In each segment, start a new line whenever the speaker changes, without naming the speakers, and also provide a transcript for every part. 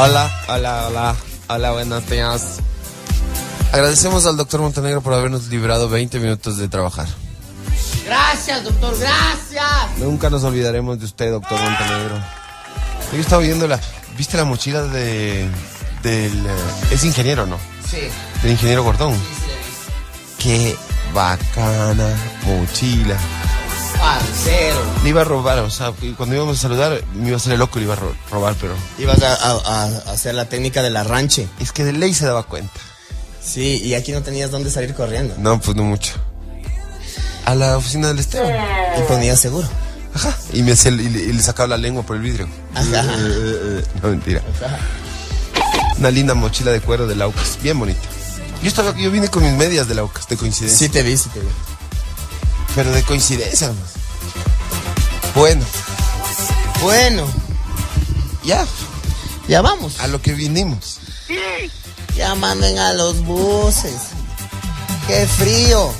Hola, hola, hola, hola, buenos días. Agradecemos al doctor Montenegro por habernos liberado 20 minutos de trabajar.
Gracias, doctor, gracias.
Nunca nos olvidaremos de usted, doctor Montenegro. Yo estaba viendo la... ¿Viste la mochila de... del... eh, es ingeniero, ¿no?
Sí,
Del ingeniero Gordón.
sí, sí.
Qué bacana mochila.
Parcero.
Le iba a robar, o sea, y cuando íbamos a saludar, me iba a hacer el loco y le iba a ro- robar, pero...
Ibas a, a- a hacer la técnica del arranche.
Es que de ley se daba cuenta.
Sí, y aquí no tenías dónde salir corriendo.
No, pues no mucho. A la oficina del Esteban.
Y ponías seguro.
Ajá. Y, me hacía el- y le, y le sacaba la lengua por el vidrio.
Ajá.
Eh, eh, No, mentira. Una linda mochila de cuero de Laucas. Bien bonita. Yo, estaba, yo vine con mis medias de Laucas, de coincidencia.
Sí te vi, sí te vi.
Pero de coincidencia, nomás. Bueno,
Bueno,
ya,
ya vamos.
a lo que vinimos.
Ya manden a los buses. Qué frío.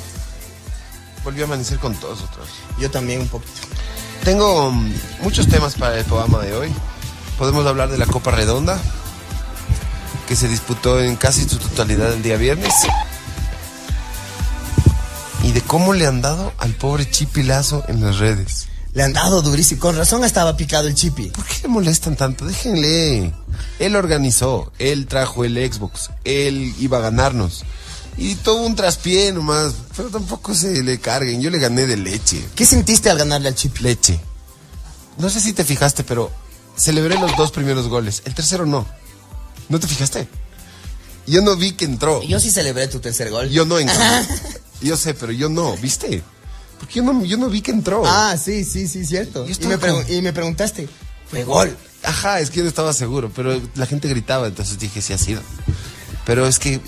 Volvió a amanecer con todos otros.
Yo también un poquito.
Tengo mm, muchos temas para el programa de hoy. Podemos hablar de la Copa Redonda, que se disputó en casi su totalidad el día viernes. Y de cómo le han dado al pobre Chipilazo en las redes.
Le han dado durísimo. Con razón estaba picado el chipi.
¿Por qué le molestan tanto? Déjenle. Él organizó, él trajo el Xbox, él iba a ganarnos. Y todo un traspié nomás, pero tampoco se le carguen. Yo le gané de leche.
¿Qué sentiste al ganarle al chipi?
Leche. No sé si te fijaste, pero celebré los dos primeros goles. El tercero no. ¿No te fijaste? Yo no vi que entró.
Yo Ah. sí celebré tu tercer gol.
Yo no entró. Yo sé, pero yo no, ¿viste? Porque yo no, yo no vi que entró.
Ah, sí, sí, sí, cierto.
Yo
Y
estaba
me, pregun-
con-
y me preguntaste, fue gol.
Ajá, es que yo no estaba seguro, pero la gente gritaba, entonces dije, sí ha sido. Pero es que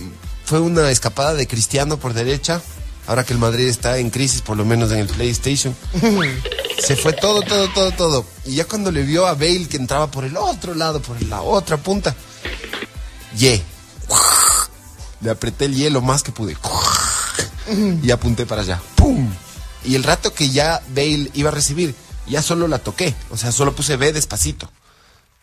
fue una escapada de Cristiano por derecha, ahora que el Madrid está en crisis, por lo menos en el PlayStation. Se fue todo, todo, todo, todo. Y ya cuando le vio a Bale que entraba por el otro lado, por la otra punta, ye. Le apreté el hielo más que pude. Y apunté para allá. ¡Pum! Y el rato que ya Bale iba a recibir, ya solo la toqué. O sea, solo puse B despacito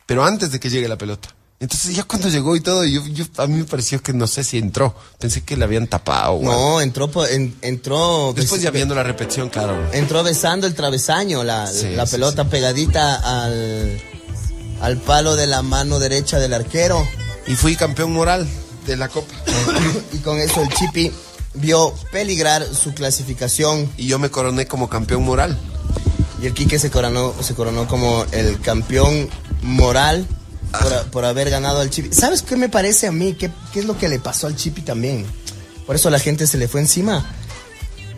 pero antes de que llegue la pelota. Entonces ya cuando llegó y todo, yo, yo- a mí me pareció que no sé si entró. Pensé que la habían tapado. o algo.
No, pues entró, po- en- entró.
Después ya viendo la repetición, claro.
Entró besando el travesaño, la,
Sí,
la
sí,
pelota pegadita al, al palo de la mano derecha del arquero.
Y fui campeón moral de la Copa.
Y con eso el Chipi vio peligrar su clasificación
Y yo me coroné como campeón moral.
y el Quique se coronó, se coronó como el campeón moral por, a- por haber ganado al Chipi. ¿Sabes qué me parece a mí? ¿Qué, ¿Qué es lo que le pasó al Chipi también? Por eso la gente se le fue encima.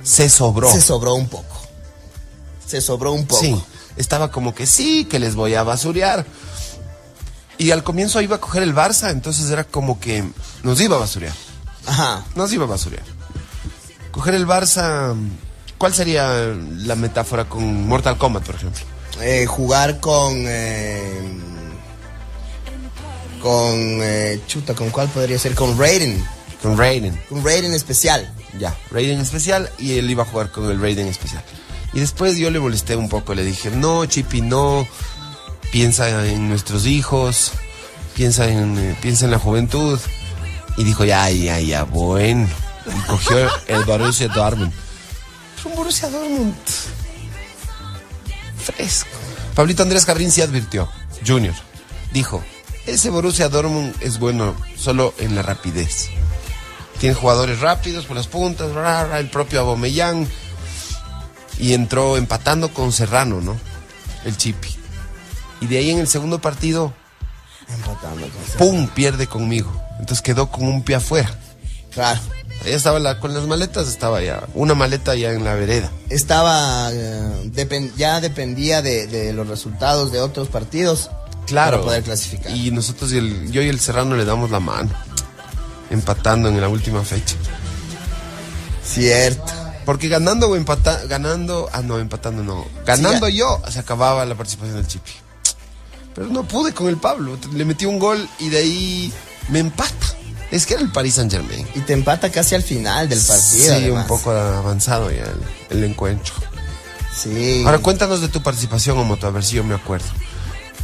Se sobró.
Se sobró un poco. Se sobró un poco.
Sí. Estaba como que sí, que les voy a basurear. Y al comienzo iba a coger el Barça, entonces era como que nos iba a basurear.
Ajá.
Nos iba a basurear. Coger el Barça. ¿Cuál sería la metáfora con Mortal Kombat, por ejemplo?
eh, jugar con eh, con eh, chuta con cuál podría ser con Raiden
Con Raiden.
con Raiden especial
Ya, Raiden especial y él iba a jugar con el Raiden especial. Y después yo le molesté un poco, le dije, no, Chippy, no, piensa en nuestros hijos, piensa en, eh, piensa en la juventud. Y dijo, ya, ya, ya, bueno. Y cogió el Borussia Dortmund. Es un Borussia Dortmund. Fresco. Pablito Andrés Carrín se advirtió, Junior. Dijo, ese Borussia Dortmund es bueno solo en la rapidez. Tiene jugadores rápidos por las puntas, bla, bla, el propio Abomellán. Y entró empatando con Serrano, ¿no? El Chipi. Y de ahí en el segundo partido,
empatando con-
¡pum! pierde conmigo. Entonces quedó con un pie afuera.
claro
Ya estaba la- con las maletas, estaba ya. Una maleta ya en la vereda.
estaba eh, depen- ya dependía de, de los resultados de otros partidos para poder clasificar
Y nosotros, y el- yo y el Serrano le damos la mano. Empatando en la última fecha.
cierto
Porque ganando o empatando, ganando, ah no, empatando no, ganando
Sí,
yo, se acababa la participación del Chipi. Pero no pude con el Pablo, le metí un gol y de ahí me empata. Es que era el Paris Saint Germain.
y te empata casi al final del partido
sí,
además.
un poco avanzado ya el, el encuentro.
sí
Ahora cuéntanos de tu participación, Omoto, a ver si yo me acuerdo.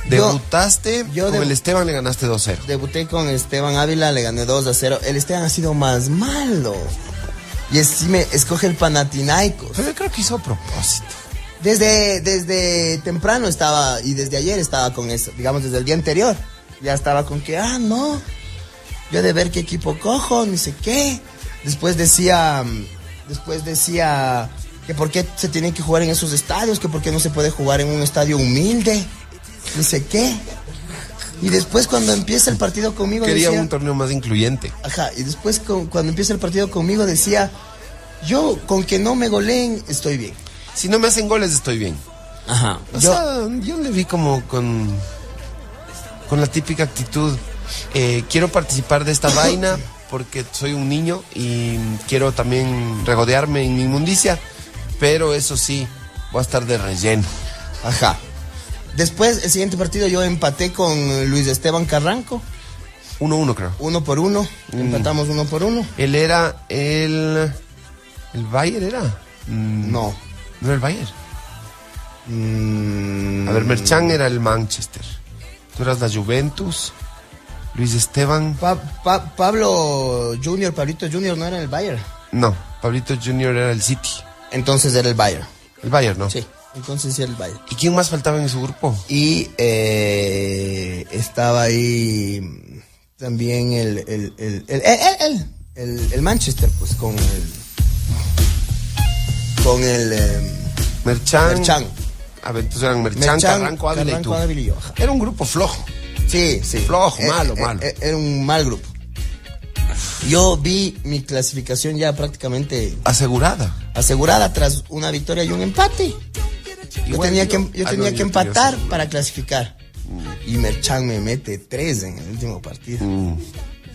Debutaste
yo
con
debu-
el Esteban, le ganaste 2-0.
Debuté con Esteban Ávila, le gané 2 a 0. El Esteban ha sido más malo. Y es, sí me escoge el Panathinaikos.
Pero yo creo que hizo a propósito.
Desde, desde temprano estaba, y desde ayer estaba con eso, digamos desde el día anterior. Ya estaba con que, ah, no, yo he de ver qué equipo cojo, ni sé qué. Después decía, mm, después decía que por qué se tiene que jugar en esos estadios, que por qué no se puede jugar en un estadio humilde, ni sé qué. Y después cuando empieza el partido conmigo
Quería
decía,
un torneo más incluyente.
Ajá, y después con- cuando empieza el partido conmigo decía, yo con que no me goleen estoy bien.
Si no me hacen goles, estoy bien.
Ajá.
O sea, yo le vi como con, con la típica actitud. eh, quiero participar de esta vaina porque soy un niño y quiero también regodearme en mi inmundicia. Pero eso sí, voy a estar de relleno.
Ajá. Después, el siguiente partido yo empaté con Luis Esteban Carranco,
1-1 creo.
uno por uno,
Mm.
empatamos uno por uno.
Él era el... ¿El Bayer era? Mm,
No.
No era el Bayer.
Mm,
A ver, Merchan era el Manchester. Tú eras la Juventus. Luis Esteban.
Pa- Pa- Pablo Junior, Pablito Junior no era el Bayern.
No, Pablito Junior era el City.
Entonces era el Bayern.
El Bayern, ¿no?
Sí, entonces sí era el Bayern.
¿Y quién más faltaba en su grupo?
Y eh, estaba ahí mm, también el, el, el, el, el, el- el- el- el Manchester, pues con el. Con el. em,
Merchan.
Merchan.
A ver, entonces eran Merchan,
Merchan,
Carranco, Ávila y
Carranco,
tú.
Ávila y yo, ajá.
Era un grupo flojo.
Sí, sí.
Flojo, malo, malo.
eh, Era un mal grupo. Yo vi mi clasificación ya prácticamente
Asegurada.
asegurada tras una victoria y un empate. Yo
Igual
tenía
yo-
que, yo
Ah, no, yo
tenía que
tenía
empatar
seguro.
para clasificar. Y Merchan me mete tres en el último partido.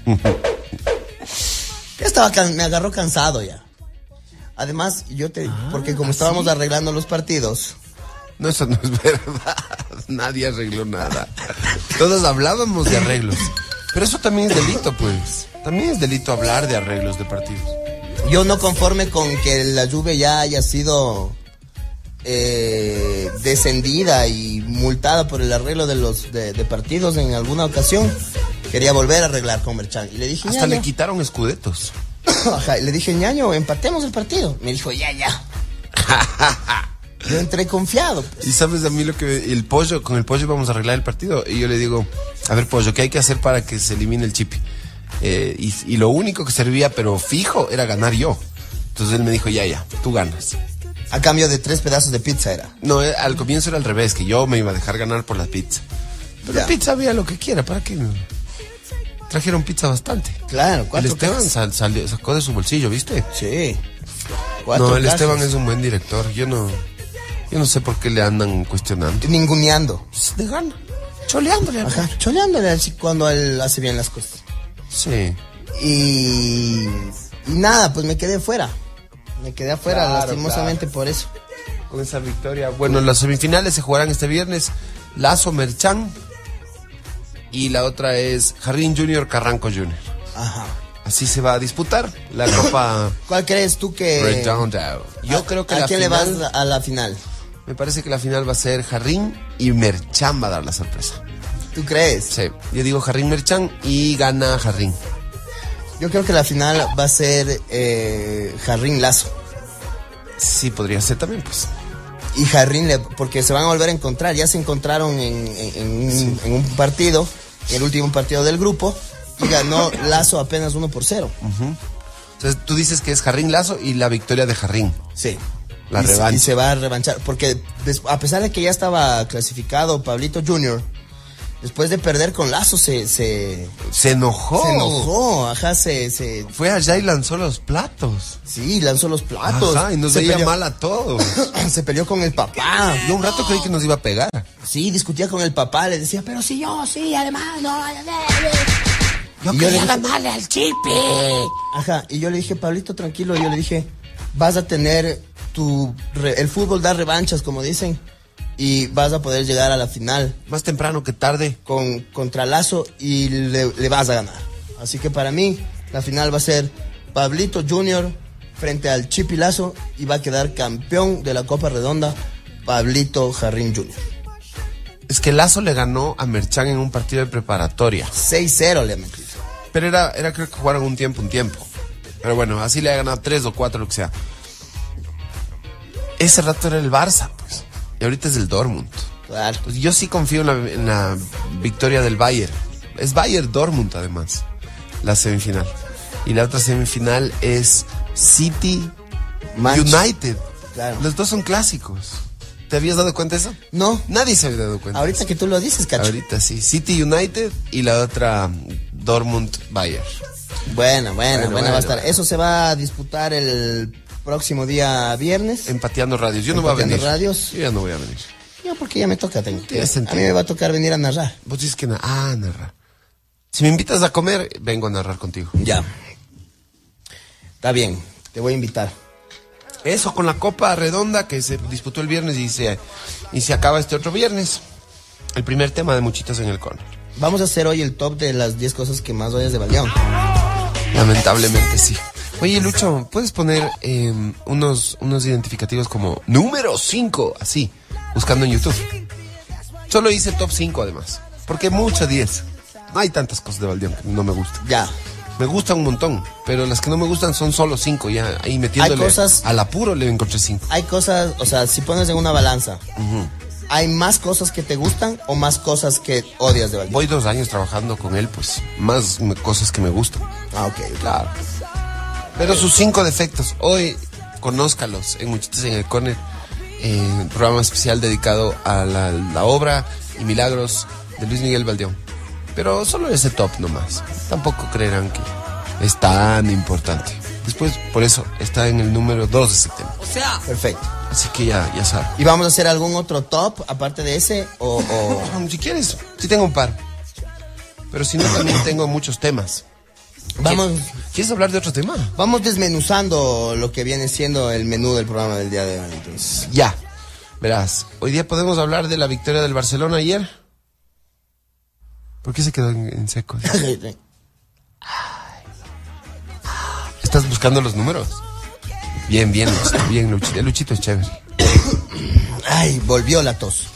ya estaba, can- me agarró cansado ya. Además, yo te, porque como estábamos arreglando los partidos,
No, eso no es verdad. Nadie arregló nada. Todos hablábamos de arreglos. Pero eso también es delito, pues. También es delito hablar de arreglos de partidos.
Yo no conforme con que la lluvia ya haya sido eh, descendida y multada por el arreglo de los de, de partidos en alguna ocasión, quería volver a arreglar con Merchan. Y le dije,
Hasta le
"Ñaño".
quitaron escudetos.
Ajá, y le dije, ñaño, empatemos el partido. Me dijo, ya, ya. Yo entré confiado. pues.
Y sabes a mí lo que el pollo, con el pollo vamos a arreglar el partido. Y yo le digo, a ver pollo, ¿qué hay que hacer para que se elimine el chip? Eh, y, y lo único que servía, pero fijo, era ganar yo. Entonces él me dijo, ya, ya, tú ganas.
A cambio de tres pedazos de pizza era.
No, eh, al comienzo era al revés, que yo me iba a dejar ganar por la pizza. Pero
Ya.
pizza había lo que quiera, ¿para qué? Trajeron pizza bastante.
Claro,
El
cuatro
Esteban
cajas.
sal- salió- sacó de su bolsillo, ¿viste?
Sí. Cuatro
No, el
cajas.
Esteban es un buen director. Yo no, yo no sé por qué le andan cuestionando. Pues,
Ninguneando.
De gana, choleándole.
Ajá, choleándole así cuando él hace bien las cosas.
Sí.
Y, y nada, pues me quedé fuera. Me quedé afuera,
Claro,
lastimosamente por eso.
Con esa victoria. Bueno, las semifinales se jugarán este viernes. Lazo Merchan. Y la otra es Jarrín Junior Carranco Junior.
Ajá.
Así se va a disputar la Copa Ah,
¿Cuál crees tú que.
Redondo. Eh, Yo
a-
creo que
¿A
la
quién
final,
le vas a la final?
Me parece que la final va a ser Jarrín y Merchan va a dar la sorpresa.
¿Tú crees?
Sí. Yo digo Jarrín Merchan y gana Jarrín.
Yo creo que la final va a ser eh, Jarrín Lazo.
Sí, podría ser también, pues.
Y Jarrín, le- porque se van a volver a encontrar. Ya se encontraron en, en- en un, en un partido, el último partido del grupo. Y ganó Lazo apenas 1 por 0.
Entonces tú dices que es Jarrín Lazo y la victoria de Jarrín.
Sí.
La
y, se-
revancha.
Y se va a revanchar. Porque des- a pesar de que ya estaba clasificado Pablito Junior, después de perder con Lazo se, se,
Se enojó.
se enojó. Ajá, se, se-
Fue allá y lanzó los platos.
Sí, lanzó los platos.
Ajá, y nos
se
veía
peleó-
mal a todos.
Se peleó con el papá.
Yo un rato creí que nos iba a pegar.
Sí, discutía con el papá. Le decía, pero sí, yo, sí, además, no. eh, eh".
Yo
Y yo
quería
le dije-
ganarle al chipi.
Ajá, y yo le dije, Pablito, tranquilo, yo le dije, vas a tener tu... re- el fútbol da revanchas, como dicen, y vas a poder llegar a la final
Más temprano que tarde.
con contralazo y le, le vas a ganar. Así que para mí, la final va a ser Pablito Junior frente al Chipilazo y va a quedar campeón de la Copa Redonda Pablito Jarrín Junior.
Es que Lazo le ganó a Merchan en un partido de preparatoria.
6-0 le ha metido.
Pero era, era creo que jugaron un tiempo, un tiempo. Pero bueno, así le ha ganado tres o cuatro, lo que sea. Ese rato era el Barça, pues. Y ahorita es el Dortmund.
Claro.
Pues yo sí confío en la, en la victoria del Bayern. Es Bayern Dortmund, además, la semifinal. Y la otra semifinal es City
Manch-
United.
Claro.
Los dos son clásicos. ¿Te habías dado cuenta de eso?
No,
Nadie se había dado cuenta.
ahorita que tú lo dices, cacho.
Ahorita sí. City United y la otra mm, Dortmund Bayern.
Bueno, bueno, bueno,
bueno,
va a estar.
bueno.
Eso se va a disputar el próximo día viernes.
Empateando radios. Yo no voy a
Empateando
venir.
radios.
Yo ya no voy a venir.
Yo porque ya me toca, tengo.
Tiene
A
sentido.
mí me va a tocar venir a narrar.
Vos dices que... na- ah, narrar. Si me invitas a comer, vengo a narrar contigo.
Ya. Está bien, te voy a invitar.
Eso con la Copa Redonda que se disputó el viernes y se, y se acaba este otro viernes. El primer tema de Muchitas en el Corner.
Vamos a hacer hoy el top de las 10 cosas que más odias de Baleón.
Lamentablemente sí. Oye, Lucho, ¿puedes poner eh, unos, unos identificativos como número 5? Así, buscando en YouTube. Solo hice top 5 además. Porque mucha 10. No hay tantas cosas de Valdeón que no me gustan.
Ya.
Me gustan un montón, pero las que no me gustan son solo 5. Ya ahí metiéndole.
Hay cosas-
Al apuro le encontré 5.
Hay cosas, o sea, si pones en una balanza, ¿hay más cosas que te gustan o más cosas que odias de Baleón?
Voy dos años trabajando con él, pues más me- cosas que me gustan.
Ah, ok.
Claro. Pero sus cinco defectos, hoy conózcalos en Muchitas en el Corner, eh, programa especial dedicado a la, la obra y milagros de Luis Miguel Valdeón. Pero solo ese top nomás. Tampoco creerán que es tan importante. Después, por eso, está en el número 2 de septiembre.
Perfecto.
Así que ya, ya saben.
¿Y vamos a hacer algún otro top aparte de ese? O, o-
Si quieres, sí tengo un par. Pero si no, también tengo muchos temas.
vamos,
¿Quieres hablar de otro tema?
vamos desmenuzando lo que viene siendo el menú del programa del día de hoy. Entonces.
Ya. Verás, hoy día podemos hablar de la victoria del Barcelona ayer. ¿Por qué se quedó en, en seco? ¿Estás buscando los números? Bien, bien, Luchito, bien, Luchito. El Luchito es chévere.
Ay, volvió la tos.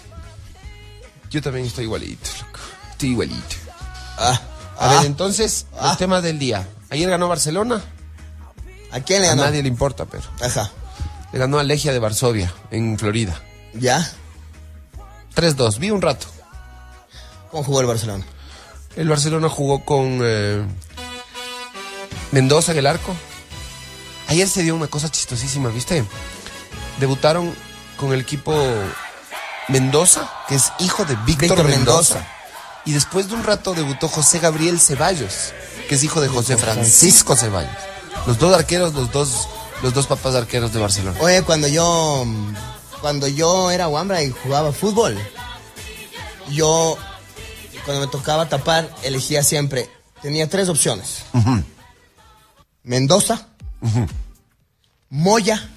Yo también estoy igualito, loco. Estoy igualito.
Ah,
A
ah,
ver, entonces, los temas del día. Ayer ganó Barcelona.
¿A quién le
A
ganó?
nadie le importa, pero.
Ajá.
Le ganó a Legia de Varsovia, en Florida.
¿Ya?
3-2, vi un rato.
¿Cómo jugó el Barcelona?
El Barcelona jugó con eh, Mendoza en el arco. Ayer se dio una cosa chistosísima, ¿viste? Debutaron con el equipo Mendoza, que es hijo de Víctor,
Víctor
Mendoza.
Mendoza.
Y después de un rato debutó José Gabriel Ceballos, que es hijo de José Francisco Ceballos. Los dos arqueros, los dos, los dos papás arqueros de Barcelona.
Oye, cuando yo. Cuando yo era Wambra y jugaba fútbol, yo. Cuando me tocaba tapar, elegía siempre. Tenía tres opciones: Mendoza, Moya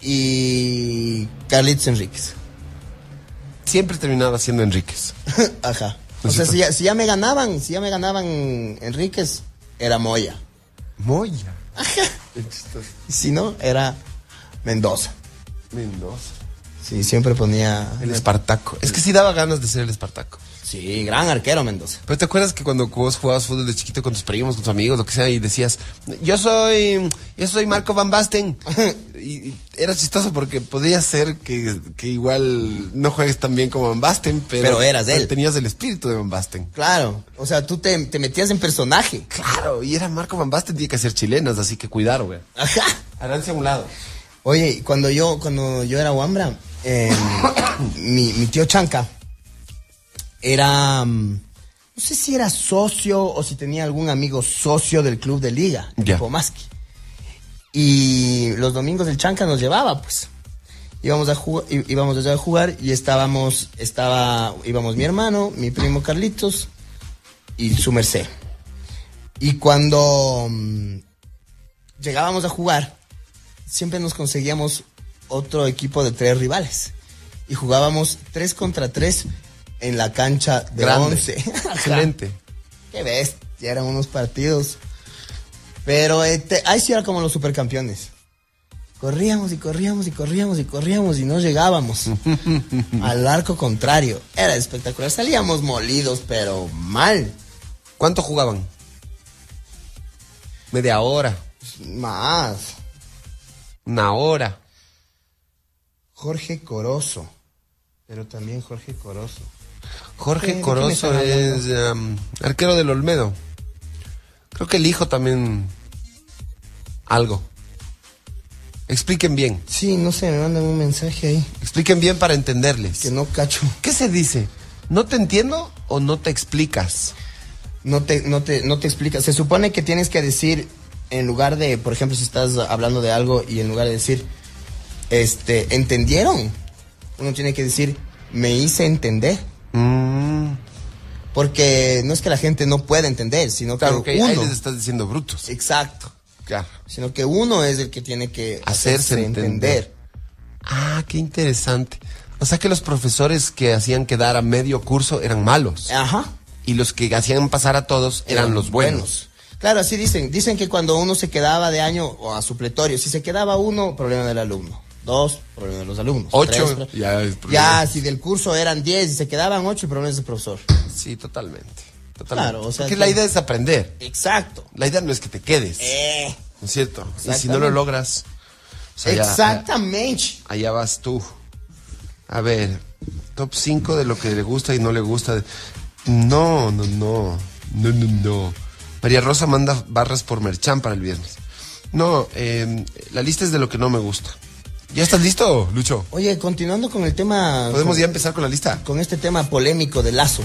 y Carlitos Enríquez.
Siempre terminaba siendo Enríquez.
Ajá. O sea, si ya, si ya me ganaban, si ya me ganaban Enríquez, era Moya.
Moya.
Y si no, era Mendoza.
Mendoza.
Sí, siempre ponía.
El Espartaco. Es que sí daba ganas de ser el Espartaco.
Sí, gran arquero Mendoza.
Pero te acuerdas que cuando vos jugabas fútbol de chiquito con tus primos, con tus amigos, lo que sea, y decías, yo soy, yo soy Marco Van Basten. y, y era chistoso porque podía ser que, que igual no juegues tan bien como Van Basten, pero,
Pero eras él.
tenías el espíritu de Van Basten.
Claro, o sea, tú te, te metías en personaje.
Claro, y era Marco Van Basten, tenía que ser chilenas, así que cuidar, güey.
Ajá.
Arancia a un lado.
Oye, y cuando yo, cuando yo era Wambra, eh, mi, mi tío Chanca era. mm, No sé si era socio o si tenía algún amigo socio del club de liga,
Ya.
de Pomaski. Y los domingos el Chanca nos llevaba, pues. Íbamos a jugar, íbamos allá a jugar y estábamos, estaba, íbamos mi hermano, mi primo Carlitos y su merced. Y cuando mm, llegábamos a jugar, siempre nos conseguíamos otro equipo de tres rivales. Y jugábamos tres contra tres en la cancha de
Grande.
once.
Excelente.
Qué bestia, eran unos partidos. Pero este, ahí sí era como los supercampeones. Corríamos y corríamos y corríamos y corríamos y no llegábamos al arco contrario. Era espectacular. Salíamos molidos, pero mal.
¿Cuánto jugaban? Media hora,
Más.
una hora.
Jorge Corozo. Pero también Jorge Corozo. ¿De-
Jorge
de qué me
Corozo
están hablando?
es em, arquero del Olmedo. Creo que el hijo también algo. Expliquen bien,
Sí, no sé, me mandan un mensaje ahí
expliquen bien para entenderles.
que no cacho.
¿Qué se dice? ¿No te entiendo o no te explicas?
No te, no te, no te explica. Se supone que tienes que decir, en lugar de, por ejemplo, si estás hablando de algo y en lugar de decir, este, ¿entendieron? Uno tiene que decir, me hice entender.
Mm,
Porque no es que la gente no pueda entender, sino
claro,
que
ok, ahí
uno.
les estás diciendo brutos.
Exacto.
Claro.
Sino que uno es el que tiene que
Hacerse entender. Ah, qué interesante. O sea que los profesores que hacían quedar a medio curso eran malos.
Ajá.
Y los que hacían pasar a todos eran los buenos.
Claro, así dicen. Dicen que cuando uno se quedaba de año o a supletorio, si se quedaba uno, problema del alumno. Dos, problema de los alumnos.
Ocho,
Tres, pro-
ya es problema.
ya, si del curso eran diez y se quedaban ocho, problema es del profesor.
Sí, totalmente. totalmente.
Claro, o sea,
Porque
que-
la idea es aprender.
Exacto.
La idea no es que te quedes,
Eh,
¿no es cierto? Y si no lo
Exactamente.
logras, o sea, ya-
exactamente.
Allá vas tú. A ver, top 5 de lo que le gusta y no le gusta. No, no, no. No, no, no. María Rosa manda barras por Merchan para el viernes. No, eh, la lista es de lo que no me gusta. ¿Ya estás listo, Lucho?
Oye, continuando con el tema.
¿Podemos
con-
ya empezar con la lista?
Con este tema polémico del lazo.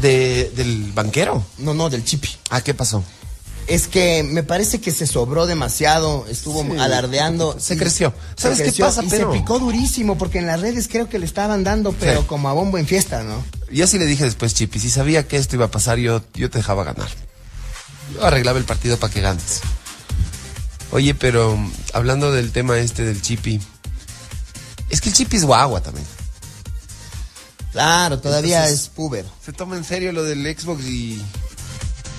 De, ¿Del banquero?
No, no, del chipi.
Ah, ¿qué pasó?
Es que me parece que se sobró demasiado, estuvo
Sí.
alardeando.
Se
y-
creció. ¿Sabes qué pasa,
y
pero?
Se picó durísimo porque en las redes creo que le estaban dando, pero
Sí.
como a bombo en fiesta, ¿no?
Yo sí le dije después, Chipi, si sabía que esto iba a pasar, yo, yo te dejaba ganar. Yo arreglaba el partido para que ganes. Oye, pero mm, hablando del tema este del Chipi, es que el Chipi es guagua también.
Claro, todavía
Entonces-
es puber.
Se toma en serio lo del Xbox y,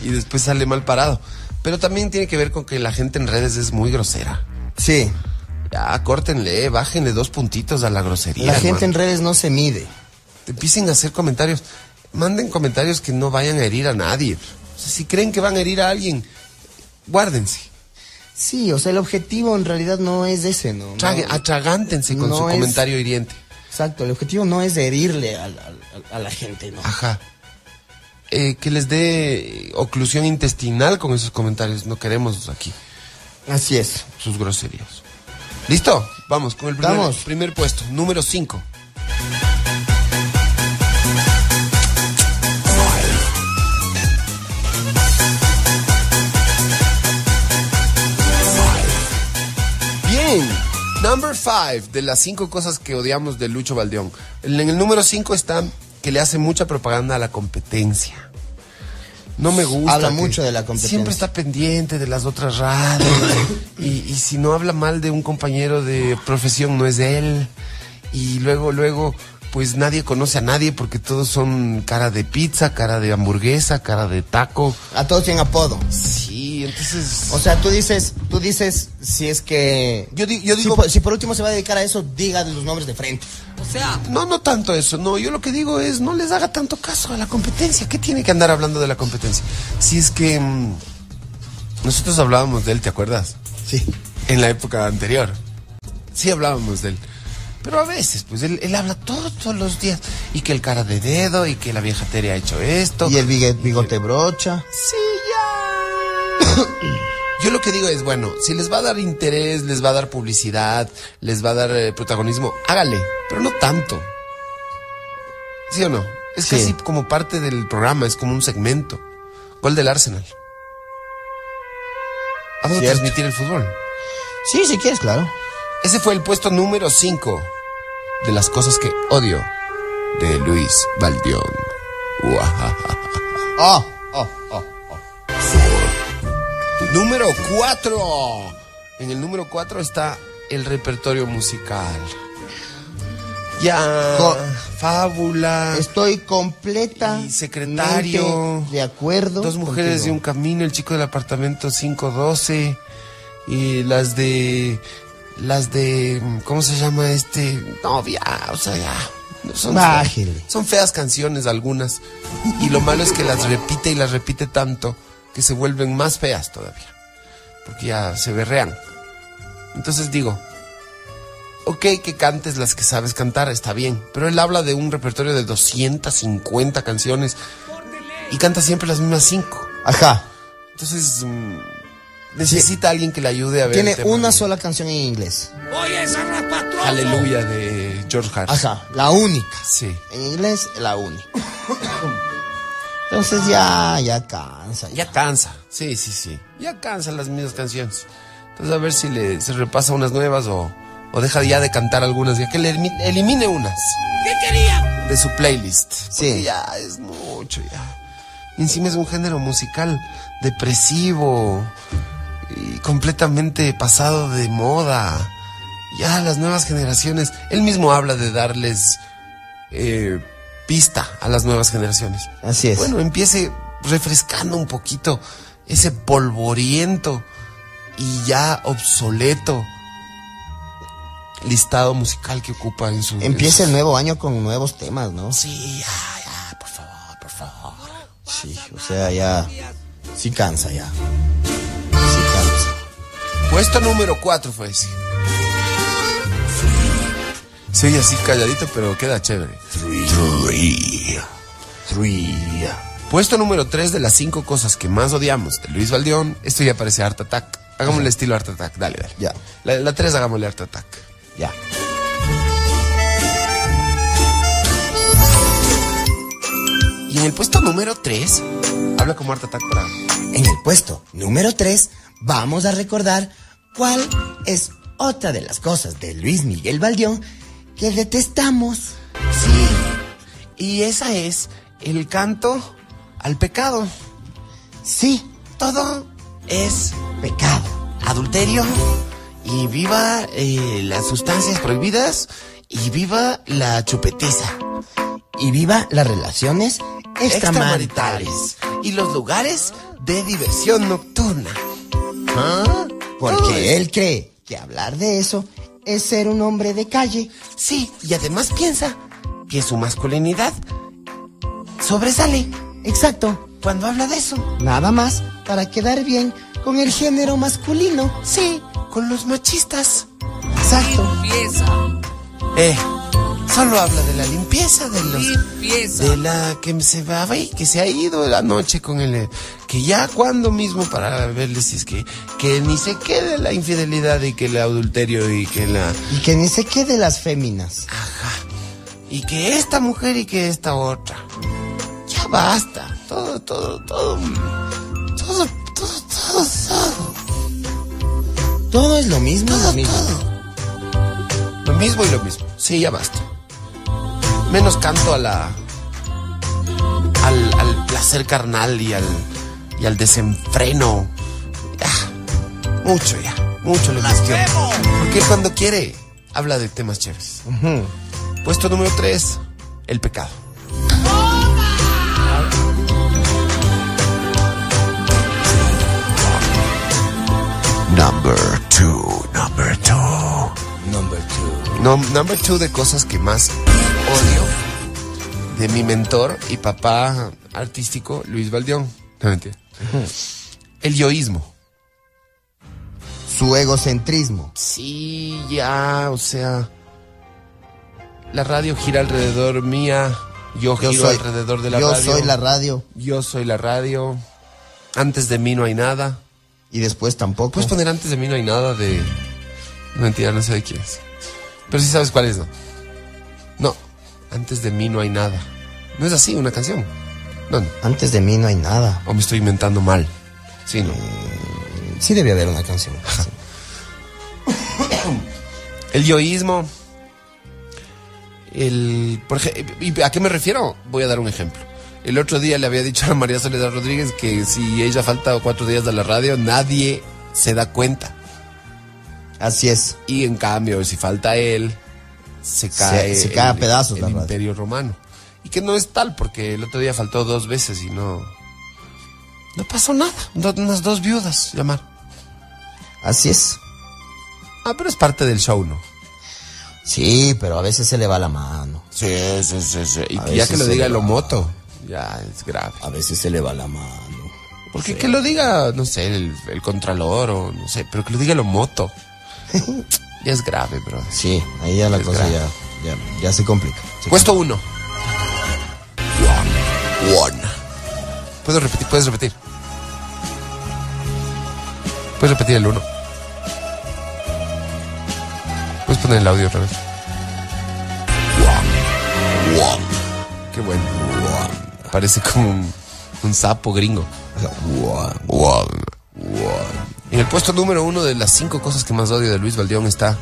y después sale mal parado. Pero también tiene que ver con que la gente en redes es muy grosera.
Sí.
Ya, córtenle, bájenle dos puntitos a la grosería.
La gente en
hermano.
redes no se mide.
Empiecen a hacer comentarios. Manden comentarios que no vayan a herir a nadie. O sea, si creen que van a herir a alguien, guárdense.
Sí, o sea, el objetivo en realidad no es ese, ¿no? No.
Trague- atragántense con
No
su
es-
comentario hiriente.
Exacto, el objetivo no es herirle al- al- al- a, la gente, ¿no?
Ajá. Eh, que les dé oclusión intestinal con esos comentarios. No queremos aquí
Así es.
sus groserías. ¿Listo? Vamos con el primer,
Vamos.
primer puesto, número 5. Bien, number 5 de las cinco cosas que odiamos de Lucho Valdeón. En el número 5 está que le hace mucha propaganda a la competencia. No me gusta.
Habla
que
mucho de la competencia.
Siempre está pendiente de las otras radios. y, y si no habla mal de un compañero de profesión, no es de él. Y luego, luego, pues nadie conoce a nadie porque todos son cara de pizza, cara de hamburguesa, cara de taco.
A todos tienen apodo.
Sí, entonces.
O sea, tú dices, tú dices, si es que...
Yo di- yo
si
digo-
por- Si, por último se va a dedicar a eso, diga los nombres de frente.
No, no tanto eso. No, yo lo que digo es no les haga tanto caso a la competencia. ¿Qué tiene que andar hablando de la competencia? Si es que mm, nosotros hablábamos de él, ¿te acuerdas?
Sí.
En la época anterior. Sí hablábamos de él. Pero a veces, pues él, él habla todo- todos los días. Y que el cara de dedo, y que la vieja Tere ha hecho esto.
Y el bigue- bigote brocha.
Sí, ya. Yo lo que digo es, bueno, si les va a dar interés, les va a dar publicidad, les va a dar eh, protagonismo, hágale, pero no tanto. ¿Sí o no? Es
Sí.
casi como parte del programa, es como un segmento. Gol del Arsenal. Vamos
Cierto.
a transmitir el fútbol.
Sí, si quieres, claro.
Ese fue el puesto número 5 de las cosas que odio de Luis Valdión. Guajaja.
Oh, oh, oh.
Número 4. En el número 4 está el repertorio musical. Ya.
Co-
fábula.
Estoy completa.
Ah. Y secretario.
De acuerdo.
Dos mujeres de
contigo.
un camino, el chico del apartamento 512. Y las de las de, ¿cómo se llama este? Novia, o sea, ya. Son,
Bájele.
son feas canciones algunas. Y lo malo es que las repite y las repite tanto que se vuelven más feas todavía. Porque ya se berrean. Entonces digo, ok que cantes las que sabes cantar, está bien. Pero él habla de un repertorio de 250 canciones y canta siempre las mismas cinco.
Ajá.
Entonces, mm, necesita alguien que le ayude a ver. el
Tiene
tema
una
de
sola canción en inglés.
Aleluya de George Harrison.
Ajá, la única.
Sí.
En inglés, la única. Entonces ya, ya cansa.
Ya cansa. Sí, sí, sí. Ya cansa las mismas canciones. Entonces a ver si le, se repasa unas nuevas o, o deja ya de cantar algunas. Ya que le elimi- elimine unas. ¿Qué quería? De su playlist.
Sí.
Porque ya es mucho, ya. Y encima es un género musical depresivo y completamente pasado de moda. Ya las nuevas generaciones. Él mismo habla de darles eh, pista a las nuevas generaciones.
Así es.
Bueno, empiece refrescando un poquito ese polvoriento y ya obsoleto listado musical que ocupa en su...
Empieza
en
el nuevo año con nuevos temas, ¿no?
su- Sí, ya, ya, por favor, por favor.
Sí, o sea, ya. Sí cansa ya. Sí cansa.
Puesto número 4 fue ese. Se oye así calladito, pero queda chévere. Puesto número 3 de las 5 cosas que más odiamos de Luis Valdión. Esto ya parece Art Attack. Hagámosle estilo Art Attack, dale, dale.
Ya.
La- La 3 hagámosle Art Attack.
Ya.
Y en el puesto número 3, habla como Art Attack para...
En el puesto número 3 vamos a recordar cuál es otra de las cosas de Luis Miguel Baldión que detestamos.
Sí. Y esa es el canto al pecado.
Sí,
Todo es
pecado.
adulterio y viva eh, las sustancias prohibidas y viva la chupetiza.
Y viva las relaciones extramaritales.
Extramaritales. Y los lugares de diversión nocturna. ¿Ah? Todo
Porque
es-
él cree que hablar de eso es ser un hombre de calle.
Sí, y además piensa que su masculinidad sobresale
Exacto,
cuando habla de eso.
nada más para quedar bien con el género masculino.
Sí, con los machistas.
Exacto.
Eh, solo habla de la limpieza de los... De la que se va y que se ha ido la noche con el... eh, Que ya cuando mismo para verle si es que... Que ni se quede la infidelidad y que el adulterio y que la...
Y que ni se quede las féminas.
Ajá. Y que esta mujer y que esta otra. Ya basta. Todo, todo, todo. Todo, todo, todo, todo.
Todo es lo mismo, es lo mismo.
Lo mismo y lo mismo. Sí, ya basta. Menos canto a la. al, al placer carnal y al. y al desenfreno. Ya. Mucho ya. Mucho le cuestión. Porque él cuando quiere, habla de temas chéveres. Puesto número 3, el pecado. Number two, number two.
Number two.
No, number two de cosas que más odio de mi mentor y papá artístico, Luis Valdión. No, mentira. El yoísmo.
Su egocentrismo.
Sí, ya, o sea. La radio gira alrededor mía. Yo,
Yo
giro
soy,
alrededor de la
yo
radio.
soy la radio
yo soy la radio. Antes de mí no hay nada.
y después tampoco.
¿Puedes poner antes de mí no hay nada de. No, Mentira, no sé de quién es. Pero sí sabes cuál es, ¿no? No, antes de mí no hay nada. No es así una canción. No, no.
Antes de mí no hay nada.
O me estoy inventando mal. Sí, no.
Sí debe haber una canción. Sí.
El yoísmo. El. por ej- ¿y ¿A qué me refiero? Voy a dar un ejemplo. El otro día le había dicho a María Soledad Rodríguez que si ella falta cuatro días de la radio, nadie se da cuenta.
Así es.
Y en cambio, si falta él, se cae,
se cae a pedazos
el
la radio.
imperio romano. Y que no es tal, porque el otro día faltó dos veces y no. No pasó nada. Do- unas dos viudas llamar.
Así es.
Ah, pero es parte del show, ¿no?
Sí, pero a veces se le va la mano.
Sí, sí, sí, sí. Y
A
ya que
veces
lo
se
diga
le
lo
va.
moto, ya es grave.
A veces se le va la mano.
Porque que lo diga, no sé, el, el contralor o no sé, pero que lo diga lo moto. ya es grave, bro.
Sí, ahí ya la
Es Pues-
cosa
grave.
ya, ya, ya se complica. Se
Puesto uno. One. One. Puedo repetir, puedes repetir. Puedes repetir el uno. Puedes poner el audio otra vez. One. One. Qué bueno. One. Parece como un, un sapo gringo. One. One. En el puesto número uno de las cinco cosas que más odio de Luis Valdeón está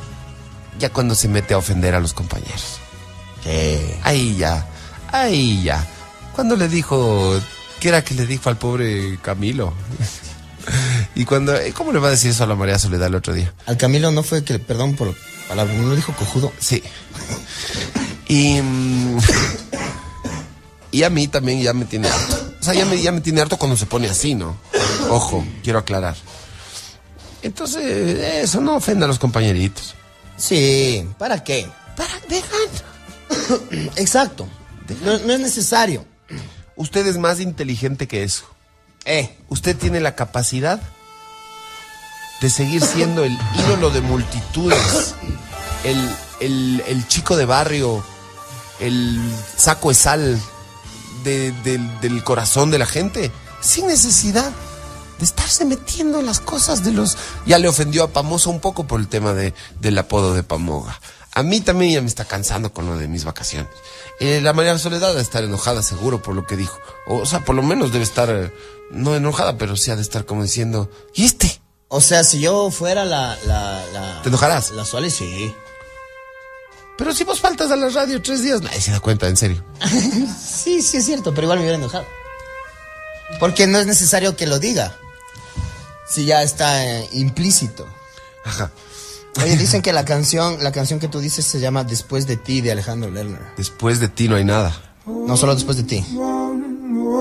ya cuando se mete a ofender a los compañeros.
complica. Eh,
Ahí ya, ahí ya. Cuando le dijo, ¿qué era que le dijo al pobre Camilo? y cuando, eh, ¿cómo le va a decir eso a la María Soledad el otro día?
al Camilo no fue que, perdón por la palabra, no dijo cojudo.
Sí. Y, mm, y a mí también ya me tiene harto. O sea, ya me, ya me tiene harto cuando se pone así, ¿no? Ojo, quiero aclarar. Entonces, eso no ofenda a los compañeritos.
Sí, ¿para qué?
Para, dejan.
Exacto. No, no es necesario.
Usted es más inteligente que eso.
Eh,
usted tiene la capacidad de seguir siendo el ídolo de multitudes, el, el- el chico de barrio, el saco de sal de- del- del corazón de la gente, sin necesidad de estarse metiendo en las cosas de los... Ya le ofendió a Pamosa un poco por el tema de, del apodo de Pamoga. A mí también ya me está cansando con lo de mis vacaciones. Eh, la María Soledad debe estar enojada seguro por lo que dijo. O, sea, por lo menos debe estar, eh, no enojada, pero sí ha de estar como diciendo, ¿y este?
o sea, si yo fuera la... la, la
¿Te enojarás?
La Suárez, sí.
Pero si vos faltas a la radio tres días, nadie se da cuenta, en serio.
Sí, sí es cierto, pero igual me hubiera enojado. Porque no es necesario que lo diga. Si ya está eh, implícito.
Ajá.
Oye, dicen que la canción, la canción que tú dices se llama Después de ti de Alejandro Lerner.
Después de ti no hay nada.
No solo después de ti.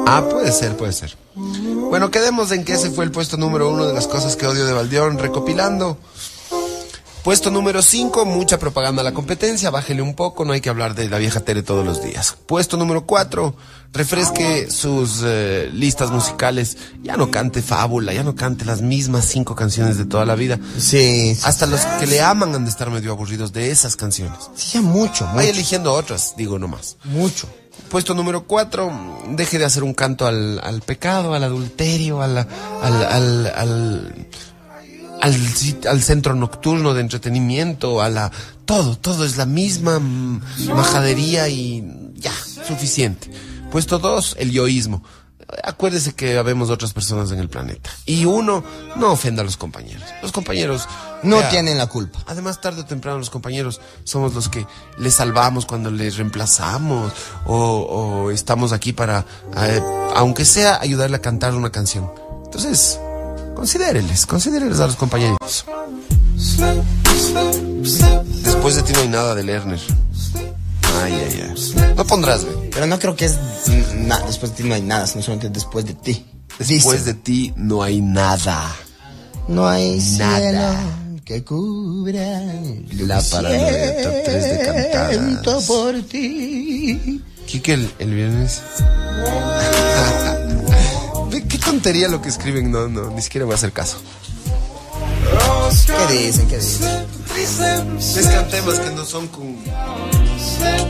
Ah, puede ser, puede ser. Bueno, quedemos en que ese fue el puesto número uno de las cosas que odio de Valdeón, recopilando. Puesto número 5, mucha propaganda a la competencia, bájele un poco, no hay que hablar de la vieja Tere todos los días. Puesto número 4, refresque sus eh, listas musicales, ya no cante fábula, ya no cante las mismas cinco canciones de toda la vida.
Sí.
Hasta los que le aman han de estar medio aburridos de esas canciones.
Sí, ya mucho,
Vaya
mucho.
eligiendo otras, digo nomás.
Mucho.
Puesto número 4, deje de hacer un canto al, al pecado, al adulterio, a la- al, al, al, al, sit- al centro nocturno de entretenimiento, a la... Todo, todo es la misma mm, majadería y ya, suficiente. Puesto 2, el yoísmo. Acuérdese que habemos otras personas en el planeta. Y uno, no ofenda a los compañeros. Los compañeros...
No
vea,
tienen la culpa.
Además, tarde o temprano los compañeros somos los que les salvamos cuando les reemplazamos o, o estamos aquí para, eh, aunque sea, ayudarle a cantar una canción. Entonces, considéreles, considéreles a los compañeritos. Después de ti no hay nada de Lerner. Ay, ay, ay. No pondrás, güey.
Pero no creo que es mm, na- después de ti no hay nada, sino solamente después de ti.
Después
Dicen.
de ti no hay nada.
no hay
nada.
cielo que cubra
La paranoia top tres de cantadas.
siento por ti.
Quique el, el viernes. Ve Qué tontería lo que escriben, no, no, ni siquiera voy a hacer caso.
¿Qué dicen? ¿Qué dicen?
Pescan temas que no son con.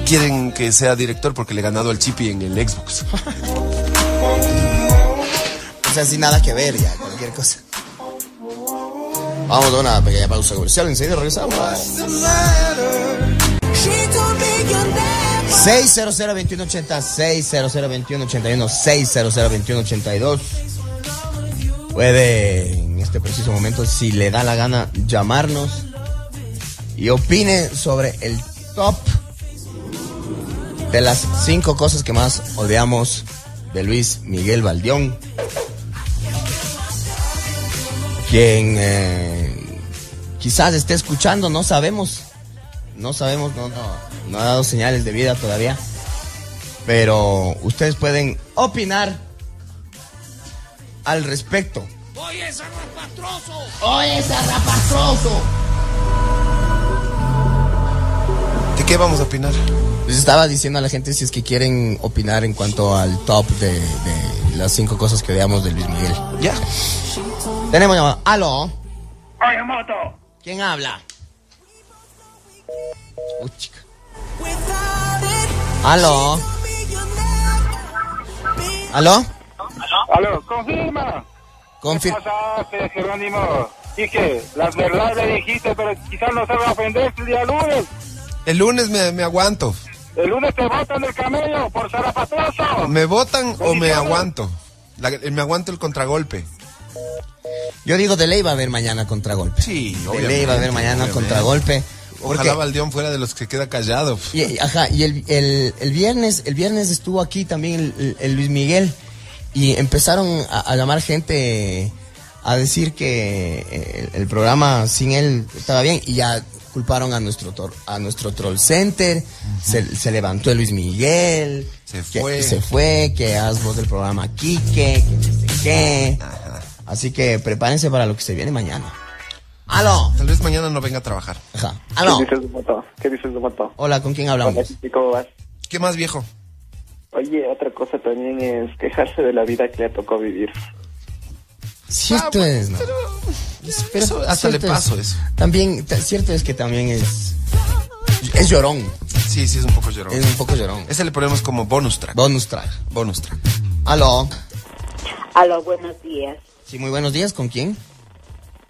Quieren que sea director porque le he ganado al Chippy en el Xbox.
O sea, sin nada que ver ya, cualquier cosa. Vamos a una pequeña pausa comercial, enseguida regresamos. 600-2180, 600-2181, 600-2182. Puede en este preciso momento, si le da la gana, llamarnos y opine sobre el top de las cinco cosas que más odiamos de Luis Miguel Valdión. Quien eh, quizás esté escuchando, no sabemos. No sabemos, no, no, no ha dado señales de vida todavía. Pero ustedes pueden opinar al respecto.
¡Oye, zarrapastroso!
qué vamos a opinar?
Les estaba diciendo a la gente si es que quieren opinar en cuanto al top de, de las cinco cosas que odiamos de Luis Miguel.
Ya.
Tenemos llamada. ¡Aló!
Oye, moto.
¿Quién habla? Uy, chica. ¿Aló? ¿Aló?
Aló, confirma.
Confir
Pasaste, Jerónimo. Dije, las verdades le dijiste, pero quizás no se va a ofender el día lunes.
El lunes me, me aguanto.
El lunes te botan del camello por zarapatoso.
¿Me votan o me aguanto? La- me aguanto el contragolpe.
Yo digo, de ley va a haber mañana contragolpe.
Sí,
de ley va a haber mañana
obviamente.
contragolpe. Porque,
Ojalá Valdeón fuera de los que queda callado.
y, y- ajá, y el, el- el viernes, el viernes estuvo aquí también el, el- el Luis Miguel y empezaron a, a llamar gente a decir que eh, el, el programa sin él estaba bien y ya culparon a nuestro tor- a nuestro troll center, se, se levantó el Luis Miguel,
Se
que-
fue.
se fue, que haz voz del programa Quique, que no sé qué. Así que prepárense para lo que se viene mañana. ¡Aló!
Tal vez mañana no venga a trabajar.
Ajá. ¡Aló!
¿Qué dices de moto? ¿Qué dices de moto?
Hola, ¿con quién
Hola,
hablamos?
¿y ¿cómo vas?
¿Qué más, viejo?
Oye, otra cosa también es quejarse de la vida que le tocó vivir.
Ah,
Cierto
bueno,
es, ¿no? Es- pero
eso hasta le
cierto
paso
es.
eso.
También, ta- cierto es que también es. Es llorón.
Sí, sí, es un poco llorón.
Es un poco llorón.
Ese le ponemos como bonus track.
Bonus track.
bonus track.
Aló.
Aló, buenos días.
Sí, muy buenos días. ¿Con quién?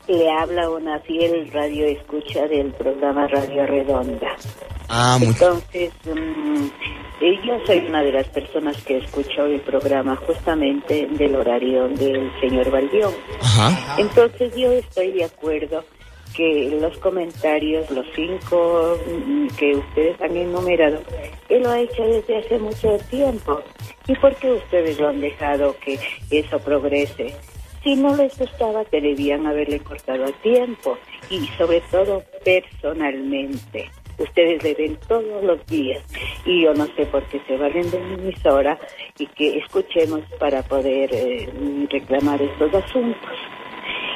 Le habla una fiel radio escucha del programa Radio Redonda.
Ah, muy.
Entonces, mm, eh, yo soy una de las personas que escuchó el programa justamente del horario del señor Valdión.
Ajá.
Entonces, yo estoy de acuerdo que los comentarios, los cinco mm, que ustedes han enumerado, él lo ha hecho desde hace mucho tiempo. ¿Y por qué ustedes lo han dejado que eso progrese? Si no les gustaba, que debían haberle cortado a tiempo y sobre todo personalmente. Ustedes le ven todos los días y yo no sé por qué se valen de mi emisora y que escuchemos para poder eh, reclamar estos asuntos.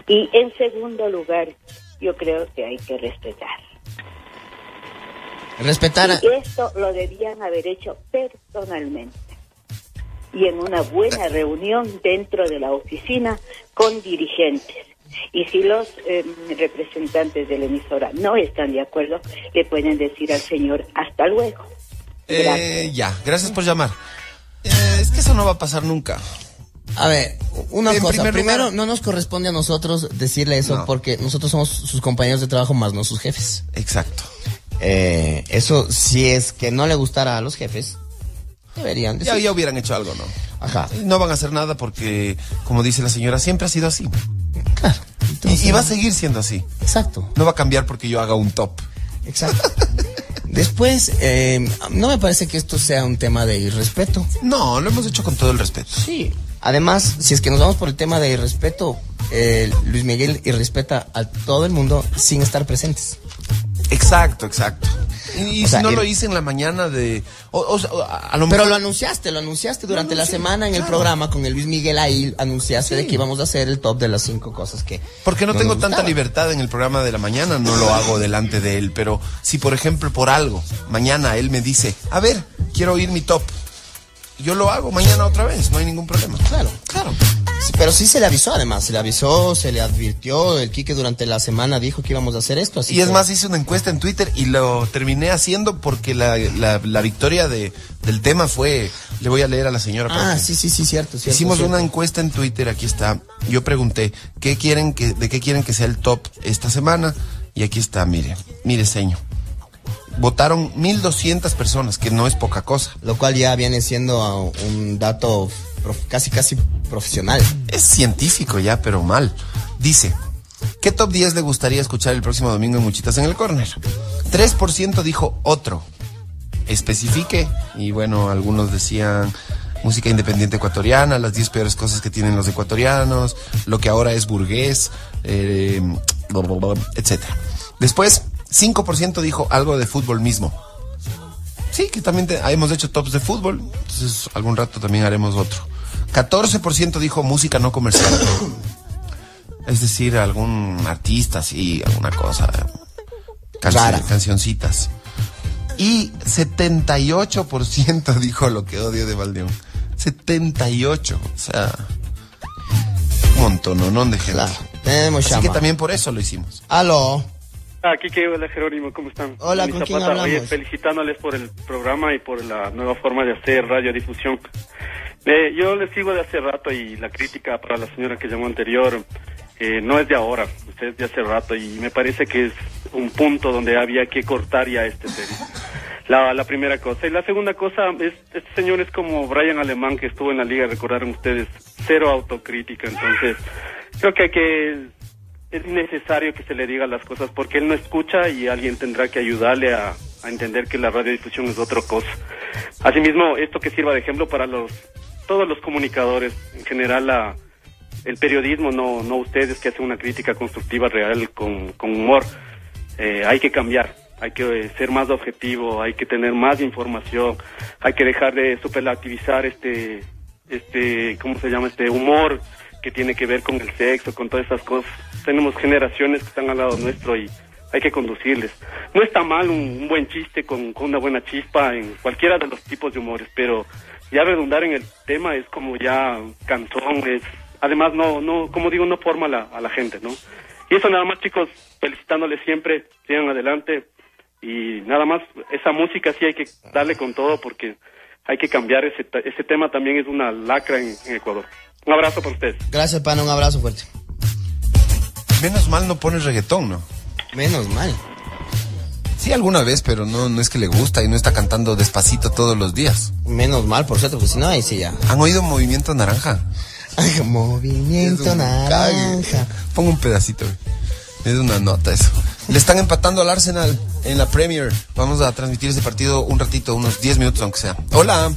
Y en segundo lugar, yo creo que hay que respetar.
Respetar. a-
Y esto lo debían haber hecho personalmente. Y en una buena reunión dentro de la oficina con dirigentes. Y si los eh, representantes de la emisora no están de acuerdo, le pueden decir al señor hasta luego.
Eh, ya, gracias por llamar. Eh, es que eso no va a pasar nunca.
A ver, una
En
cosa.
primer
Primero,
lugar-
no nos corresponde a nosotros decirle eso
No.
porque nosotros somos sus compañeros de trabajo más no sus jefes.
Exacto.
Eh, eso, si es que no le gustara a los jefes, deberían
Ya,
decir.
ya hubieran hecho algo, ¿no?
Ajá.
No van a hacer nada porque, como dice la señora, siempre ha sido así.
Claro.
Y,
Entonces-
y va a seguir siendo así.
Exacto.
No va a cambiar porque yo haga un top.
Exacto. Después, eh, no me parece que esto sea un tema de irrespeto.
No, lo hemos hecho con todo el respeto.
Sí. Además, si es que nos vamos por el tema de irrespeto, eh, Luis Miguel irrespeta a todo el mundo sin estar presentes.
Exacto, exacto. Y, y
O sea,
si no
el-
lo hice en la mañana de... o- o sea, a, a lo
Pero
mejor-
lo anunciaste, lo anunciaste durante la
anuncié,
semana en el
claro.
programa con el Luis Miguel ahí, anunciaste de que íbamos a hacer el top de las cinco cosas que...
Porque no,
nos
tengo tanta
gustaban.
libertad en el programa de la mañana, no lo hago delante de él. Pero si, por ejemplo, por algo, mañana él me dice, a ver, quiero oír mi top. Yo lo hago mañana otra vez, no hay ningún problema.
Claro.
claro.
Sí, Pero sí se le avisó además, se le avisó, se le advirtió, el Quique durante la semana dijo que íbamos a hacer esto, así
Y es
que-
más, hice una encuesta en Twitter y lo terminé haciendo porque la, la- la victoria de, del tema fue, le voy a leer a la señora. para
Ah,
que-
sí, sí, sí, cierto, cierto.
Hicimos
cierto.
una encuesta en Twitter, aquí está. Yo pregunté, ¿qué quieren que, ¿de qué quieren que sea el top esta semana? Y aquí está, mire, mire, señor. Votaron 1.200 personas, que no es poca cosa.
lo cual ya viene siendo ah, un dato prof- casi casi profesional.
Es científico ya, pero mal. Dice, ¿qué top 10 le gustaría escuchar el próximo domingo en Muchitas en el Corner? 3% dijo otro. Especifique. Y bueno, algunos decían música independiente ecuatoriana, las 10 peores cosas que tienen los ecuatorianos, lo que ahora es burgués, eh, bla, bla, bla, etc. Después, 5% dijo algo de fútbol mismo. Sí, que también te- ah, hemos hecho tops de fútbol, entonces algún rato también haremos otro. 14% dijo música no comercial. es decir, algún artista, sí, alguna cosa. Cancio-
Rara.
Cancioncitas. Y 78% dijo lo que odio de Valdeón. 78, o sea, un montononón de gente.
Claro, tenemos
Así
llama.
que también por eso lo hicimos.
Aló.
Aquí que Ah, hola Jerónimo, ¿cómo están?
Hola,
Dani
¿con quién
Zapata. Oye,
hablamos?
felicitándoles por el programa y por la nueva forma de hacer radiodifusión. Eh, yo les sigo de hace rato y la crítica para la señora que llamó anterior eh, no es de ahora, es de hace rato y me parece que es un punto donde había que cortar ya este tema. La, la primera cosa. Y la segunda cosa, es, este señor es como Brian Alemán que estuvo en la liga, recordaron ustedes, cero autocrítica. Entonces, creo que hay que es necesario que se le diga las cosas porque él no escucha y alguien tendrá que ayudarle a, a entender que la radiodifusión es otra cosa. Asimismo, esto que sirva de ejemplo para los todos los comunicadores, en general la, el periodismo, no, no ustedes que hacen una crítica constructiva real con, con humor. Eh, hay que cambiar, hay que eh, ser más objetivo, hay que tener más información, hay que dejar de superlativizar este, este, ¿cómo se llama? Este humor que tiene que ver con el sexo, con todas esas cosas. Tenemos generaciones que están al lado nuestro y hay que conducirles. No está mal un, un buen chiste con, con una buena chispa en cualquiera de los tipos de humores, pero ya redundar en el tema es como ya cantón, es, además no, no, como digo, no forma a la, a la gente, ¿no? Y eso nada más, chicos, felicitándoles siempre, sigan adelante. Y nada más, esa música sí hay que darle con todo porque hay que cambiar ese, ta- ese tema también es una lacra en, en Ecuador. Un abrazo para ustedes.
Gracias, pana. Un abrazo fuerte.
Menos mal no pone reggaetón, ¿no?
Menos mal.
Sí, alguna vez, pero no, no es que le gusta y no está cantando despacito todos los días.
Menos mal, por cierto, porque si no, ahí sí ya.
¿Han oído Movimiento Naranja?
Ay, Movimiento
un
naranja.
cague. Pongo un pedacito. güey. Es una nota eso. Le están empatando al Arsenal en la Premier. Vamos a transmitir ese partido un ratito, unos 10 minutos aunque sea. Hola.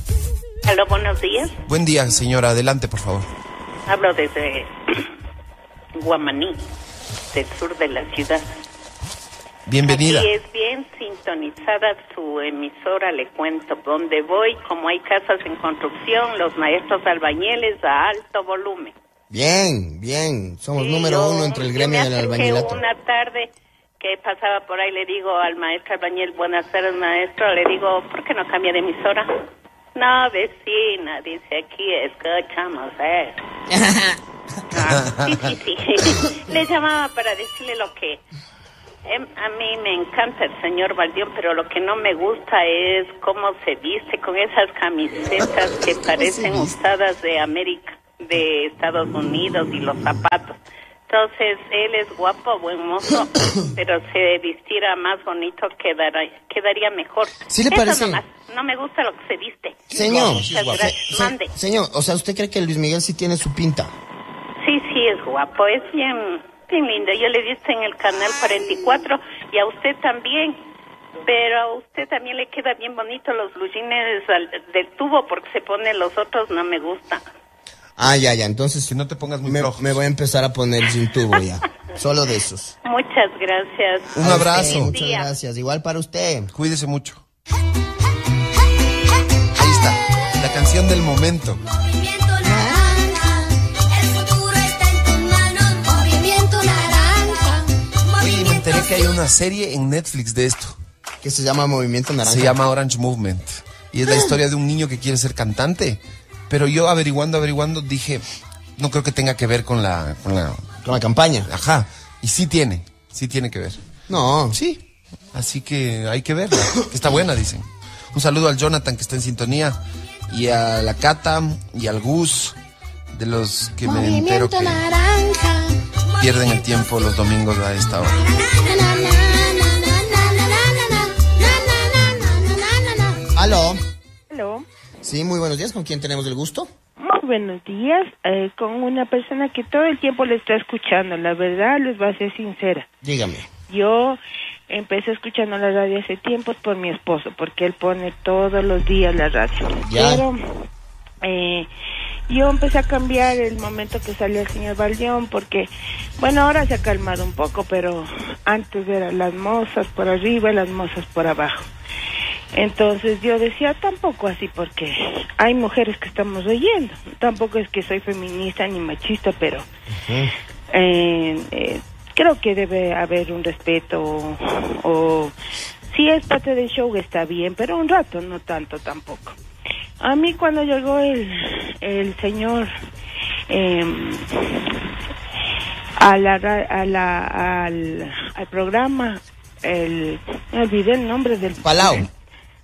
Aló, buenos días.
Buen día, señora. Adelante, por favor.
Hablo desde Guamaní, del sur de la ciudad.
Bienvenida.
Aquí es bien sintonizada su emisora, le cuento. Donde voy, como hay casas en construcción, los maestros albañiles a alto volumen.
Bien, bien. Somos
Sí,
número
yo
uno entre el
me
gremio del
acerqué
albañilato.
Una tarde que pasaba por ahí le digo al maestro albañil, buenas tardes maestro, le digo, ¿por qué no cambia de emisora? No, vecina, dice aquí, escuchamos, eh. Ah, sí, sí, sí. le llamaba para decirle lo que... em, A mí me encanta el señor Valdión, pero lo que no me gusta es cómo se viste con esas camisetas que parecen usadas de América, de Estados Unidos y los zapatos. Entonces, él es guapo, buen mozo, pero se vistiera más bonito quedará, quedaría mejor.
¿Sí le
Eso
parece?
nomás. No me gusta lo que se viste.
Señor,
Muchas
se-
gracias.
se-
Mande.
señor, o sea, ¿usted cree que Luis Miguel sí tiene su pinta?
Sí, sí, es guapo, es bien, bien lindo. Yo le dije en el canal 44 y a usted también, pero a usted también le queda bien bonito los blujines al- del tubo porque se pone los otros, no me gusta.
Ah, ya, ya. Entonces,
Que no te pongas muy
me,
rojo.
me voy a empezar a poner sin tubo ya. Solo de esos.
Muchas gracias.
Un
A
abrazo.
usted, muchas
Día.
gracias. Igual para usted.
Cuídese mucho. Ahí está. La canción del momento.
Movimiento naranja, el futuro está en tus manos. Movimiento naranja.
Oye, me enteré que hay
azul.
una serie en Netflix de esto.
Que se llama Movimiento Naranja.
Se llama Orange Movement. Y es la historia de un niño que quiere ser cantante. Pero yo averiguando, averiguando, dije, no creo que tenga que ver con la... Con la
Con la campaña.
ajá. Y sí tiene, sí tiene que ver.
No.
Sí. Así que hay que verla. que Está buena, dicen. Un saludo al Jonathan que está en sintonía. Y a la Cata y al Gus. De los que me entero
Movimiento
que
naranja.
pierden el tiempo los domingos a esta hora.
Aló.
Aló.
Sí, muy buenos días. ¿Con quién tenemos el gusto?
Muy buenos días eh, con una persona que todo el tiempo le está escuchando. La verdad, les voy a ser sincera.
Dígame.
Yo empecé escuchando la radio hace tiempos por mi esposo, porque él pone todos los días la radio.
Ya.
Pero eh, yo empecé a cambiar el momento que salió el señor Valdeón, porque, bueno, ahora se ha calmado un poco, pero antes eran las mozas por arriba y las mozas por abajo. Entonces yo decía, tampoco así, porque hay mujeres que estamos oyendo. Tampoco es que soy feminista ni machista, pero eh, eh, creo que debe haber un respeto o, o Si es parte del show, está bien, pero un rato, no tanto tampoco. A mí cuando llegó el, el señor eh, a la, ra- a la- al, al programa, el, me olvidé el nombre del...
Palau.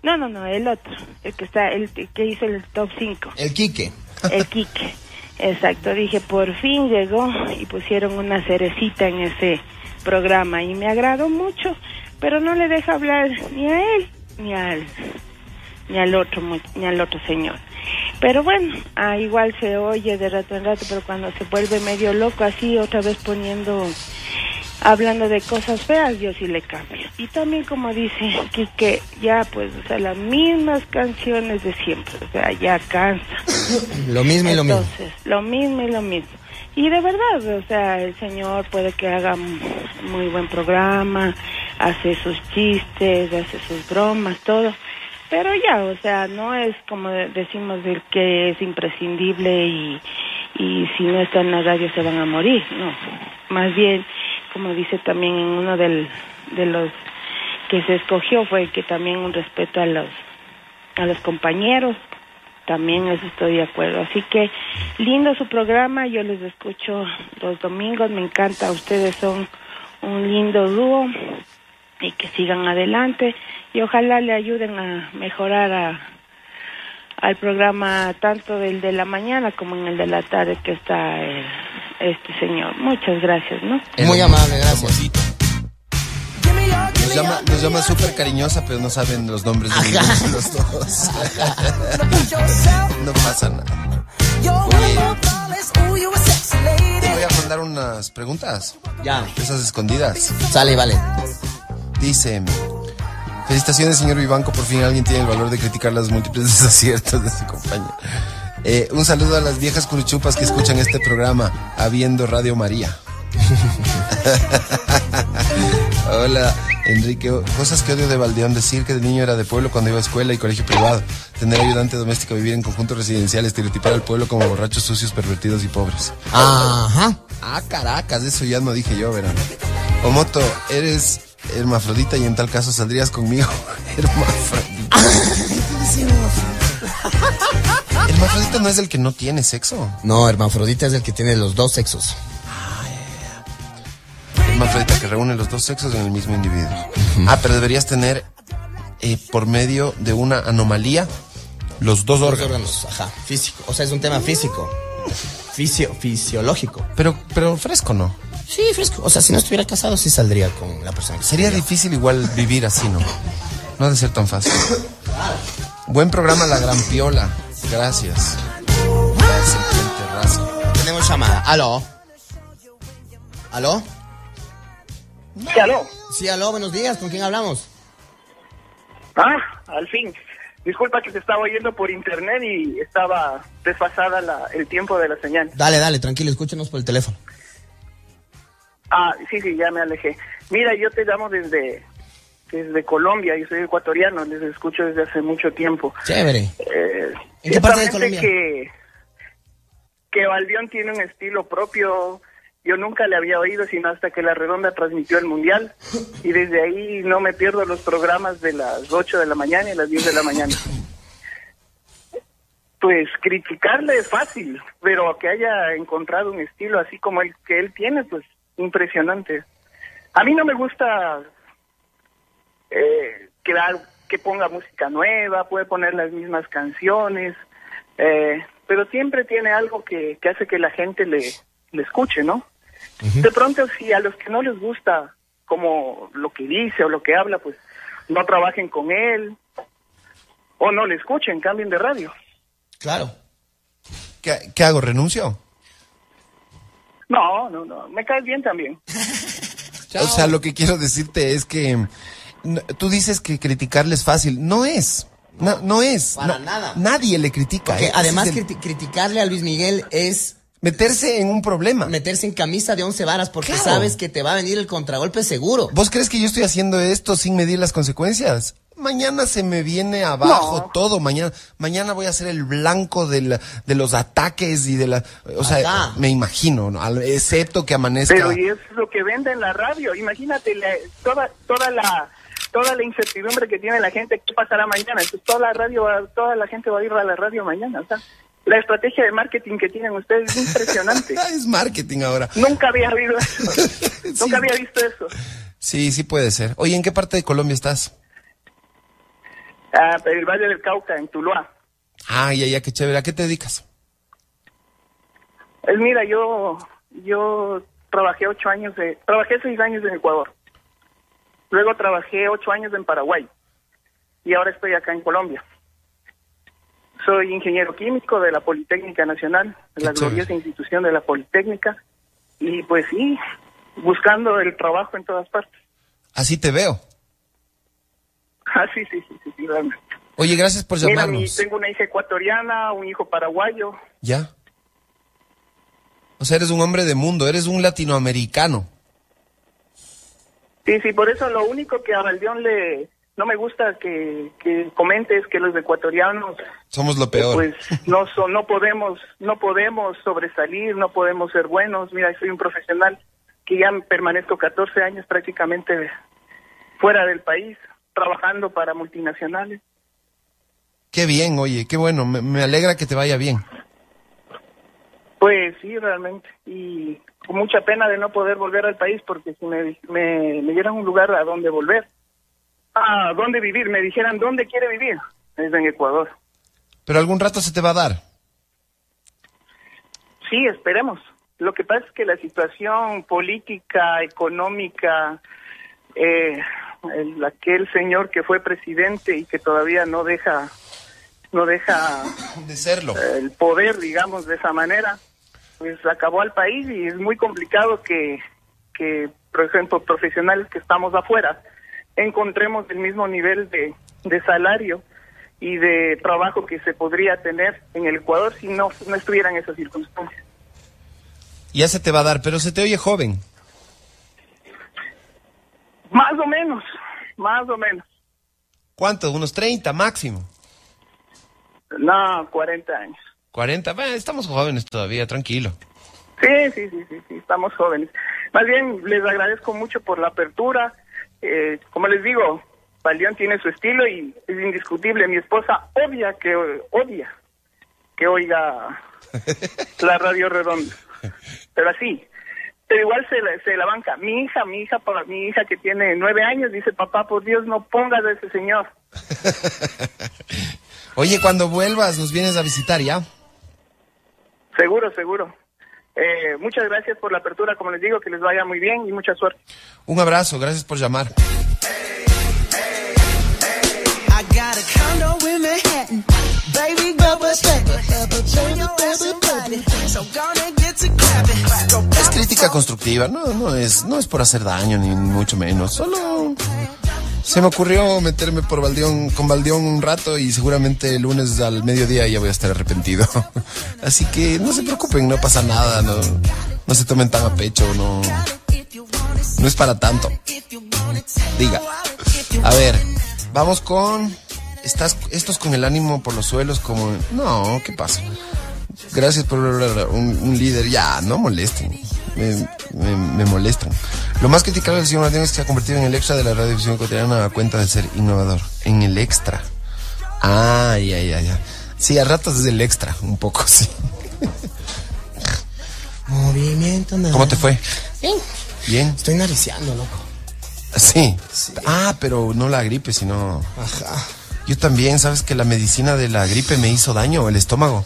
No, no, no, el otro, el que está, el que hizo el top 5.
El Quique.
El Quique. Exacto, dije, por fin llegó y pusieron una cerecita en ese programa y me agradó mucho, pero no le deja hablar ni a él ni al ni al otro mu- ni al otro señor. Pero bueno, ah, igual se oye de rato en rato, pero cuando se vuelve medio loco así otra vez poniendo hablando de cosas feas, yo sí le cambio. Y también como dice Quique, ya pues, o sea, las mismas canciones de siempre, o sea, ya cansa.
Lo mismo y lo mismo.
Entonces, lo mismo y lo mismo. Y de verdad, o sea, el señor puede que haga un muy buen programa, hace sus chistes, hace sus bromas, todo. Pero ya, o sea, no es como de- decimos del que es imprescindible y, y si no está en la radio se van a morir, no. Más bien, como dice también en uno del, de los que se escogió, fue que también un respeto a los, a los compañeros, también eso estoy de acuerdo. Así que lindo su programa, yo les escucho los domingos, me encanta, ustedes son un lindo dúo y que sigan adelante y ojalá le ayuden a mejorar a- al programa tanto del de la mañana como en el de la tarde que está el- este señor. Muchas gracias, ¿no?
Muy amable, gracias.
Nos llama, nos llama súper cariñosa, pero no saben los nombres de ninguno de los dos. No pasa nada. Te voy a mandar unas preguntas.
Ya.
Esas escondidas.
Sale, vale.
Dice, felicitaciones señor Vivanco, por fin alguien tiene el valor de criticar los múltiples desaciertos de su compañía. Eh, un saludo a las viejas curuchupas que escuchan este programa, habiendo Radio María. Hola, Enrique. Cosas que odio de Valdeón, decir que de niño era de pueblo cuando iba a escuela y colegio privado, tener ayudante doméstico, vivir en conjuntos residenciales, estereotipar al pueblo como borrachos sucios, pervertidos y pobres.
Ajá.
Ah, caracas, eso ya no dije yo, verán. Omoto, eres hermafrodita y en tal caso saldrías conmigo. Hermafrodita. hermafrodita no es el que no tiene sexo.
No, hermafrodita es el que tiene los dos sexos.
Hermafrodita que reúne los dos sexos en el mismo individuo. Ah, pero deberías tener eh, por medio de una anomalía los dos
Los
órganos.
órganos, ajá. Físico. O sea, es un tema físico. Fisio, fisiológico.
Pero, pero fresco no.
Sí, fresco. O sea, si no estuviera casado, sí saldría con la persona. que
Sería
estuviera.
difícil igual vivir así, ¿no? No ha de ser tan fácil. Buen programa La Gran Piola. Gracias. Gracias, gente raza.
Tenemos llamada. Aló. ¿Aló?
Sí, aló.
Sí, aló, buenos días. ¿Con quién hablamos?
Ah, al fin. Disculpa que te estaba oyendo por internet y estaba desfasada la- el tiempo de la señal.
Dale, dale, tranquilo, escúchenos por el teléfono.
Ah, sí, sí, ya me alejé. Mira, yo te llamo desde, desde Colombia, yo soy ecuatoriano, les escucho desde hace mucho tiempo.
Chévere.
Eh,
¿En qué parte de
ciertamente
Colombia?
Que, que Valdión tiene un estilo propio, yo nunca le había oído, sino hasta que La Redonda transmitió el Mundial, y desde ahí no me pierdo los programas de las 8 de la mañana y las 10 de la mañana. Pues criticarle es fácil, pero que haya encontrado un estilo así como el que él tiene, pues impresionante. A mí no me gusta eh, que, da- que ponga música nueva, puede poner las mismas canciones, eh, pero siempre tiene algo que, que hace que la gente le, le escuche, ¿no? De pronto, si a los que no les gusta como lo que dice o lo que habla, pues no trabajen con él o no le escuchen, cambien de radio.
Claro.
¿Qué, qué hago? ¿Renuncio?
No, no, no, me cae bien también.
O sea, lo que quiero decirte es que mm, tú dices que criticarle es fácil. No es. No, no es.
Para
Na-
nada.
Nadie le critica.
Que
¿eh?
además,
Ese es el-
criti- criticarle a Luis Miguel es
meterse en un problema.
meterse en camisa de once varas porque
Claro.
sabes que te va a venir el contragolpe seguro.
¿Vos crees que yo estoy haciendo esto sin medir las consecuencias? Mañana se me viene abajo
No.
todo. Mañana, mañana voy a ser el blanco de, la- de los ataques y de la. O sea,
Ajá.
me imagino, ¿no? Al- excepto que amanezca.
Pero y es lo que vende en la radio. Imagínate la- toda toda la toda la incertidumbre que tiene la gente, ¿qué pasará mañana? Entonces, toda la radio, va- toda la gente va a ir a la radio mañana. O sea, la estrategia de marketing que tienen ustedes es impresionante.
es marketing ahora.
Nunca había oído eso. Nunca había visto eso.
Sí, sí puede ser. Oye, ¿en qué parte de Colombia estás?
Ah, pero el Valle del Cauca, en Tuluá.
Ah, ya, ya, qué chévere. ¿A qué te dedicas?
Pues mira, yo, yo trabajé ocho años, de, trabajé seis años en Ecuador. Luego trabajé ocho años en Paraguay. Y ahora estoy acá en Colombia. Soy ingeniero químico de la Politécnica Nacional, de la
Qué chévere.
gloriosa institución de la Politécnica. Y pues sí, buscando el trabajo en todas partes.
Así te veo.
Ah, sí, sí, sí, sí, sí, realmente.
Oye, gracias por
Mira,
llamarnos.
mi- tengo una hija ecuatoriana, un hijo paraguayo.
¿Ya? O sea, eres un hombre de mundo, eres un latinoamericano.
Sí, sí, por eso lo único que a Valdeón le no me gusta que, que comente es que los ecuatorianos
Somos lo peor.
pues no son, no podemos, no podemos sobresalir, no podemos ser buenos. Mira, soy un profesional que ya permanezco 14 años prácticamente fuera del país trabajando para multinacionales.
Qué bien, oye, qué bueno. Me, me alegra que te vaya bien.
Pues sí, realmente. Y con mucha pena de no poder volver al país porque si me, me, me dieran un lugar a donde volver, a dónde vivir, me dijeran dónde quiere vivir, es en Ecuador.
Pero algún rato se te va a dar.
Sí, esperemos. Lo que pasa es que la situación política, económica, eh, el- aquel señor que fue presidente y que todavía no deja, no deja
De serlo.
el poder, digamos, de esa manera, pues acabó al país y es muy complicado que, que por ejemplo, profesionales que estamos afuera encontremos el mismo nivel de, de salario y de trabajo que se podría tener en el Ecuador si no, no estuvieran esas circunstancias.
Ya se te va a dar, pero se te oye joven.
Más o menos, más o menos.
¿Cuánto? Unos 30 máximo.
No, 40 años.
40. Bueno, estamos jóvenes todavía, tranquilo.
Sí, sí, sí, sí, sí, estamos jóvenes. Más bien, les agradezco mucho por la apertura. Eh, como les digo, Valión tiene su estilo y es indiscutible. Mi esposa odia que odia que oiga la radio redonda. Pero así, pero igual se la, se la banca. Mi hija, mi hija, para mi hija que tiene nueve años, dice, papá, por Dios, no pongas a ese señor.
Oye, cuando vuelvas nos vienes a visitar, ¿ya?
Seguro, seguro. Eh, muchas gracias por la apertura, como les digo, que les vaya muy bien y mucha suerte.
Un abrazo, gracias por llamar.
I got a condo in Manhattan. Baby, rubber stamp. Turn your ass and ride it. So gonna get to clapping. Go
Es crítica constructiva, no, no es, no es por hacer daño ni mucho menos. Solo se me ocurrió meterme por Baldeón, con Baldeón un rato y seguramente el lunes al mediodía ya voy a estar arrepentido. Así que no se preocupen, no pasa nada, no, no se tomen tan a pecho, no, no es para tanto. Diga. A ver, vamos con. Estás, estos con el ánimo por los suelos, como. No, ¿qué pasa? Gracias por un, un líder. Ya, no molesten. Me, me- me molestan. Lo más criticable del señor Martín es que se ha convertido en el extra de la radiodifusión ecuatoriana a cuenta de ser innovador. En el extra. Ah, ya, ya, ya. Sí, a ratos es el extra, un poco, sí.
Movimiento nada.
¿Cómo te fue?
Bien.
Bien.
Estoy nariciando, loco.
Sí. Ah, pero no la gripe, sino.
Ajá.
Yo también, sabes que la medicina de la gripe me hizo daño el estómago.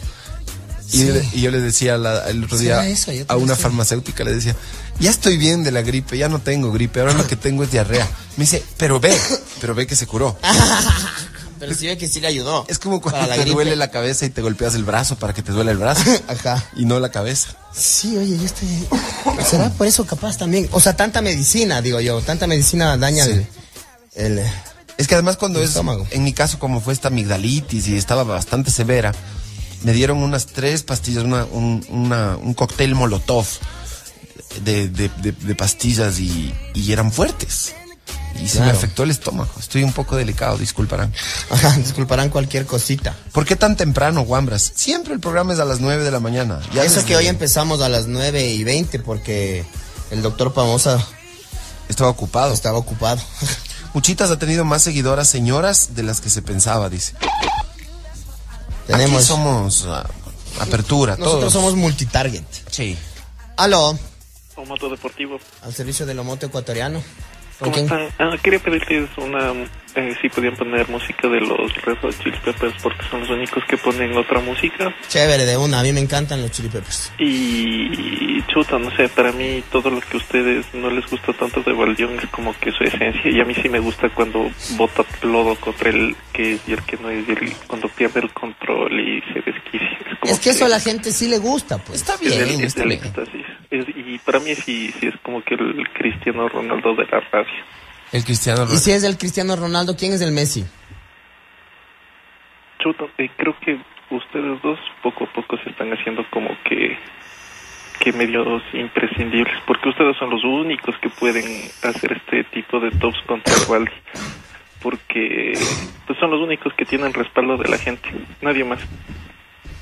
Y,
Sí.
le- y yo le decía la- el otro día
¿Será eso? Yo
a una
también estoy-
farmacéutica, le decía, ya estoy bien de la gripe, ya no tengo gripe, ahora lo que tengo es diarrea. Me dice, pero ve, pero ve que se curó.
Pero sí ve que sí le ayudó.
Es como cuando
Para la
te
gripe.
duele la cabeza y te golpeas el brazo para que te duele el brazo
Ajá.
y no la cabeza.
Sí, oye, yo
este-
estoy. ¿Será por eso capaz también? O sea, tanta medicina, digo yo. Tanta medicina daña
Sí.
el. el-
Es que además cuando es,
estómago.
en mi caso como fue esta amigdalitis y estaba bastante severa, me dieron unas tres pastillas, una- un, una- un cóctel molotov de, de- de- de pastillas y, y eran fuertes. Y se me
Claro.
afectó el estómago. Estoy un poco delicado, disculparán.
Ajá, disculparán cualquier cosita.
¿Por qué tan temprano, Guambras? Siempre el programa es a las 9 de la mañana. Ya
eso
desde-
que hoy empezamos a las 9 y 20 porque el doctor Pamosa
estaba ocupado.
estaba ocupado.
Puchitas ha tenido más seguidoras señoras de las que se pensaba, dice.
Tenemos-
Aquí somos ah, apertura,
Nosotros
todos.
somos multitarget.
Sí.
Aló.
Un moto deportivo.
Al servicio del Omoto ecuatoriano. ¿Con
¿Cómo
quién?
están? Ah, quería pedirles una. eh, si podían poner música de los Red Hot Chili Peppers porque son los únicos que ponen otra música.
Chévere, de una. A mí me encantan los chili peppers.
Y chuta, no sé, para mí todo lo que a ustedes no les gusta tanto de Baldión es como que su esencia. Y a mí sí me gusta cuando bota lodo contra el que es y el que no es, y el- cuando pierde el control y se desquicia. Es, como
Es que eso a la gente sí le gusta, pues. Está
es del- es del éxtasis. Es- y para mí sí, sí es como que el Cristiano Ronaldo de la radio.
El Cristiano
Y si es del Cristiano Ronaldo, ¿quién es el Messi?
Chuta, eh, creo que ustedes dos poco a poco se están haciendo como que que medios imprescindibles, porque ustedes son los únicos que pueden hacer este tipo de tops contra Wally, porque pues, son los únicos que tienen respaldo de la gente, nadie más.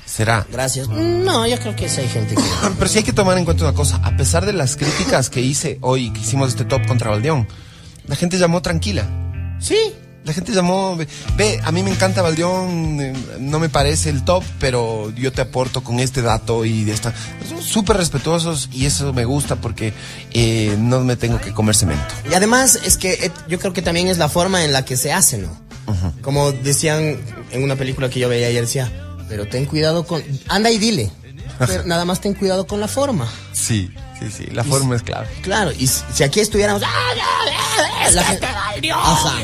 Será.
Gracias. Mm, No, yo creo que sí hay gente que...
Pero sí hay que tomar en cuenta una cosa. A pesar de las críticas que hice hoy, que hicimos este top contra Valdeón, la gente llamó tranquila.
Sí.
La gente llamó, ve, ve, a mí me encanta Valdeón, eh, no me parece el top, pero yo te aporto con este dato y de esta. Son súper respetuosos y eso me gusta porque eh, no me tengo que comer cemento.
Y además es que eh, yo creo que también es la forma en la que se hace, ¿no? Como decían en una película que yo veía ayer, decía, pero ten cuidado con... Anda y dile. Pero nada más ten cuidado con la forma.
Sí, sí, sí, la forma es clave.
Claro, y si si aquí estuviéramos... "Ah, ya, eh, eh", la gente- Ajá.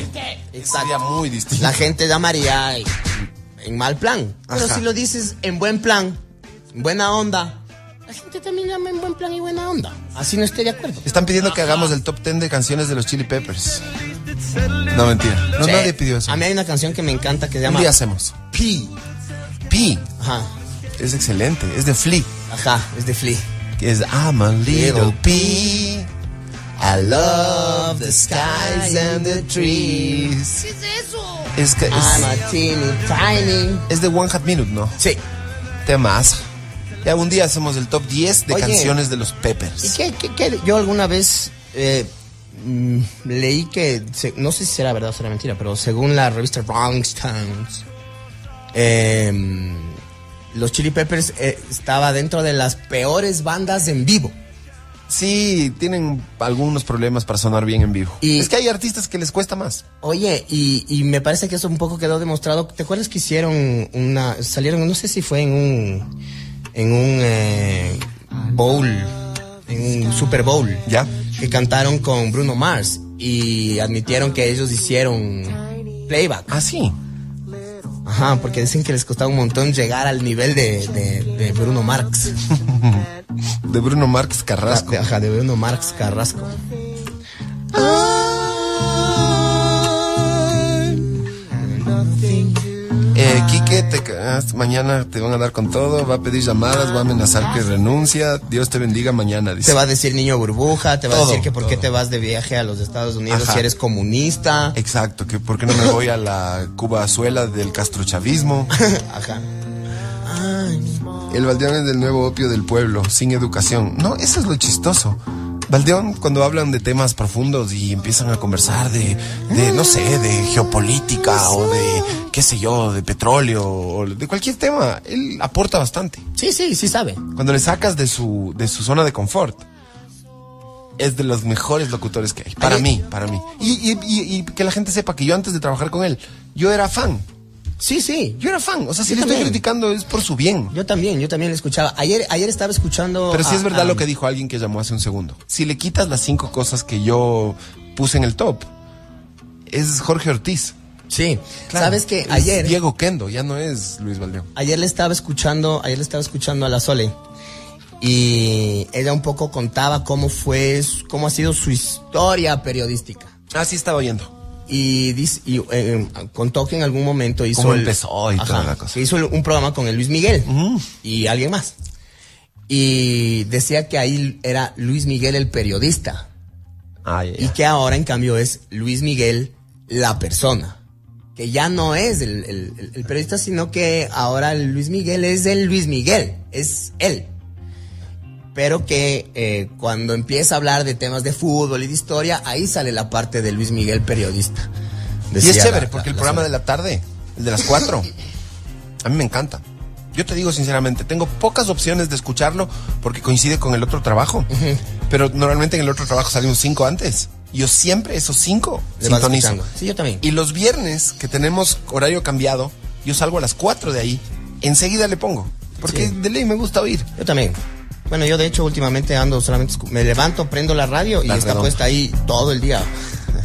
Exacto.
muy distinto.
La gente llamaría eh, en mal plan. Pero
Ajá.
si lo dices en buen plan, en buena onda, la gente también llama en buen plan y buena onda. Así no estoy de acuerdo.
Están pidiendo que hagamos el top 10 de canciones de los Chili Peppers. No, mentira. No,
Sí.
nadie pidió eso.
A mí hay una canción que me encanta que se
Un
llama...
día hacemos. Pi. Pi.
Ajá.
Es excelente. Es de Flea.
Ajá, es de Flea.
Que es I'm a little pea. I love the skies and the trees.
¿Qué es eso?
Es que es,
Ah,
I'm a teeny tiny.
Es de One Hat Minute, ¿no?
Sí.
Temas. Ya un día hacemos el top 10 de
Oye.
canciones de los Peppers.
¿Y qué, qué- qué? Yo alguna vez eh, mm, leí que, se- no sé si será verdad o será mentira, pero según la revista Rolling Stones, eh, los Chili Peppers eh, estaba dentro de las peores bandas en vivo.
Sí, tienen algunos problemas para sonar bien en vivo. es que hay artistas que les cuesta más.
Oye, y, y me parece que eso un poco quedó demostrado. ¿Te acuerdas que hicieron una, salieron, no sé si fue en un, en un eh, bowl, en un Super Bowl,
ya,
que cantaron con Bruno Mars y admitieron que ellos hicieron playback.
Ah, sí.
Ajá, porque dicen que les costaba un montón llegar al nivel de, de- de Bruno Marx.
De Bruno Marx Carrasco.
Ajá, de Bruno Marx Carrasco.
Eh, Quique, te cagaste. mañana te van a dar con todo, va a pedir llamadas, va a amenazar que renuncia. Dios te bendiga mañana, dice.
Te va a decir niño burbuja, te va
Todo,
a decir que por qué te vas de viaje a los Estados Unidos
Ajá.
si eres comunista.
Exacto, que por qué no me voy a la cubazuela del castrochavismo.
Ajá.
El Valdeón es del nuevo opio del pueblo, sin educación. No, eso es lo chistoso. Valdeón, cuando hablan de temas profundos y empiezan a conversar de, de, no sé, de geopolítica o de, qué sé yo, de petróleo o de cualquier tema, él aporta bastante.
Sí, sí, sí sabe.
Cuando le sacas de su, de su zona de confort, es de los mejores locutores que hay. Para
eh,
mí, para mí. Y, y- y- y que la gente sepa que yo antes de trabajar con él, yo era fan.
Sí, sí.
Yo era fan. O sea, si
Yo
le estoy
también.
criticando es por su bien.
Yo también, yo también lo escuchaba. Ayer, ayer estaba escuchando.
Pero sí
a-
es verdad
a-
lo que dijo alguien que llamó hace un segundo. Si le quitas las cinco cosas que yo puse en el top, es Jorge Ortiz.
Sí. Sabes que
es
ayer-
Diego Kendo, ya no es Luis Valdeón.
Ayer le estaba escuchando, ayer le estaba escuchando a la Sole y ella un poco contaba cómo fue, su- cómo ha sido su historia periodística.
Ah, sí estaba oyendo.
Y, dice- y, eh, contó que en algún momento hizo
Cómo
el-
empezó y toda la
que hizo el- un programa con el Luis Miguel y alguien más. Y decía que ahí era Luis Miguel el periodista y que ahora en cambio es Luis Miguel la persona. Que ya no es el, el- el- el periodista, sino que ahora Luis Miguel es el Luis Miguel, es él. pero que eh, cuando empieza a hablar de temas de fútbol y de historia, ahí sale la parte de Luis Miguel periodista.
y es
Decía
chévere,
la-
porque el
la-
programa de la tarde, el de las 4, a mí me encanta. Yo te digo sinceramente, tengo pocas opciones de escucharlo porque coincide con el otro trabajo. Pero normalmente en el otro trabajo salimos cinco antes. Yo siempre esos cinco
Le vas
sintonizo.
escuchando. Sí, yo también.
Y los viernes, que tenemos horario cambiado, yo salgo a las 4 de ahí, enseguida le pongo. Porque de ley me gusta oír.
Yo también. Bueno, yo de hecho últimamente ando solamente, escu- me levanto, prendo la radio y
La
está
redonda.
puesta ahí todo el día.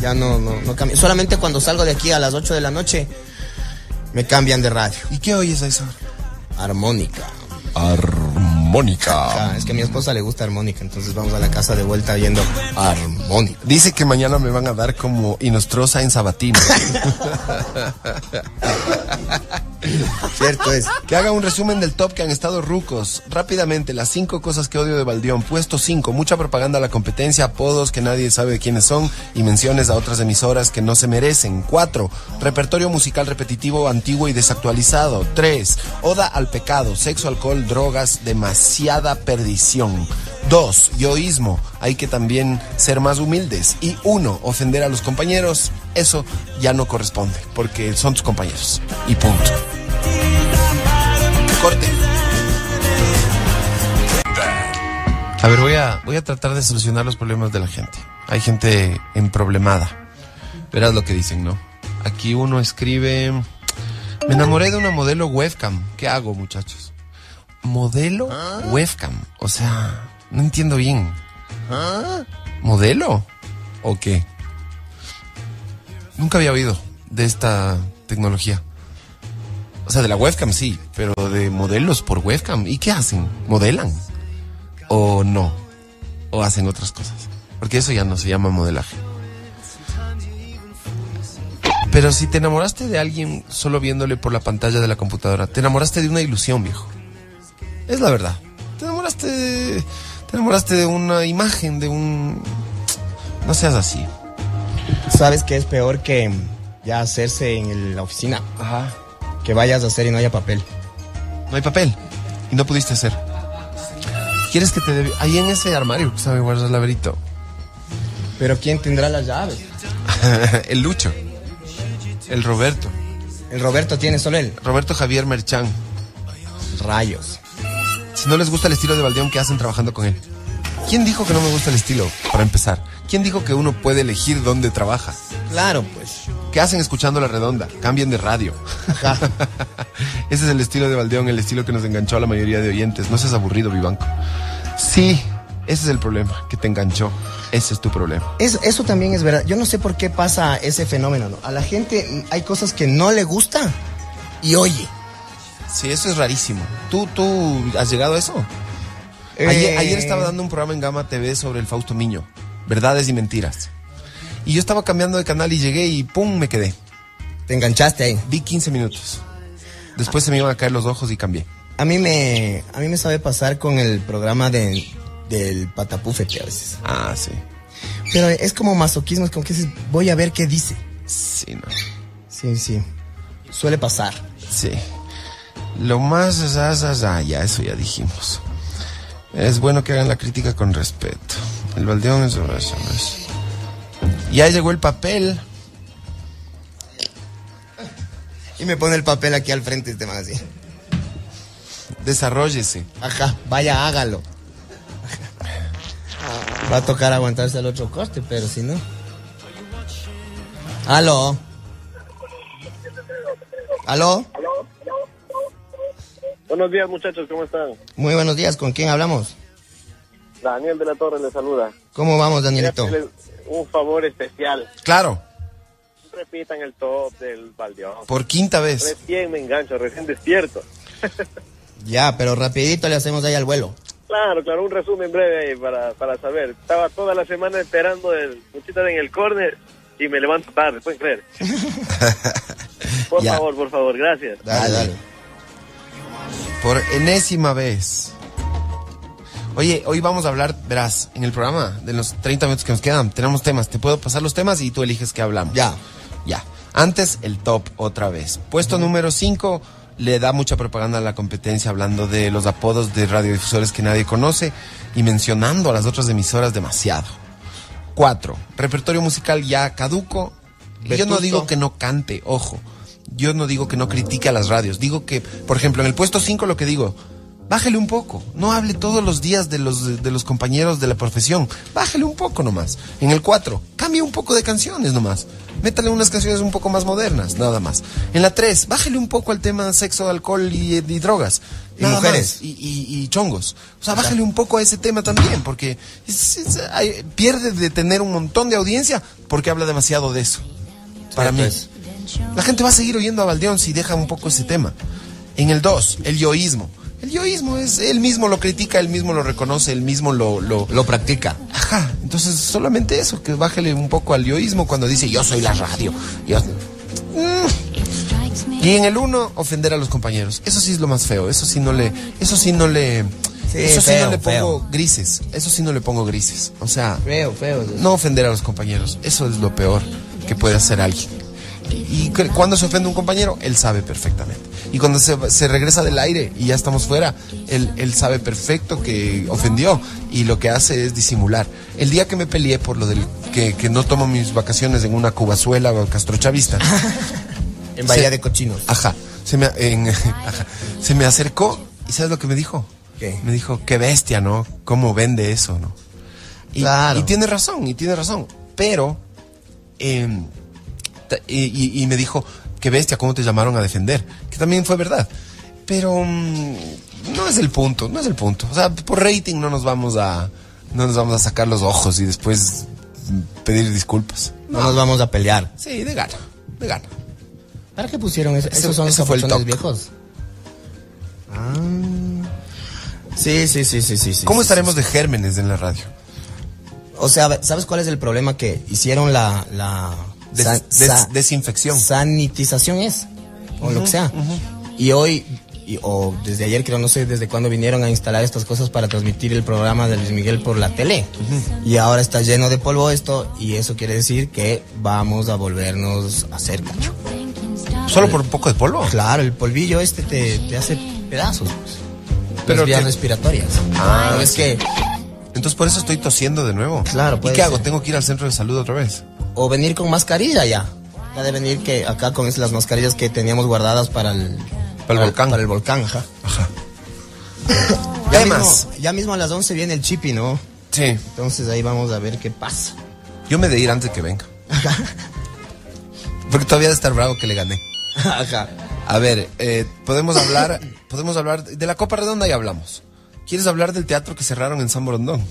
Ya no, no, no cambia. Solamente cuando salgo de aquí a las 8 de la noche, me cambian de radio.
¿Y qué oyes a eso?
Armónica.
Armónica.
Ah, es que a mi esposa le gusta armónica, entonces vamos a la casa de vuelta yendo armónica.
Dice que mañana me van a dar como Inostrosa en Sabatino.
Cierto es.
Que haga un resumen del top que han estado rucos. Rápidamente, las cinco cosas que odio de Baldión. Puesto 5, mucha propaganda a la competencia, apodos que nadie sabe quiénes son y menciones a otras emisoras que no se merecen. 4, repertorio musical repetitivo, antiguo y desactualizado. 3, oda al pecado, sexo, alcohol, drogas, demasiada perdición. 2, yoísmo, hay que también ser más humildes. Y 1, ofender a los compañeros, eso ya no corresponde, porque son tus compañeros. Y punto. Corte. A ver, voy a, voy a tratar de solucionar los problemas de la gente. Hay gente emproblemada. Verás lo que dicen, ¿no? Aquí uno escribe... Me enamoré de una modelo webcam. ¿Qué hago, muchachos? Modelo webcam. O sea, no entiendo bien. ¿Modelo? ¿O qué? Nunca había oído de esta tecnología. O sea, de la webcam sí, pero de modelos por webcam. ¿Y qué hacen? ¿Modelan? ¿O no? ¿O hacen otras cosas? Porque eso ya no se llama modelaje. Pero si te enamoraste de alguien solo viéndole por la pantalla de la computadora, te enamoraste de una ilusión, viejo. Es la verdad. Te enamoraste de, te enamoraste de una imagen, de un... No seas así.
¿Sabes qué es peor que ya hacerse en el- la oficina?
Ajá.
Que vayas a hacer y no haya papel.
No hay papel. Y no pudiste hacer. ¿Quieres que te dé... Ahí en ese armario que sabe guardar el laberito.
Pero ¿quién tendrá las llaves?
el Lucho. El Roberto.
El Roberto tiene solo él.
Roberto Javier Merchán.
Rayos.
Si no les gusta el estilo de Baldeón, ¿qué hacen trabajando con él? ¿Quién dijo que no me gusta el estilo? Para empezar. ¿Quién dijo que uno puede elegir dónde trabaja?
Claro, pues.
¿Qué hacen escuchando La Redonda? Cambien de radio. Ah. Ese es el estilo de Baldeón, el estilo que nos enganchó a la mayoría de oyentes. No seas aburrido, Vivanco. Sí, ese es el problema, que te enganchó. Ese es tu problema.
Eso, eso también es verdad. Yo no sé por qué pasa ese fenómeno. ¿no? A la gente mm, hay cosas que no le gusta y oye.
Sí, eso es rarísimo. ¿Tú, tú has llegado a eso?
Eh,
Ayer, ayer estaba dando un programa en Gama TV sobre el Fausto Miño, verdades y mentiras. Y yo estaba cambiando de canal y llegué y pum, me quedé.
Te enganchaste ahí.
Vi 15 minutos. Después se me iban a caer los ojos y cambié.
A mí me, a mí me sabe pasar con el programa de, del patapúfete a veces.
Ah, sí.
Pero es como masoquismo, es como que dices, voy a ver qué dice.
Sí, no.
Sí, sí. Suele pasar.
Sí. Lo más es, as- as- ah, ya, eso ya dijimos. Es bueno que hagan la crítica con respeto. El baldeón es eso, es. Ya llegó el papel.
Y me pone el papel aquí al frente este man así.
Desarrollese.
Ajá, vaya, hágalo. Va a tocar aguantarse al otro corte, pero si no. Aló. Aló.
Buenos días, muchachos, ¿cómo están?
Muy buenos días, ¿con quién hablamos?
Daniel de la Torre les saluda.
¿Cómo vamos, Danielito?
Quería hacerles Un favor especial.
Claro,
Repitan el top del baldeón.
por quinta vez.
Recién me engancho, recién despierto.
Ya, pero rapidito le hacemos ahí al vuelo.
Claro, claro, un resumen breve ahí para, para saber. Estaba toda la semana esperando el muchito en el corner y me levanto tarde, pueden creer. Por
Ya.
favor, por favor, gracias.
Dale, dale. Por enésima vez. Oye, hoy vamos a hablar, verás, en el programa, de los 30 minutos que nos quedan, tenemos temas. Te puedo pasar los temas y tú eliges qué hablamos.
Ya.
Ya. Antes, el top otra vez. Puesto número 5, le da mucha propaganda a la competencia hablando de los apodos de radiodifusores que nadie conoce y mencionando a las otras emisoras demasiado. Cuatro, repertorio musical ya caduco. Y Yo no
Vetusto.
digo que no cante, ojo. Yo no digo que no critique a las radios. Digo que, por ejemplo, en el puesto 5 lo que digo, bájele un poco. No hable todos los días de los, de los compañeros de la profesión. Bájele un poco nomás. En el 4, cambie un poco de canciones nomás. Métale unas canciones un poco más modernas, nada más. En la 3, bájele un poco al tema de sexo, alcohol y, y drogas.
Y
Nada
mujeres.
más. Y, y- y chongos. O sea, bájale un poco a ese tema también, porque es- es- ay, pierde de tener un montón de audiencia porque habla demasiado de eso. Para mí. La gente va a seguir oyendo a Valdeón si deja un poco ese tema. En el 2, el yoísmo. El yoísmo es, él mismo lo critica, él mismo lo reconoce, él mismo lo... Lo,
practica.
Ajá, entonces solamente eso, que bájele un poco al yoísmo cuando dice yo soy la radio. Yo- Mm. Y en el 1, ofender a los compañeros. Eso sí es lo más feo, eso sí no le... Eso sí no le...
Sí,
eso sí
feo,
no le pongo
feo.
grises, eso sí no le pongo grises. O sea,
Feo, feo.
no ofender a los compañeros. Eso es lo peor que puede hacer alguien. Y cu- cuando se ofende un compañero, él sabe perfectamente. Y cuando se, se regresa del aire y ya estamos fuera, él, él sabe perfecto que ofendió y lo que hace es disimular. El día que me peleé por lo del que, que no tomo mis vacaciones en una cubazuela o castrochavista.
En Bahía
se-
de Cochinos.
Ajá. Se me, en- ajá, se me acercó y ¿sabes lo que me dijo?
¿Qué?
Me dijo, qué bestia, ¿no? ¿Cómo vende eso, no? Y, y tiene razón, y tiene razón. Pero, em, ta- y, y- y me dijo, qué bestia, ¿cómo te llamaron a defender? Que también fue verdad. Pero mm, no es el punto, no es el punto. O sea, por rating no nos vamos a, no nos vamos a sacar los ojos y después mm, pedir disculpas.
No nos vamos a pelear.
Sí, de gana, de gana.
¿Para qué pusieron eso?
Ese-
Esos son los
ese fue el
capuchones
toc.
viejos. Ah. Sí, sí, sí, sí, sí. sí,
¿Cómo
sí,
estaremos
sí.
de gérmenes en la radio?
O sea, ¿sabes cuál es el problema? Que hicieron la... la
Des-
san-
des-
sa-
desinfección.
Sanitización es, o lo que sea. Y hoy, y- o desde ayer creo, no sé desde cuándo vinieron a instalar estas cosas para transmitir el programa de Luis Miguel por la tele. Y ahora está lleno de polvo esto, y eso quiere decir que vamos a volvernos a hacer cacho.
¿Solo por un poco de polvo?
Claro, el polvillo este te, te hace pedazos. Pero
Pero
vías
que-
respiratorias.
Ah,
¿No ves que
Entonces por eso estoy tosiendo de nuevo.
Claro,
¿Y
puede
qué hago?
ser.
¿Tengo que ir al centro de salud otra vez?
o venir con mascarilla ya. Ya de venir que acá con las mascarillas que teníamos guardadas para el, para el volcán. Para el volcán, ajá. Ya
Temas.
mismo, ya mismo a las 11 viene el chipi, ¿no?
Sí.
Entonces ahí vamos a ver qué pasa.
Yo me de ir antes que venga. Porque todavía de estar bravo que le gané.
Ajá.
A ver, eh, podemos hablar, podemos hablar de la Copa Redonda y hablamos. ¿Quieres hablar del teatro que cerraron en San Borondón?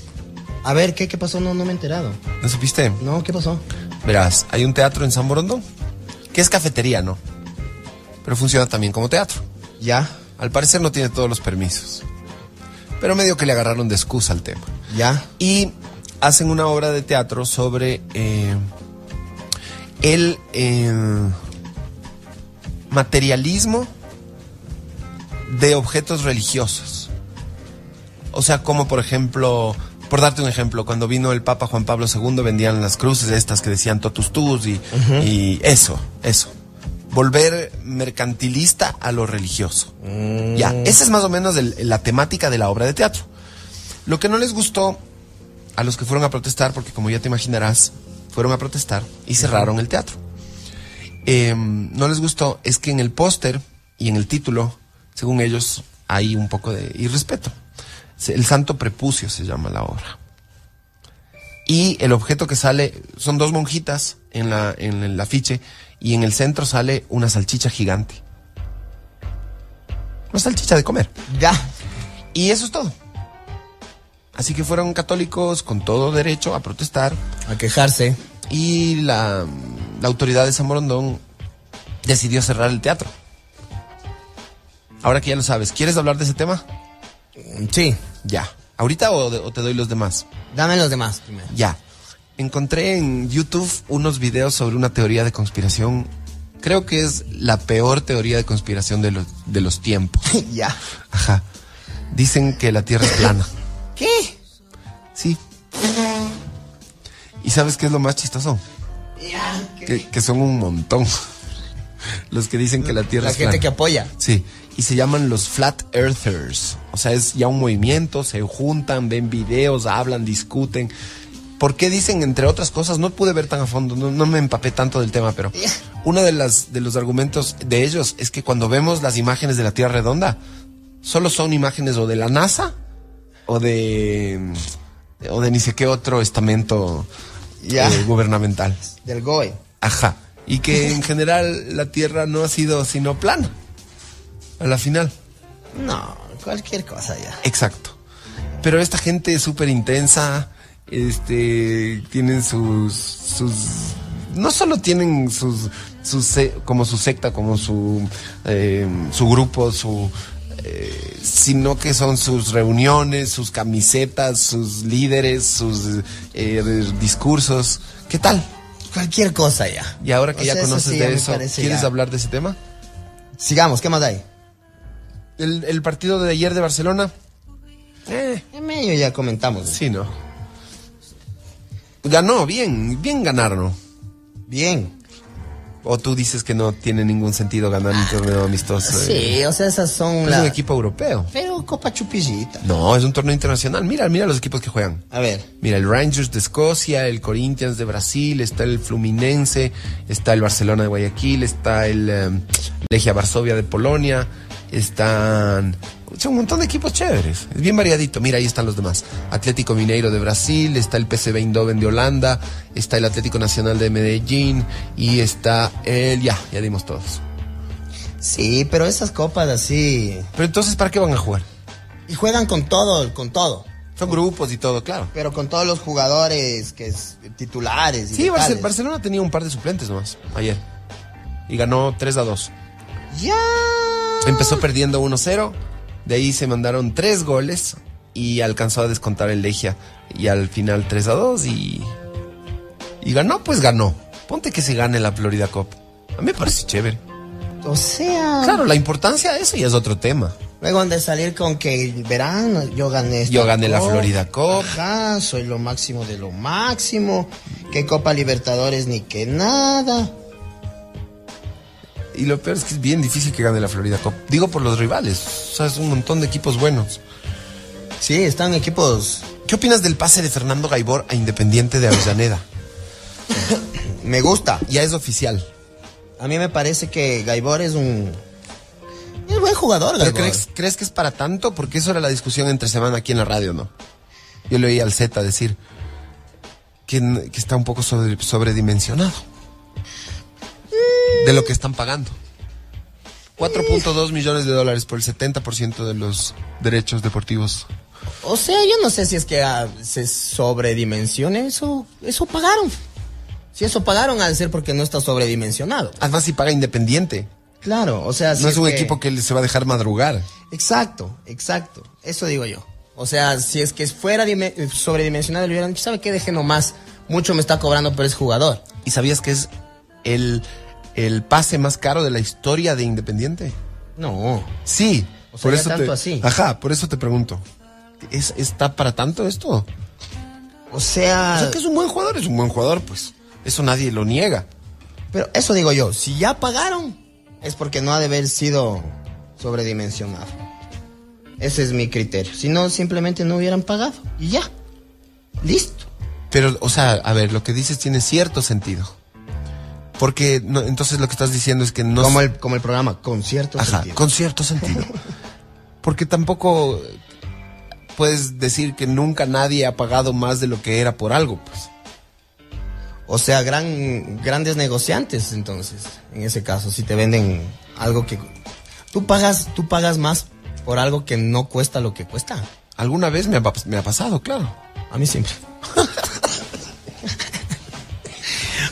A ver, ¿qué, qué pasó? No, no me he enterado.
¿No supiste?
No, ¿qué pasó?
Verás, hay un teatro en San Borondón que es cafetería, ¿no? Pero funciona también como teatro.
Ya.
Al parecer no tiene todos los permisos. Pero medio que le agarraron de excusa al tema.
Ya.
Y hacen una obra de teatro sobre eh, el eh, materialismo de objetos religiosos. O sea, como por ejemplo, por darte un ejemplo, cuando vino el Papa Juan Pablo II vendían las cruces estas que decían totus tus y,
Ujú.
y eso, eso. Volver mercantilista a lo religioso. Ya, esa es más o menos el- la temática de la obra de teatro. Lo que no les gustó a los que fueron a protestar, porque como ya te imaginarás, fueron a protestar y cerraron el teatro. Em, no les gustó es que en el póster y en el título, según ellos, hay un poco de irrespeto. Se- El santo prepucio se llama la obra. Y el objeto que sale son dos monjitas en, la, en el afiche y en el centro sale una salchicha gigante. Una salchicha de comer.
Ya.
Y eso es todo. Así que fueron católicos con todo derecho a protestar.
A quejarse.
Y la, la autoridad de San Borondón decidió cerrar el teatro. Ahora que ya lo sabes, ¿quieres hablar de ese tema?
Sí.
Ya. ¿Ahorita o, de- o te doy los demás?
Dame los demás primero.
Ya. Encontré en YouTube unos videos sobre una teoría de conspiración. Creo que es la peor teoría de conspiración de los, de los tiempos.
ya.
Ajá. Dicen que la Tierra es plana.
¿Qué?
Sí. ¿Y sabes qué es lo más chistoso? Que, que son un montón. los que dicen que la Tierra
La
es
gente
plana.
que apoya.
Sí, y se llaman los Flat Earthers. O sea, es ya un movimiento, se juntan, ven videos, hablan, discuten. ¿Por qué dicen, entre otras cosas? No pude ver tan a fondo, no, no me empapé tanto del tema, pero uno de, las, de los argumentos de ellos es que cuando vemos las imágenes de la Tierra redonda, solo son imágenes o de la NASA o de o de ni sé qué otro estamento
Ya.
eh, gubernamental.
Del GOE.
Ajá. Y que en general la Tierra no ha sido sino plana. A la final.
No, cualquier cosa ya.
Exacto. Pero esta gente es súper intensa. Este. Tienen sus. sus. No solo tienen sus. sus se- como su secta, como su. eh, su grupo, su. eh, sino que son sus reuniones, sus camisetas, sus líderes, sus eh, discursos. ¿Qué tal?
Cualquier cosa ya.
Y ahora que
O
ya
sea, eso
conoces
sí ya
de
me
eso,
parece
¿quieres
ya.
hablar de ese tema?
Sigamos, ¿qué más hay?
El, el partido de ayer de Barcelona. Eh,
medio ya comentamos.
Sí, no. Ganó, bien, bien ganaron.
Bien.
O tú dices que no tiene ningún sentido ganar un torneo amistoso.
Sí,
eh.
o sea, esas son
Es un
las.
equipo europeo.
Pues Pero Copa Chupillita.
No, es un torneo internacional. Mira, mira los equipos que juegan.
A ver.
Mira, el Rangers de Escocia, el Corinthians de Brasil, está el Fluminense, está el Barcelona de Guayaquil, está el em, Legia Varsovia de Polonia, están... Son un montón de equipos chéveres. Es bien variadito. Mira, ahí están los demás. Atlético Mineiro de Brasil, está el PSV Eindhoven de Holanda, está el Atlético Nacional de Medellín y está el... Ya, ya dimos todos.
Sí, pero esas copas así.
Pero entonces, ¿para qué van a jugar?
Y juegan con todo, con todo.
Son grupos y todo, claro.
Pero con todos los jugadores que es, titulares. Y
Sí, Barce-
tales.
Barcelona tenía un par de suplentes nomás ayer. Y ganó 3 a 2.
Ya.
Empezó perdiendo 1-0. De ahí se mandaron 3 goles. Y alcanzó a descontar el Legia. Y al final 3 a 2. Y, y ganó, pues ganó. Ponte que se gane la Florida Cup. A mí me parece chévere.
O sea.
Claro, la importancia de eso ya es otro tema.
Luego han de salir con que verán, yo gané esta
Yo gané la
copa,
Florida Cup.
ajá, soy lo máximo de lo máximo. Que Copa Libertadores ni que nada.
Y lo peor es que es bien difícil que gane la Florida Cup. Digo por los rivales. O sea, es un montón de equipos buenos.
Sí, están equipos.
¿Qué opinas del pase de Fernando Gaibor a Independiente de Avellaneda?
Me gusta.
Ya es oficial.
A mí me parece que Gaibor es un. Es buen jugador,
¿Pero
Gaibor.
crees, crees que es para tanto? Porque eso era la discusión entre semana aquí en la radio, ¿no? Yo le oí al Z decir que, n- que está un poco sobre- sobredimensionado. De lo que están pagando. 4.2 millones de dólares por el 70% de los derechos deportivos.
O sea, yo no sé si es que ah, se sobredimensione. Eso, eso pagaron. Si eso pagaron, al ser porque no está sobredimensionado.
Además, si paga independiente.
Claro, o sea. si
no es un
que-
equipo que le- se va a dejar madrugar.
Exacto, exacto. Eso digo yo. O sea, si es que fuera dime- eh, sobredimensionado, le hubieran dicho, ¿sabe qué? Deje nomás. Mucho me está cobrando, pero es jugador.
¿Y sabías que es el, el pase más caro de la historia de Independiente?
No.
Sí.
O sea,
por
ya
eso
tanto
te,
así.
Ajá, por eso te pregunto. ¿Es, ¿Está para tanto esto?
O sea.
O sea, que es un buen jugador, es un buen jugador, pues. Eso nadie lo niega.
Pero eso digo yo, si ya pagaron, es porque no ha de haber sido sobredimensionado. Ese es mi criterio. Si no, simplemente no hubieran pagado. Y ya. Listo.
Pero, o sea, a ver, lo que dices tiene cierto sentido. Porque no- entonces lo que estás diciendo es que no...
Como el, como el programa, concierto.
Ajá, con cierto sentido. Porque tampoco puedes decir que nunca nadie ha pagado más de lo que era por algo, pues.
O sea, gran, grandes negociantes, entonces, en ese caso, si te venden algo que... Tú pagas, tú pagas más por algo que no cuesta lo que cuesta.
Alguna vez me ha, pas- me ha pasado, claro.
A mí siempre.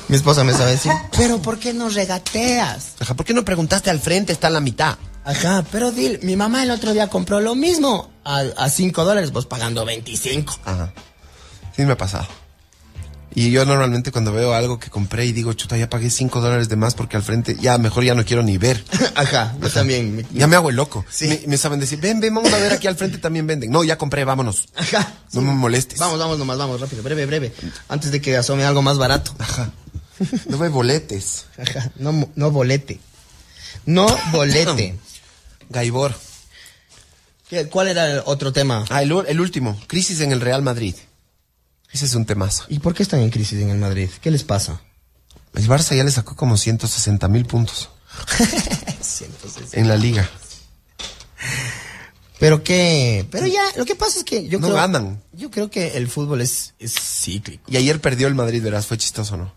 Mi esposa me sabe decir, pero ¿por qué no regateas?
Ajá, ¿por qué no preguntaste al frente? Está a la mitad.
Ajá, pero dil, mi mamá el otro día compró lo mismo a, a 5 dólares, vos pagando 25.
Ajá. Sí me ha pasado. Y yo normalmente cuando veo algo que compré y digo, chuta, ya pagué 5 dólares de más porque al frente, ya mejor ya no quiero ni ver.
Ajá, yo también. mi-
Ya me hago el loco. Me, me saben decir, ven, ven, vamos a ver aquí al frente también venden. No, ya compré, vámonos.
Ajá.
No me molestes.
Vamos, vamos nomás, vamos, rápido, breve, breve. Antes de que asome algo más barato.
No me boletes.
Ajá, no, mo- no bolete. No bolete.
Gaibor.
¿Cuál era el otro tema?
Ah, el, u- el último. Crisis en el Real Madrid. Ese es un temazo.
¿Y por qué están en crisis en el Madrid? ¿Qué les pasa?
El Barça ya le sacó como 160 mil puntos en la liga.
Pero qué. Pero ya, lo que pasa es que yo
No
creo.
ganan.
Yo creo que el fútbol es, es cíclico.
Y ayer perdió el Madrid, verás, fue chistoso, ¿no?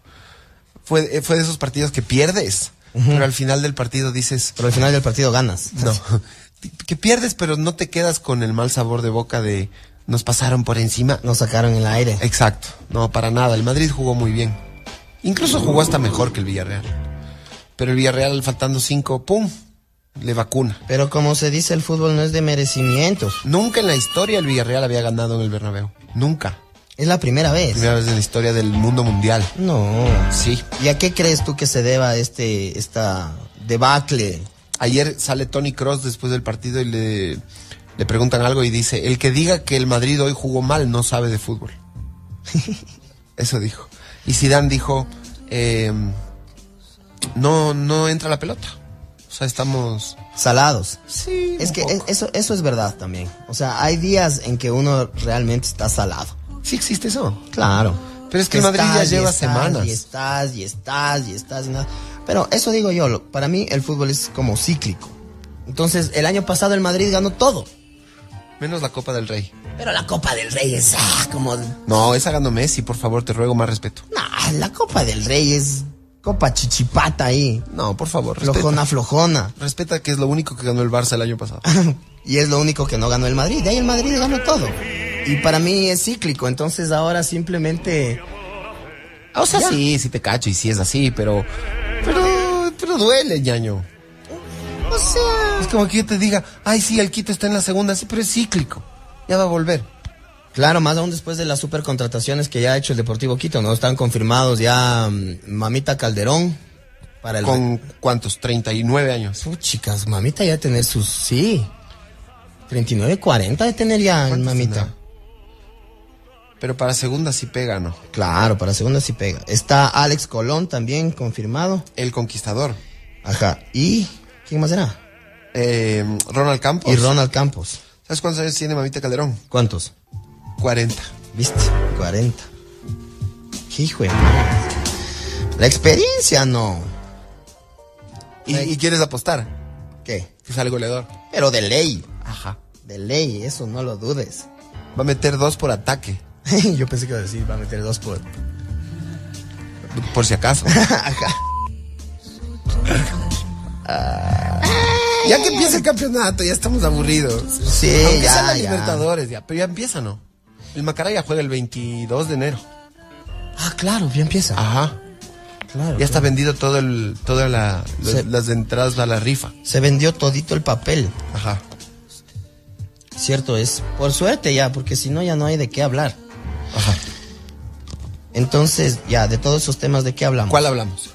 Fue, eh, fue de esos partidos que pierdes, pero al final del partido dices...
Pero al final del partido ganas.
No, que pierdes, pero no te quedas con el mal sabor de boca de... Nos pasaron por encima.
Nos sacaron el aire.
Exacto, no, para nada. El Madrid jugó muy bien. Incluso jugó hasta mejor que el Villarreal. Pero el Villarreal, faltando cinco, ¡pum! Le vacuna.
Pero como se dice, el fútbol no es de merecimientos.
Nunca en la historia el Villarreal había ganado en el Bernabéu. Nunca.
Es la primera vez.
Primera vez en la historia del mundo mundial.
No.
Sí.
¿Y a qué crees tú que se deba este esta debacle?
Ayer sale Tony Cross después del partido y le, le preguntan algo y dice, el que diga que el Madrid hoy jugó mal no sabe de fútbol. Eso dijo. Y Zidane dijo, eh, no, no entra la pelota. O sea, estamos...
Salados.
Sí.
Es que es- eso, eso es verdad también. O sea, hay días en que uno realmente está salado.
Sí existe eso.
Claro.
Pero es que el Madrid ya
Estás, y
lleva
estás,
semanas.
Y estás, y estás, y estás, y nada. Pero eso digo yo, lo- para mí el fútbol es como cíclico. Entonces, el año pasado el Madrid ganó todo.
Menos la Copa del Rey.
Pero la Copa del Rey es ah, como... No,
No, esa ganó Messi, por favor, te ruego más respeto.
la Copa del Rey es Copa Chichipata ahí.
No, por favor, respeta.
Flojona, flojona.
Respeta que es lo único que ganó el Barça el año pasado.
Y es lo único que no ganó el Madrid. De ahí el Madrid ganó todo. Y para mí es cíclico. Entonces ahora simplemente...
O sea, sí, sí te cacho y sí es así, pero... Pero, pero duele, ñaño.
O sea...
Es como que yo te diga, ay, sí, el Quito está en la segunda, sí, pero es cíclico. Ya va a volver.
Claro, más aún después de las supercontrataciones que ya ha hecho el Deportivo Quito, ¿no? Están confirmados ya mm, Mamita Calderón para el...
¿Con cuántos? 39 años.
Puh, chicas, Mamita ya tener sus... Sí. 39, 40 de tener ya el
¿Cuántos
Mamita.
tendrá? Pero para segunda sí pega, ¿no?
Claro, para segunda sí pega. Está Alex Colón también confirmado.
El Conquistador.
Ajá. ¿Y quién más era?
Eh, Ronald Campos.
Y Ronald Campos.
¿Sabes cuántos años tiene Mamita Calderón?
¿Cuántos?
40.
¿Viste? 40. Qué hijo de madre. La experiencia no.
¿Y,
Ay.
y quieres apostar?
¿Qué?
Que sale goleador.
Pero de ley.
Ajá.
De ley, eso no lo dudes.
Va a meter dos por ataque,
Yo pensé que iba a decir, va a meter dos por.
por si acaso.
Ajá.
Ah, ya que empieza el campeonato, ya estamos aburridos.
Sí,
Aunque
ya,
sea la
ya.
Libertadores, ya. Pero ya empieza, ¿no? El Macará ya juega el 22 de enero.
Ah, claro, ya empieza.
Ajá.
claro.
Ya está vendido todo el, todas la, los-
Se-
las entradas a la rifa.
Se vendió todito el papel.
Ajá.
Cierto es. Por suerte ya, porque si no, ya no hay de qué hablar.
Ajá.
Entonces, ya, de todos esos temas, ¿de qué hablamos?
¿Cuál hablamos?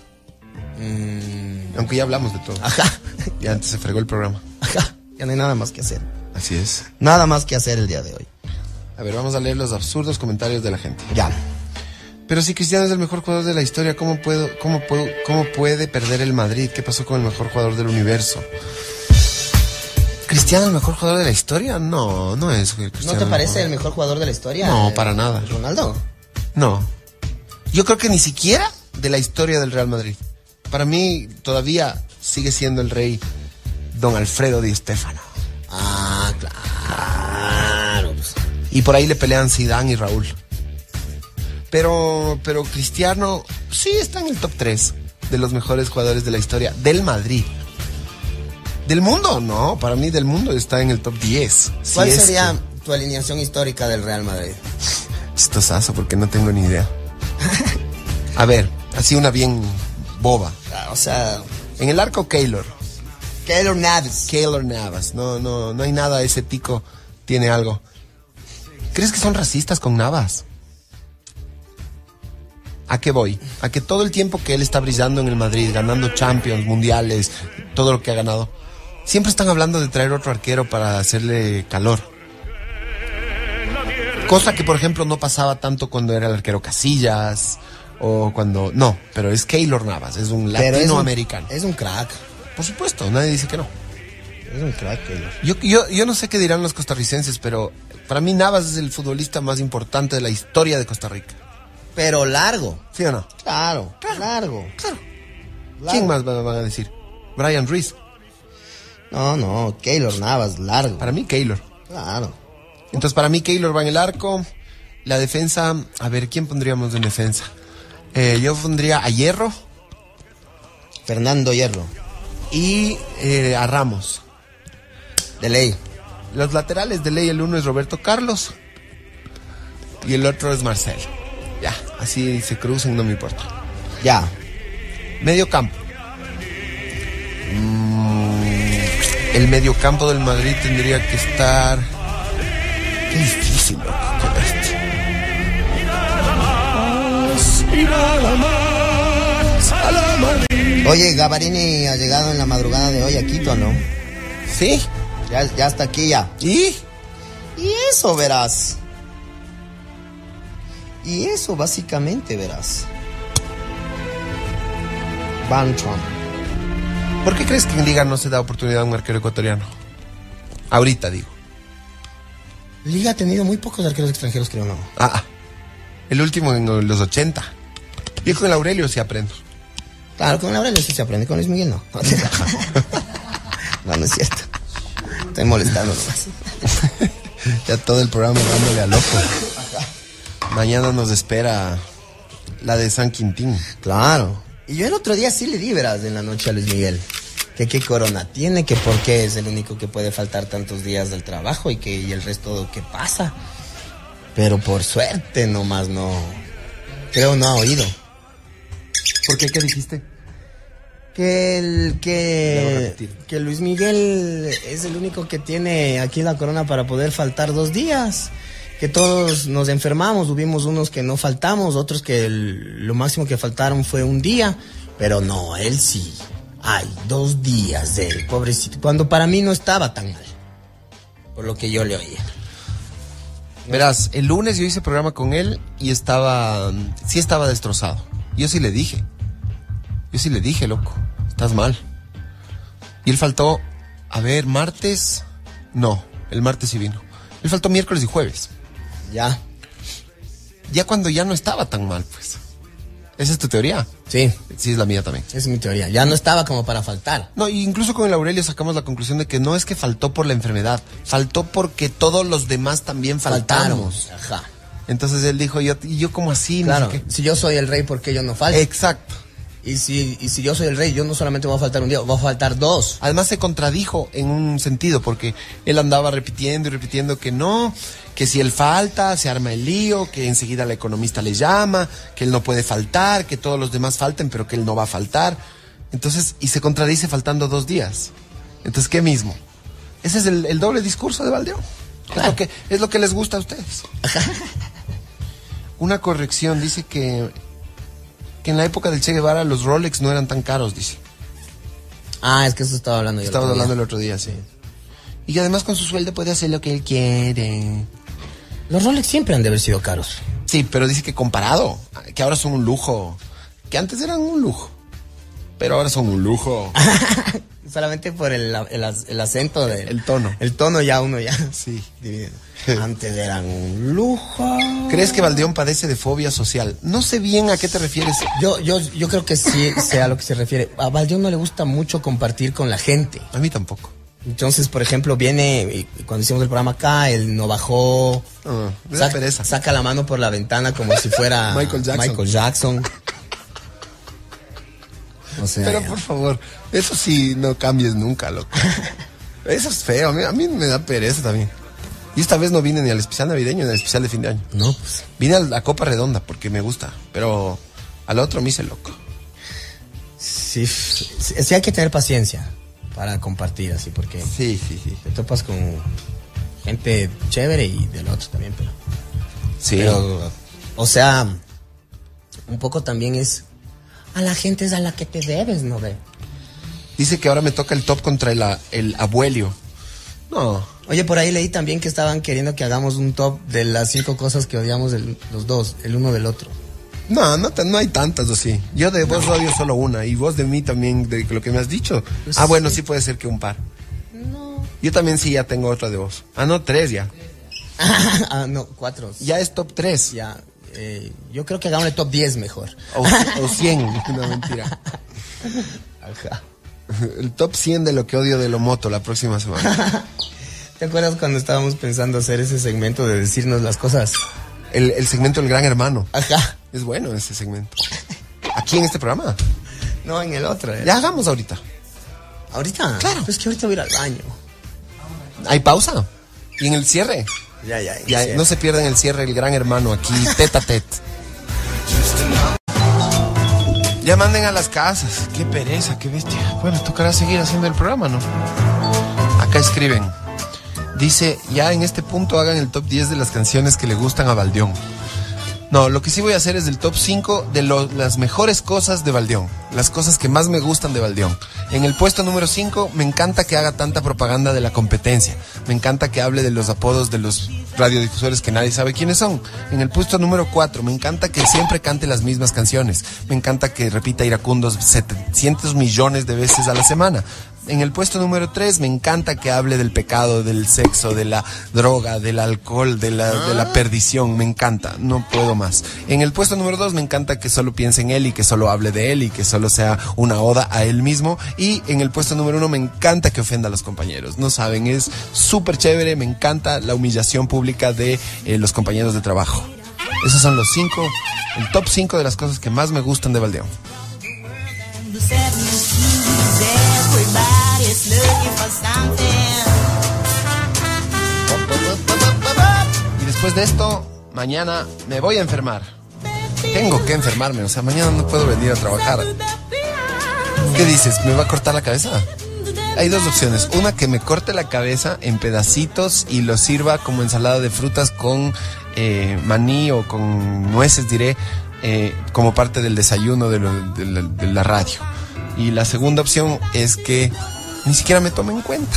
Aunque ya hablamos de todo.
Ajá.
Ya antes se fregó el programa.
Ajá. Ya no hay nada más que hacer.
Así es.
Nada más que hacer el día de hoy.
A ver, vamos a leer los absurdos comentarios de la gente.
Ya.
Pero si Cristiano es el mejor jugador de la historia, ¿cómo puedo, cómo puedo, cómo puede perder el Madrid? ¿Qué pasó con el mejor jugador del universo? ¿Cristiano el mejor jugador de la historia? No, no es el
Pues ¿No
Cristiano.
te parece el
mejor-
mejor jugador de la historia?
No,
eh,
para nada.
Ronaldo.
No. Yo creo que ni siquiera de la historia del Real Madrid. Para mí todavía sigue siendo el rey Don Alfredo Di Stéfano.
Ah, claro. pues.
Y por ahí le pelean Zidane y Raúl. Pero, pero Cristiano sí está en el top 3 de los mejores jugadores de la historia del Madrid. Del mundo, no, para mí del mundo está en el top 10. Si
¿Cuál
es
sería
que-
tu alineación histórica del Real Madrid?
Chistosazo, porque no tengo ni idea. A ver, así una bien boba.
Ah, O sea,
En el arco Keylor.
Keylor Navas.
Keylor Navas. No, no, no hay nada. Ese tico tiene algo. ¿Crees que son racistas con Navas? ¿A qué voy? A que todo el tiempo que él está brillando en el Madrid, ganando Champions, Mundiales, todo lo que ha ganado, siempre están hablando de traer otro arquero para hacerle calor. Cosa que, por ejemplo, no pasaba tanto cuando era el arquero Casillas o cuando... No, pero es Keylor Navas, es un
Pero es un-
latinoamericano.
Es un crack.
Por supuesto, nadie dice que no.
Es un crack, él.
Yo, yo, yo no sé qué dirán los costarricenses, pero para mí Navas es el futbolista más importante de la historia de Costa Rica.
Pero largo.
¿Sí o no?
Claro, largo.
¿Quién más va- van a decir? Brian Reese.
No, no, Keylor Navas, largo.
Para mí, Keylor.
Claro.
Entonces, para mí, Keylor va en el arco. La defensa, a ver, ¿quién pondríamos en defensa? Eh, yo pondría a Hierro.
Fernando Hierro.
Y eh, a Ramos.
De ley.
Los laterales de ley, el uno es Roberto Carlos. Y el otro es Marcel. Ya, así se cruzan, no me importa.
Ya.
Medio campo. Mm, el medio campo del Madrid tendría que estar. Qué difícil, loco, con este.
Oye, Gabarini ha llegado en la madrugada de hoy a Quito, ¿no?
Sí.
Ya, ya está aquí ya.
¿Y?
Y eso verás. Y eso básicamente verás. Van Trump.
¿Por qué crees que en Liga no se da oportunidad a un arquero ecuatoriano? Ahorita digo.
Liga ha tenido muy pocos arqueros extranjeros, creo, ¿no?
Ah, ah. el último en los 80. Yo con el Aurelio sí aprendo.
Claro, con Aurelio sí se aprende, con Luis Miguel no. No, no es cierto. Estoy molestando nomás.
Ya todo el programa dándole al ojo. Mañana nos espera la de San Quintín.
Claro. Y yo el otro día sí le di, verás, en la noche a Luis Miguel. Que qué corona tiene, que por qué es el único que puede faltar tantos días del trabajo y que y el resto que pasa. Pero por suerte nomás no. Creo no ha oído.
¿Por qué? ¿Qué dijiste?
Que el
Ya voy a
que,
repetir.
que Luis Miguel es el único que tiene aquí la corona para poder faltar dos días. Que todos nos enfermamos, hubimos unos que no faltamos, otros que el- lo máximo que faltaron fue un día, pero no, él sí. Ay, dos días de él, pobrecito. Cuando para mí no estaba tan mal, por lo que yo le oía.
Verás, el lunes yo hice programa con él y estaba. mm, Sí estaba destrozado. Yo sí le dije. Yo sí le dije, loco. Estás mal. Y él faltó. A ver, martes. No, el martes sí vino. Él faltó miércoles y jueves.
Ya.
Ya cuando ya no estaba tan mal, pues. ¿Esa es tu teoría?
Sí.
Sí, es la mía también.
Esa es mi teoría. Ya no estaba como para faltar.
No, y incluso con el Aurelio sacamos la conclusión de que no es que faltó por la enfermedad, faltó porque todos los demás también faltamos.
Ajá.
Entonces él dijo, yo, ¿y yo como así? No
Claro.
sé qué.
Si yo soy el rey, ¿por qué yo no falto?
Exacto.
Y si, y si yo soy el rey, yo no solamente voy a faltar un día, voy a faltar dos.
Además se contradijo en un sentido, porque él andaba repitiendo y repitiendo que no, que si él falta, se arma el lío, que enseguida la economista le llama, que él no puede faltar, que todos los demás falten, pero que él no va a faltar. Entonces, y se contradice faltando dos días. Entonces, ¿qué mismo? Ese es el, el doble discurso de Valdeo. Es, lo que, es lo que les gusta a ustedes. Una corrección, dice que, que en la época del Che Guevara los Rolex no eran tan caros, dice.
Ah, es que eso estaba hablando yo. el
Estaba
otro día.
hablando el otro día, sí. Y que además con su sueldo puede hacer lo que él quiere.
Los Rolex siempre han de haber sido caros.
Sí, pero dice que comparado, que ahora son un lujo. Que antes eran un lujo. Pero ahora son un lujo.
Solamente por el, el ac- el acento del
El tono.
el tono ya uno ya.
Sí.
divide. Antes eran un lujo.
¿Crees que Valdeón padece de fobia social? No sé bien a qué te refieres.
Yo, yo, yo creo que sí sea a lo que se refiere. A Valdión no le gusta mucho compartir con la gente.
A mí tampoco.
Entonces, por ejemplo, viene, y- y cuando hicimos el programa acá, él no bajó,
No, me da
saca,
Ah, pereza.
saca la mano por la ventana como si fuera
Michael Jackson.
Michael Jackson. O sea,
Pero
ya.
por favor, eso sí, no cambies nunca, loco. Eso es feo. A mí, a mí me da pereza también. Y esta vez no vine ni al especial navideño ni al especial de fin de año.
no, pues,
Vine a la Copa Redonda porque me gusta, pero al otro me hice loco.
sí, sí, sí hay que tener paciencia para compartir así, porque
Sí, sí, sí.
te topas con gente chévere y del otro también, pero...
Sí.
Pero, o sea, un poco también es... A la gente es a la que te debes, ¿no ve?
Dice que ahora me toca el top contra el, a- el abuelio. No.
Oye, por ahí leí también que estaban queriendo que hagamos un top de las cinco cosas que odiamos del- los dos, el uno del otro.
No, no, tan- no hay tantas o sí. Yo de vos odio solo una y vos de mí también, de lo que me has dicho. ah, bueno, sí puede ser que un par. Yo también sí ya tengo otra de vos. Ah, no, tres ya.
ah, no, cuatro.
Ya es top tres.
Ya. eh, yo creo que hagámosle top 10 mejor.
O, o 100, no mentira.
Ajá.
El top 100 de lo que odio de lo moto la próxima semana.
¿Te acuerdas cuando estábamos pensando hacer ese segmento de decirnos las cosas?
El, el segmento El Gran Hermano.
Ajá.
Es bueno ese segmento. Aquí en este programa.
No, en el otro. era.
Ya hagamos ahorita.
¿Ahorita? Claro. Pues que ahorita voy a ir al baño.
Hay pausa. Y en el cierre.
Ya, ya. ya,
Ya,
sí.
no se pierdan el cierre El Gran Hermano aquí, teta tet. Ya manden a las casas. Qué pereza, qué bestia. Bueno, tocará seguir haciendo el programa, ¿no? Acá escriben. Dice, ya en este punto hagan el top 10 de las canciones que le gustan a Baldión. No, lo que sí voy a hacer es el top 5 de lo- las mejores cosas de Baldión. Las cosas que más me gustan de Baldión. En el puesto número 5, me encanta que haga tanta propaganda de la competencia. Me encanta que hable de los apodos de los radiodifusores que nadie sabe quiénes son. En el puesto número 4, me encanta que siempre cante las mismas canciones. Me encanta que repita iracundos 700 millones de veces a la semana. En el puesto número 3 me encanta que hable del pecado, del sexo, de la droga, del alcohol, de la, de la perdición. Me encanta, no puedo más. En el puesto número 2 me encanta que solo piense en él y que solo hable de él y que solo sea una oda a él mismo. Y en el puesto número 1 me encanta que ofenda a los compañeros. No saben, es súper chévere, me encanta la humillación pública de eh, los compañeros de trabajo. Esos son los 5, el top 5 de las cosas que más me gustan de Valdeón.
Everybody's looking for something.
Y después de esto, mañana me voy a enfermar. Tengo que enfermarme, o sea, mañana no puedo venir a trabajar. ¿Qué dices? ¿Me va a cortar la cabeza? Hay dos opciones. Una, que me corte la cabeza en pedacitos y lo sirva como ensalada de frutas con eh, maní o con nueces, diré, eh, como parte del desayuno de, lo- de la, de la radio. Y la segunda opción es que ni siquiera me tome en cuenta.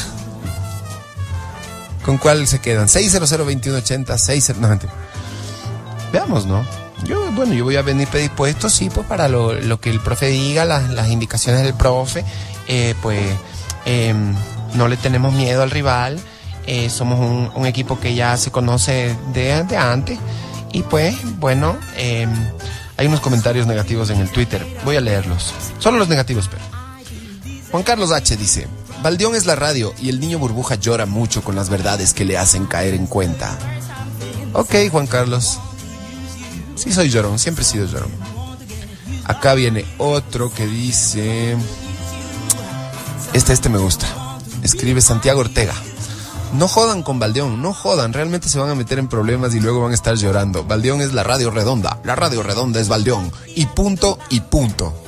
¿Con cuál se quedan? 600-2180, 690. Veamos, ¿no? Yo, bueno, yo voy a venir predispuesto, sí, pues para lo, lo que el profe diga, las, las indicaciones del profe, eh, pues eh, no le tenemos miedo al rival, eh, somos un, un equipo que ya se conoce de, de antes y pues, bueno, eh, hay unos comentarios negativos en el Twitter, voy a leerlos, solo los negativos, pero. Juan Carlos H. dice, Valdeón es la radio y el niño burbuja llora mucho con las verdades que le hacen caer en cuenta. Ok, Juan Carlos. Sí, soy llorón, siempre he sido llorón. Acá viene otro que dice... Este, este me gusta. Escribe Santiago Ortega. No jodan con Valdeón, no jodan, realmente se van a meter en problemas y luego van a estar llorando. Valdeón es la radio redonda, la radio redonda es Valdeón. Y punto, y punto.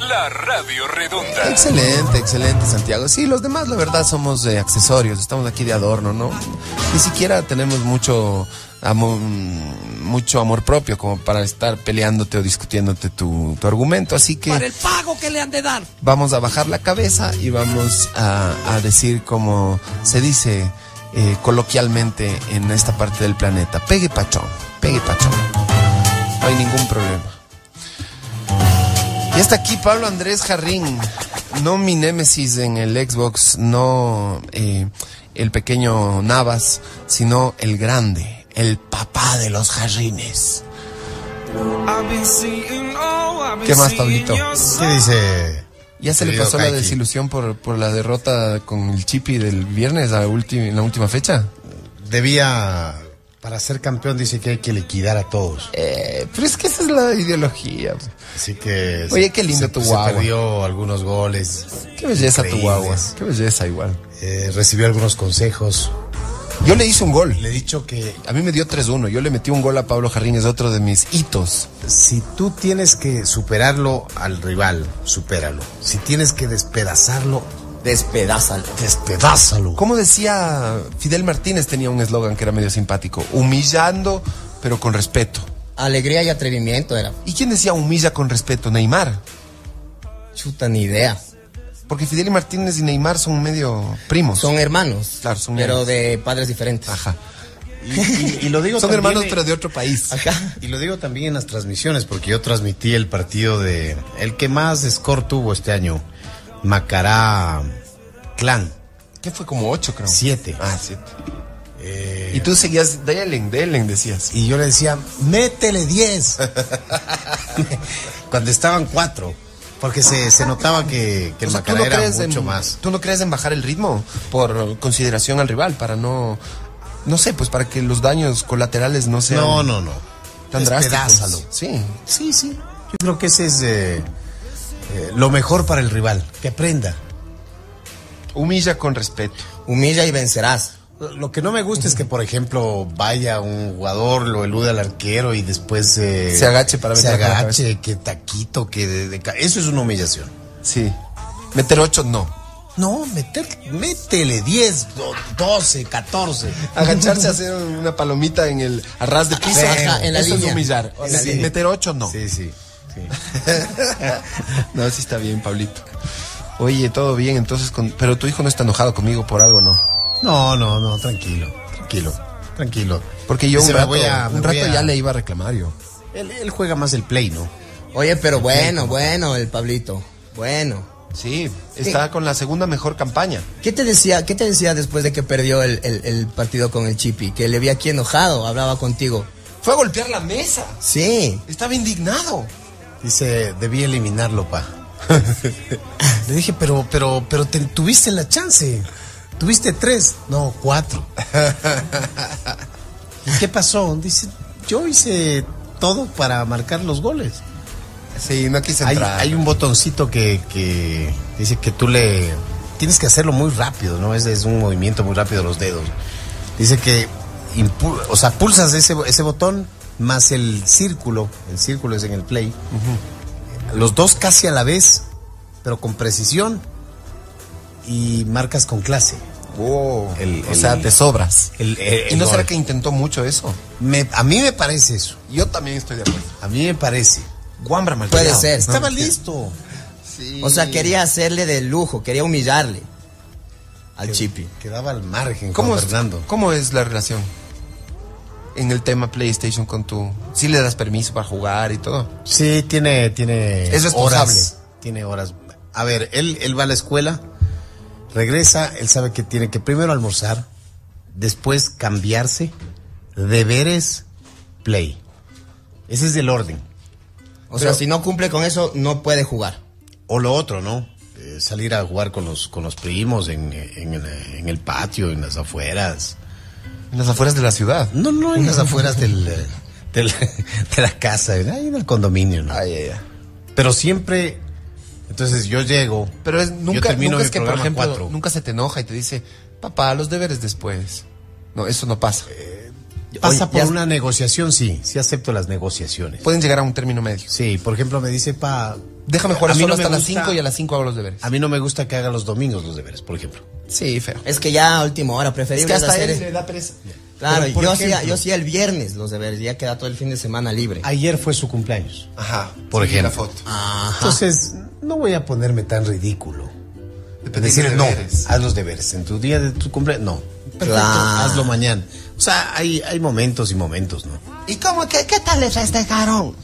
La radio redonda.
Excelente, excelente, Santiago. Sí, los demás, la verdad, somos eh, accesorios, estamos aquí de adorno, ¿no? Ni siquiera tenemos mucho amor, mucho amor propio como para estar peleándote o discutiéndote tu, tu argumento, así
Para
que
el pago que le han de dar.
vamos a bajar la cabeza y vamos a, a decir como se dice eh, coloquialmente en esta parte del planeta, pegue pachón, pegue pachón. No hay ningún problema. Y hasta aquí Pablo Andrés Jarrín. No mi némesis en el Xbox, no eh, el pequeño Navas, sino el grande, el papá de los jarrines. ¿Qué más, Pablito?
¿Qué dice?
Ya se le
querido
pasó la
Kaiki?
desilusión por, por la derrota con el Chipi del viernes a ulti- en la última fecha.
Debía, para ser campeón, dice que hay que liquidar a todos.
Eh, pero es que esa es la ideología.
Así que.
Oye, qué lindo tu guagua.
Se perdió algunos goles.
Qué belleza tu guagua. Qué belleza igual.
recibió Eh, algunos consejos.
Yo le hice un gol.
Le he dicho que.
A mí me dio 3-1. Yo le metí un gol a Pablo Jarrín, es otro de mis hitos.
Si tú tienes que superarlo al rival, supéralo. Si tienes que despedazarlo,
despedázalo.
Despedázalo.
Como decía Fidel Martínez, tenía un eslogan que era medio simpático: humillando, pero con respeto.
Alegría y atrevimiento era.
¿Y quién decía humilla con respeto? Neymar.
Chuta, ni idea.
Porque Fidel Martínez y Neymar son medio primos.
Son hermanos.
Claro, son
Pero
hermanos.
de padres diferentes.
Ajá.
Y, y- y lo digo
Son
también
hermanos,
en-
pero de otro país.
Y lo digo también en las transmisiones, porque yo transmití el partido de. El que más score tuvo este año, Macará Clan.
¿Qué fue como ocho, creo?
Siete.
Ah, siete. Eh, Y tú seguías, Delen, Delen, decías.
Y yo le decía, métele 10. Cuando estaban cuatro. Porque se, se notaba que, que el
O sea,
Macará era mucho
en,
más.
¿Tú no crees en bajar el ritmo por consideración al rival para no, no sé, pues para que los daños colaterales no sean
No, no, no.
tan drásticos?
Despedázalo.
Sí.
Sí, sí. Yo creo que ese es eh, eh, lo mejor para el rival, que aprenda.
Humilla con respeto.
Humilla y vencerás. Lo que no me gusta es que, por ejemplo, vaya un jugador, lo elude al arquero y después eh,
Se agache para
se
meter con la
agache, que taquito, que de- de ca- eso es una humillación.
Sí. Meter ocho, no.
No, meter, métele 10, do- 12, 14.
Agacharse a hacer una palomita en el arras de piso.
Ajá, en la
Eso
línea.
es humillar.
En la
Sí,
línea.
Meter ocho, no.
Sí, sí. sí.
no, sí está bien, Pablito. Oye, todo bien, entonces, con... pero tu hijo no está enojado conmigo por algo, ¿no?
No, no, no, tranquilo, tranquilo, tranquilo.
Porque yo un
Se me
rato,
voy a- me
un rato
voy a-
ya le iba a reclamar yo.
Él, él juega más el play, ¿no?
Oye, pero bueno, bueno, el Pablito. Bueno.
Sí, está con la segunda mejor campaña.
¿Qué te decía, qué te decía después de que perdió el, el- el partido con el Chipi? Que le vi aquí enojado, hablaba contigo.
Fue a golpear la mesa.
Sí.
Estaba indignado.
Dice, debí eliminarlo, pa. Le dije, pero, pero, pero te, tuviste la chance. Tuviste tres, no, cuatro. ¿Y qué pasó? Dice, yo hice todo para marcar los goles.
Sí, no quise
Hay,
entrar.
hay un botoncito que, que dice que tú le... Tienes que hacerlo muy rápido, ¿no? Es, es un movimiento muy rápido de los dedos. Dice que, impu- o sea, pulsas ese, ese botón más el círculo. El círculo es en el play. Los dos casi a la vez, pero con precisión. Y marcas con clase.
Wow.
El-
o
el-
sea, te sobras.
El- el-
¿Y no
el
será
gol.
que intentó mucho eso?
Me- a mí me parece eso.
Yo también estoy de acuerdo.
A mí me parece.
Guambra
Puede ser.
Estaba
No,
listo.
O sea, quería hacerle de lujo, quería humillarle al Chipi.
Quedaba al margen,
¿Cómo
¿Cómo
es,
Fernando.
¿Cómo es la relación? En el tema PlayStation con tu... ¿Sí le das permiso para jugar y todo?
Sí, tiene, tiene
Es responsable.
horas. Tiene horas. A ver, él, él va a la escuela, regresa, él sabe que tiene que primero almorzar, después cambiarse, deberes, play. Ese es el orden.
O sea, si no cumple con eso, no puede jugar.
O lo otro, ¿no? Eh, salir a jugar con los, con los primos en, en, en el patio, en las afueras.
En las afueras de la ciudad. Mm.
No, no, en las afueras del, eh, del- de la casa, ahí en el condominio, ¿no?
Ay, ay, ay.
Pero siempre, entonces yo llego,
Pero es,
yo
nunca,
termino
nunca
mi
es que, por
programa
ejemplo,
cuatro.
nunca se te enoja y te dice, papá, los deberes después. No, eso no pasa.
Pasa
Oye,
por
ya-
Eh, una negociación, sí, sí acepto las negociaciones.
Pueden llegar a un término medio.
Sí, por ejemplo, me dice, pa,
Déjame jugar
A mí
solo
no me
hasta las
gusta-
5 y a las 5 hago los deberes.
a mí no me gusta que haga los domingos los deberes, por ejemplo.
Sí, feo.
Es que ya a última hora,
Es
preferible
que
es
hasta
hacer...
él le da pereza.
Claro,
Pero, por
yo hacía,
ejemplo-
yo hacía el viernes los deberes, ya queda todo el fin de semana libre.
Ayer fue su cumpleaños.
Ajá.
Por
sí, vi
ejemplo.
La foto.
Entonces, no voy a ponerme tan ridículo.
De pedir
Decir, no,
deberes.
haz los deberes. En tu día de tu cumpleaños, no. Perfecto,
Claro.
hazlo mañana. O sea, hay, hay momentos y momentos, ¿no?
¿Y cómo que qué tal le festejaron?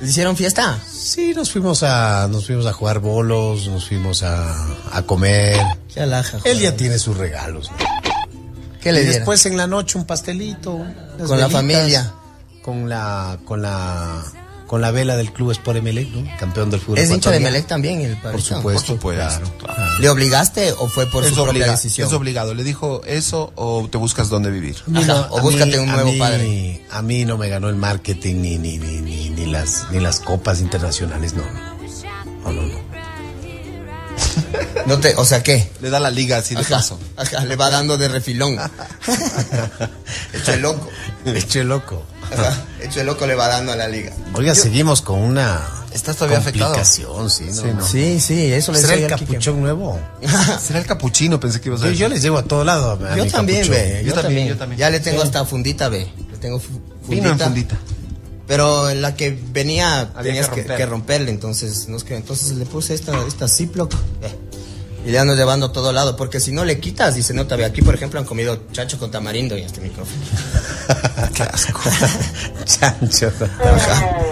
¿Le hicieron fiesta?
Sí, nos fuimos a, nos fuimos a jugar bolos, nos fuimos a, a comer.
Qué alhaja,
Él
joder.
ya tiene sus regalos, ¿no?
¿Qué le
y
dieron?
después en la noche un pastelito. unas
Con la
velitas,
familia.
Con la, con la, con la vela del club Sport Emelec, ¿no? Campeón del fútbol.
¿Es hincha de
ecuatoriano.
Melec también el
Por
Pablito?
supuesto.
supuesto.
claro.
¿Le obligaste o fue por
es,
su propia
obliga-
decisión?
es obligado. Le dijo eso o te buscas dónde vivir.
A mí
Ajá,
no-
o
a
búscate
mí-
un
a
nuevo
mí-
padre.
A mí no me ganó el marketing ni, ni, ni, ni, ni las, ni las copas internacionales, no. No, no, no.
No te, o sea, ¿qué?
Le da la liga así de
Ajá,
paso.
ajá, le va dando de refilón. hecho el loco.
Me eché loco.
Ajá, hecho el loco le va dando a la liga.
Oiga, seguimos con una.
Estás todavía afectado.
complicación, sí, no,
Sí,
no.
Sí, sí, eso le
¿Será
decía
el
yo al Quique.
capuchón nuevo?
Será el capuchino, pensé que ibas a
Yo,
decir.
yo les llevo a todo lado. a- a
Yo
mi
también,
capuchón.
ve.
Yo también, yo también.
Ya le tengo
Sí.
hasta fundita, ve. Le tengo fu-
Vino en fundita.
Pero en la que venía
Había
tenías
que
que,
romper.
que romperle, entonces no es que- Entonces le puse esta, esta Ziploc. eh, Y le ando llevando a todo lado, porque si no le quitas, dice, no, todavía aquí, por ejemplo, han comido chancho con tamarindo y este micrófono.
Qué asco. Chancho.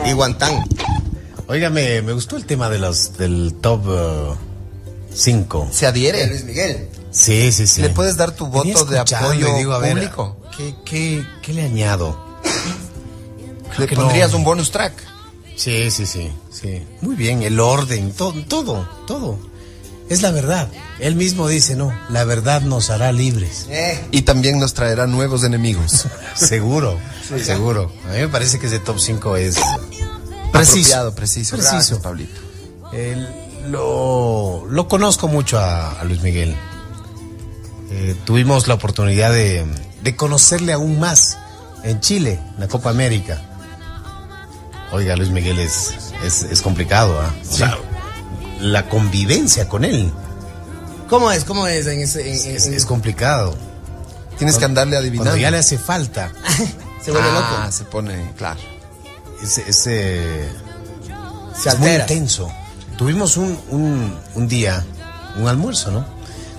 Y guantán.
Óigame, me gustó el tema de los, del top uh, 5.
¿Se adhiere?
Luis Miguel.
Sí, sí, sí.
¿Le puedes dar tu
Venía
voto de
escuchando y
apoyo
digo, a ver,
público?
¿qué, qué, qué le añado?
¿Le
que
pondrías
no.
un bonus track?
Sí, sí, sí, sí. Muy bien, el orden, todo, todo, todo. Es la verdad. Él mismo dice, no, la verdad nos hará libres.
Eh,
Y también nos traerá nuevos enemigos.
Seguro, seguro. A mí me parece que ese top 5 es
Preciso. Preciso.
Preciso.
Gracias, Pablito.
Él lo, lo conozco mucho a, a Luis Miguel. Eh, tuvimos la oportunidad de, de conocerle aún más en Chile, en la Copa América. Oiga, Luis Miguel es, es, es complicado. ¿ah? O sea, la convivencia con él
¿Cómo es? ¿Cómo es? En ese, en- en-
es, es complicado.
Tienes que andarle adivinando.
Cuando ya le hace falta
se vuelve
ah,
loco.
se pone, claro.
ese, ese
Se
es muy
altera.
intenso. Tuvimos un, un, un día, un almuerzo, ¿no?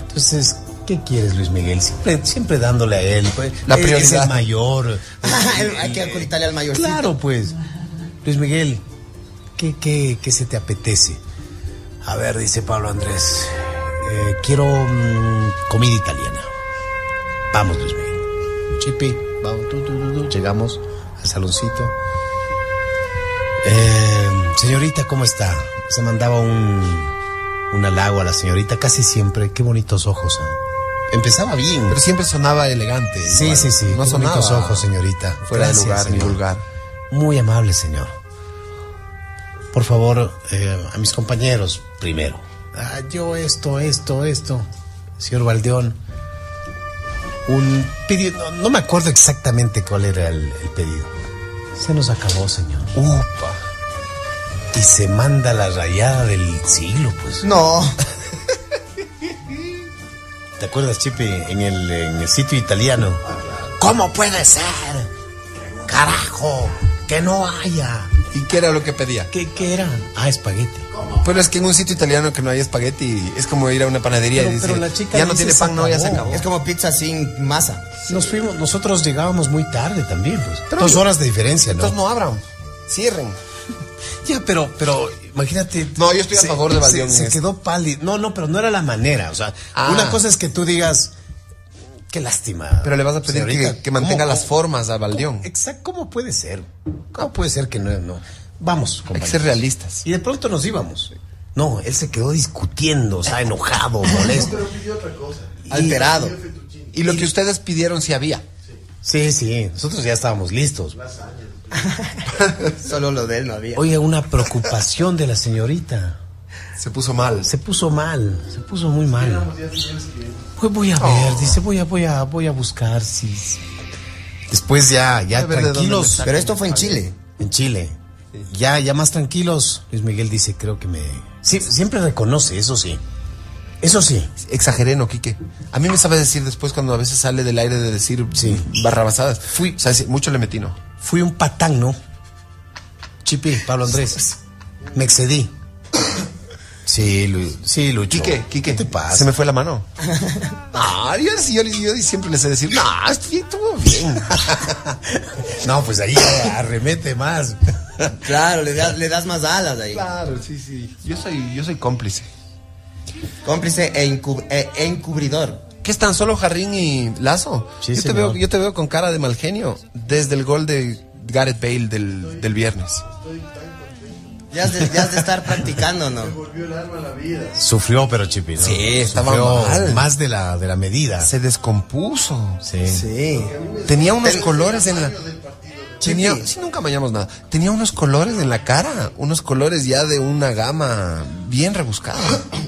Entonces, ¿qué quieres, Luis Miguel? Siempre, siempre dándole a él. pues,
La
es- Es
prioridad.
el mayor.
Hay que ocultarle al mayor.
Claro, pues. Luis Miguel, ¿qué, qué, qué se te apetece? A ver, dice Pablo Andrés, eh, quiero mm, comida italiana. Vamos, Luis Miguel. Chipi, vamos, tú, tú, tú, tú. llegamos al saloncito. Eh, señorita, ¿cómo está? Se mandaba un, un halago a la señorita casi siempre. Qué bonitos ojos. ¿ah? Empezaba bien.
Pero siempre sonaba elegante.
sí,
igual.
sí, sí.
No
qué
sonaba
bonitos ojos, señorita.
fuera
Gracias,
de lugar ni
señor.
vulgar.
Muy amable, señor. Por favor, eh, a mis compañeros primero. Ah, yo esto, esto, esto. Señor Valdeón, un pedido, no, no me acuerdo exactamente cuál era el, el pedido. Se nos acabó, señor. Upa. Y se manda la rayada del siglo, pues.
No.
¿Te acuerdas, Chipi, en el, en el sitio italiano? ¿Cómo puede ser? Carajo, que no haya.
¿Y qué era lo que pedía?
¿Qué, qué era? Ah, espagueti.
Pero es que en un sitio italiano que no hay espagueti es como ir a una panadería
Pero-
y decir,
pero la chica
ya no
dice,
tiene
"Se
pan, no, ya se
acabó".
acabó.
Es como pizza sin masa.
Nos fuimos, nosotros llegábamos muy tarde también, pues. Dos horas de diferencia, ¿no?
Entonces no abran, cierren.
Ya, pero, pero, imagínate.
No, yo estoy a favor de Valdeón en
Se, se
esto.
quedó pálido. No, no, pero no era la manera. O sea,
Ah.
una cosa es que tú digas, qué lástima.
Pero le vas a pedir
señorita,
que, que mantenga
¿cómo-
las formas a Valdeón.
¿Cómo, exacto, ¿cómo puede ser? ¿Cómo puede ser que no? no? Vamos,
Hay que
compañeros.
ser realistas.
Y de pronto nos íbamos. No, él se quedó discutiendo, o sea, enojado, molesto.
Alterado.
Y lo que ustedes pidieron sí había.
Sí, sí, nosotros ya estábamos listos.
Solo lo de él no había.
Oye, una preocupación de la señorita.
Se puso mal.
Se puso mal, se puso muy mal. Pues voy a ver, dice, voy a, voy a, voy a buscar si. si- Después ya, ya
ver de dónde me
tranquilos.
saca.
Pero esto fue en Chile.
En Chile. Ya, ya más tranquilos. Luis Miguel dice, creo que me. Sí, siempre reconoce, eso sí. Eso sí.
Exageré, no, Quique. A mí me sabe decir después cuando a veces sale del aire de decir
Sí.
barrabasadas. Fui, o sea, sí, mucho le metí, ¿no?
Fui un patán, ¿no? Chipi, Pablo Andrés. Me excedí. Sí, Luis. Sí, Lucho.
Quique, Quique.
¿Qué te pasa?
Se me fue la mano. No, yo, yo, yo siempre le sé decir, no, estuvo bien.
No, pues ahí arremete más.
Claro, le, da- le das más alas ahí.
Claro, sí, sí. Yo soy, yo soy cómplice.
Cómplice e, incu- e- e encubridor.
¿Qué están solo Jarrín y Lazo?
Sí,
yo, te
señor.
veo, yo te veo con cara de mal genio desde el gol de Gareth Bale del, del viernes.
Ya has de, ya has de estar practicando, ¿no?
Sufrió, pero Chipi, ¿no?
Sí, estaba
Sufrió
mal.
Más de la, de la medida.
Se descompuso.
Sí.
Sí.
Tenía unos colores en la. Tenía,
Chiqui.
sí, nunca mañamos nada. Tenía unos colores en la cara, unos colores ya de una gama bien rebuscada.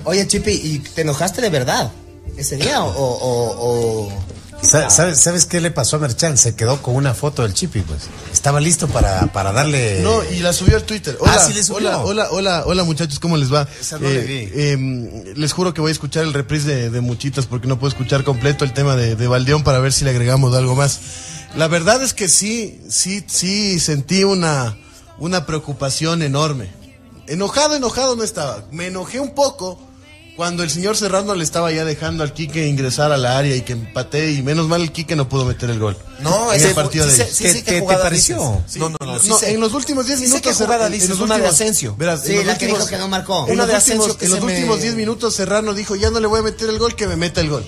Oye, Chipi, ¿y te enojaste de verdad ese día o...? o- o-
Sa- ¿Sabes, ¿Sabes qué le pasó a Merchan? Se quedó con una foto del Chipi, pues. Estaba listo para, para
Eh,
darle.
No, y la subió al Twitter. Hola,
Ah, sí, le subió.
hola, hola, hola, hola, muchachos, ¿cómo les va? Eh,
Esa no le vi.
em, les juro que voy a escuchar el reprise de, de Muchitas porque no puedo escuchar completo el tema de, de Valdeón para ver si le agregamos algo más. La verdad es que sí, sí, sí sentí una, una preocupación enorme. Enojado, enojado no estaba. Me enojé un poco Cuando el señor Serrano le estaba ya dejando al Quique ingresar a la área y que empate, y menos mal el Quique no pudo meter el gol.
No,
en
ese
el partido
sí
de
sé-
ellos.
sí sé ¿Te- qué te- te jugada pareció? dices.
Sí.
No,
No,
no,
no,
no, sí sé-
En los últimos 10
sí sé
minutos.
qué jugada
en
dices,
los
una de
últimos-
Asensio.
Verás,
Sí,
en los
la que dijo
últimos-
que no marcó.
en
Una
los
de
últimos-
Asensio que
En
se
los
me-
últimos 10 minutos Serrano dijo, ya no le voy a meter el gol, que me meta el gol.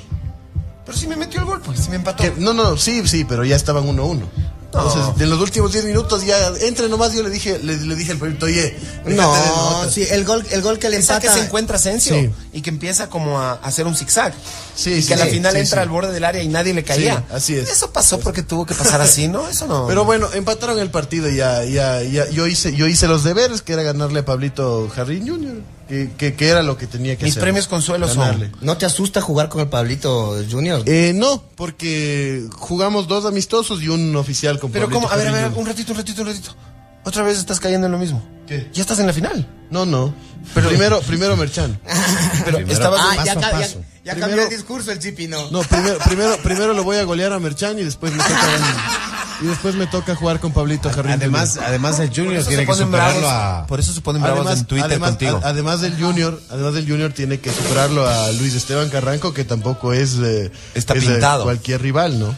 Pero si me metió el gol, pues si me empató.
Que- no, no, sí, sí, pero ya estaban 1-1. Entonces, en los últimos 10 minutos ya entre nomás yo le dije, le, le dije al perrito, oye, déjate
No,
de notas".
sí, el gol, el gol que le
Esa
empata.
que se encuentra Asensio
Sí.
y que empieza como a hacer un zigzag.
Sí,
y que
sí,
a la
sí,
final
sí,
entra
sí.
al borde del área y nadie le caía.
Sí, así es.
Eso pasó porque tuvo que pasar así, ¿no? Eso no.
Pero bueno, empataron el partido y ya, ya, ya, yo hice, yo hice los deberes, que era ganarle a Pablito Jarrín Jr., que, que, que era lo que tenía que
Mis
hacer.
premios consuelo son-
Ganarle.
¿No te asusta jugar con el Pablito Junior?
Eh, no, porque jugamos dos amistosos y un oficial con
Pero
Pablito
como, a ver, a
Jarrín
ver,
Jr..
un ratito, un ratito, un ratito. Otra vez estás cayendo en lo mismo.
¿Qué?
Ya estás en la final.
No, no. primero, primero Merchan.
Pero
Primero
estabas
paso
Ah, ya,
a
ca- ya-
paso.
ya
Primero-
cambió el discurso el Chipi, no.
No, primero, primero, primero lo voy a golear a Merchan y después me toca, y después me toca jugar con Pablito Jarrín.
Además,
Jr.
además el
Por
Junior
eso
tiene
se
que
ponen
superarlo
bravos-
a.
Por eso se ponen bravos en Twitter
además-
contigo.
a- además del Junior, además del Junior tiene que superarlo a Luis Esteban Carranco, que tampoco es, eh,
Está
es, eh,
pintado.
cualquier rival, ¿no?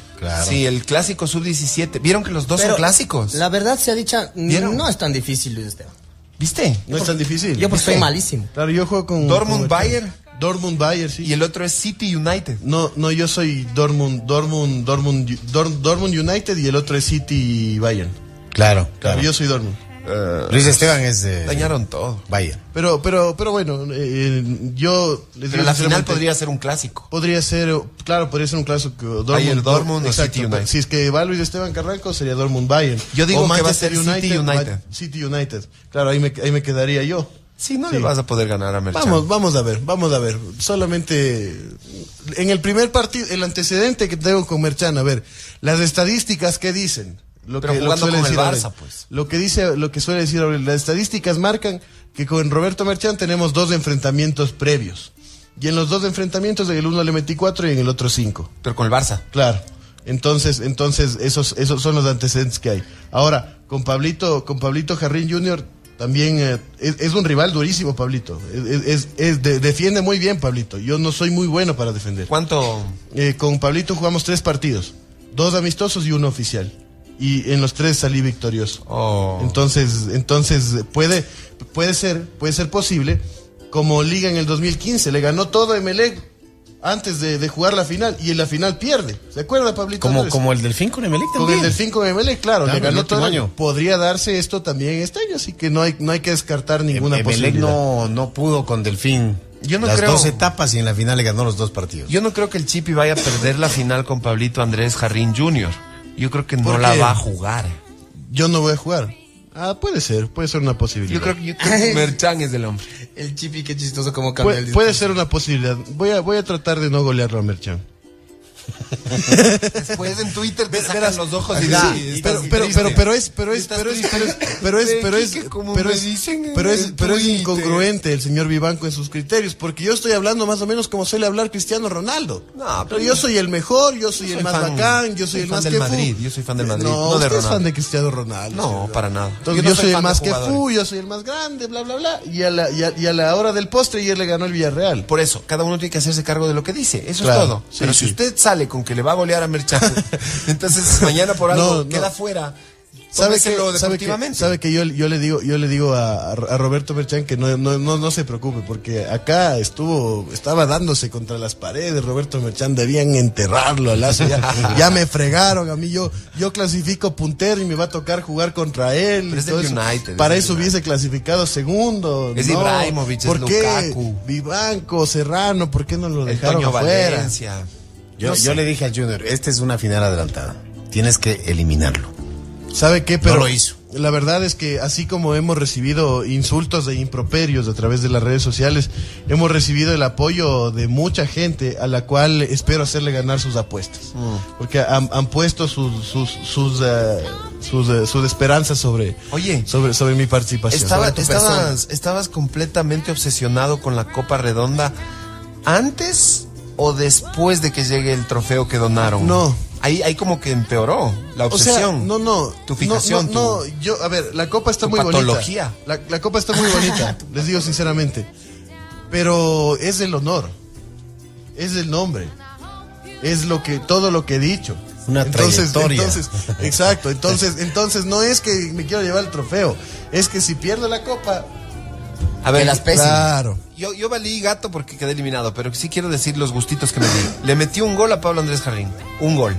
Sí, el clásico sub-17. ¿Vieron que los dos
Pero
son clásicos?
La verdad se ha dicho, n-
¿Vieron?
no es tan difícil, Luis Esteban.
¿Viste?
No es tan difícil.
Yo pues soy
Sí.
malísimo.
Claro, yo juego con
Dortmund
con-
Bayern
Dortmund Bayern, sí.
y el otro es City United.
No, no, yo soy Dortmund, Dortmund, Dortmund, Dor- Dortmund United y el otro es City y Bayern.
Claro,
Claro,
claro.
yo soy Dortmund.
Luis Esteban es de.
Eh, Dañaron todo.
Vaya.
Pero, pero, pero bueno, eh, eh, yo les
Pero la final
sinceramente,
podría ser un clásico.
podría ser, eh, claro, podría ser un clásico Dortmund.
Ahí el Dortmund o
exacto,
City United.
Si es que va Luis Esteban Carranco sería Dortmund Bayern.
Yo digo
O
que va a
Manchester
ser City
Ma-
United.
City United. Claro, ahí me, ahí me quedaría yo.
Sí, no
Sí.
le vas a poder ganar a Merchan.
Vamos, vamos a ver, vamos a ver. Solamente en el primer partido, el antecedente que tengo con Merchan, a ver, las estadísticas que dicen. Lo
Pero
que, lo que
jugando
suele
con el
decir
Barça,
Aurel.
pues.
Lo que dice, lo que suele decir Aurel, las estadísticas marcan que con Roberto Merchan tenemos dos enfrentamientos previos. Y en los dos enfrentamientos, en el uno le metí cuatro y en el otro cinco.
Pero con el Barça.
Claro. Entonces, entonces esos, esos son los antecedentes que hay. Ahora, con Pablito, con Pablito Jarrín Jr. también eh, es, es un rival durísimo, Pablito. Es, es- es- de- defiende muy bien, Pablito. Yo no soy muy bueno para defender.
¿Cuánto?
Eh, con Pablito jugamos tres partidos, dos amistosos y uno oficial. Y en los tres salí victorioso.
Oh.
Entonces, entonces eh, puede, puede ser, puede ser posible. Como Liga en el 2015 le ganó todo a Emelec antes de, de jugar la final y en la final pierde. ¿Se acuerda, Pablito?
Como,
Andrés?
como el Delfín con Emelec
Con
también.
el Delfín con Emelec, claro,
Claro,
le
el
ganó
último
todo.
año.
Año. Podría darse esto también este año, así que no hay, no hay que descartar ninguna
Em, Emelec
posibilidad.
no, no pudo con Delfín.
Yo no
las
creo-
dos etapas y en la final le ganó los dos partidos.
Yo no creo que el Chipi vaya a perder la final con Pablito Andrés Jarrín Jr. Yo creo que no
¿Por
la
qué?
va a jugar.
Yo no voy a jugar. Ah, puede ser, puede ser una posibilidad.
Yo creo que, yo creo que Merchan es del hombre.
El Chipi, qué chistoso como cambió el
Puede,
discurso.
puede ser una posibilidad. Voy a, voy a tratar de no golearlo a Merchan.
Después en Twitter te sacan los ojos y
Ajá.
da.
Sí, pero, pero, pero, pero es, pero es,
Estás
pero es,
triste.
pero es, pero es,
Ve,
pero es,
Quique, como
pero
me
es-
dicen en
pero es,
el
pero es
Twitter.
incongruente el señor Vivanco en sus criterios, porque yo estoy hablando más o menos como suele hablar Cristiano Ronaldo.
No, pero
pero yo soy el mejor, yo soy
soy
el más
fan-
bacán, yo
soy
soy el
fan
más
del
que fu. Eh,
Madrid, yo soy fan del Madrid,
No,
no de
usted es
Ronaldo.
fan de Cristiano Ronaldo.
No,
señor.
para nada.
Entonces, yo,
no
soy el
fan de
más que
jugadores.
fu, yo soy el más grande, bla, bla, bla. Y a la, y a, y a la hora del postre ayer le ganó el Villarreal.
Por eso, cada uno tiene que hacerse cargo de lo que dice. Eso
Claro,
es todo.
sí,
Pero
sí.
si usted sale con que le va a golear a Merchan, entonces mañana por algo
No, no.
queda fuera.
¿Sabe que,
Tómeselo
sabe que,
deportivamente.
sabe que yo, yo le digo, yo le digo a, a Roberto Merchan que no, no, no, no se preocupe, porque acá estuvo, estaba dándose contra las paredes, Roberto Merchan, debían enterrarlo al lazo, ya, ya me fregaron a mí, yo, yo clasifico puntero y me va a tocar jugar contra él.
Pero es
y todo
del
eso.
United, es
Para
del
eso hubiese clasificado segundo.
Es
¿no?
Ibrahimovic, es
¿Por qué?
Lukaku.
Vivanco, Serrano, ¿por qué no lo
El
dejaron
Toño
afuera?
Valencia.
Yo,
No
yo
sé.
le dije al Junior,
"Este
esta es una final adelantada. Tienes que eliminarlo.
¿Sabe qué? Pero
No lo hizo.
La verdad es que así como hemos recibido insultos e improperios a través de las redes sociales, hemos recibido el apoyo de mucha gente a la cual espero hacerle ganar sus apuestas. Porque han, han puesto sus, sus, sus, eh, sus, eh, sus esperanzas sobre,
Oye.
sobre, sobre mi participación.
Estaba-
Sobre tu persona.
estabas, estabas completamente obsesionado con la Copa Redonda antes o después de que llegue el trofeo que donaron.
No.
Ahí, ahí como que empeoró la
O sea,
obsesión.
no, no.
Tu
no,
fijación.
No, no,
tu-
yo, a ver, la copa está
tu
muy
patología.
bonita. La, la copa está muy bonita, les digo sinceramente. Pero es el honor. Es el nombre. Es lo que, todo lo que he dicho.
Una trayectoria.
Entonces, exacto. Entonces, entonces no es que me quiero llevar el trofeo. Es que si pierdo la copa.
A ver,
que las pesen.
Claro. Yo, yo valí gato porque quedé eliminado, pero sí quiero decir los gustitos que me di. Le metí un gol a Pablo Andrés Jarrín. Un gol.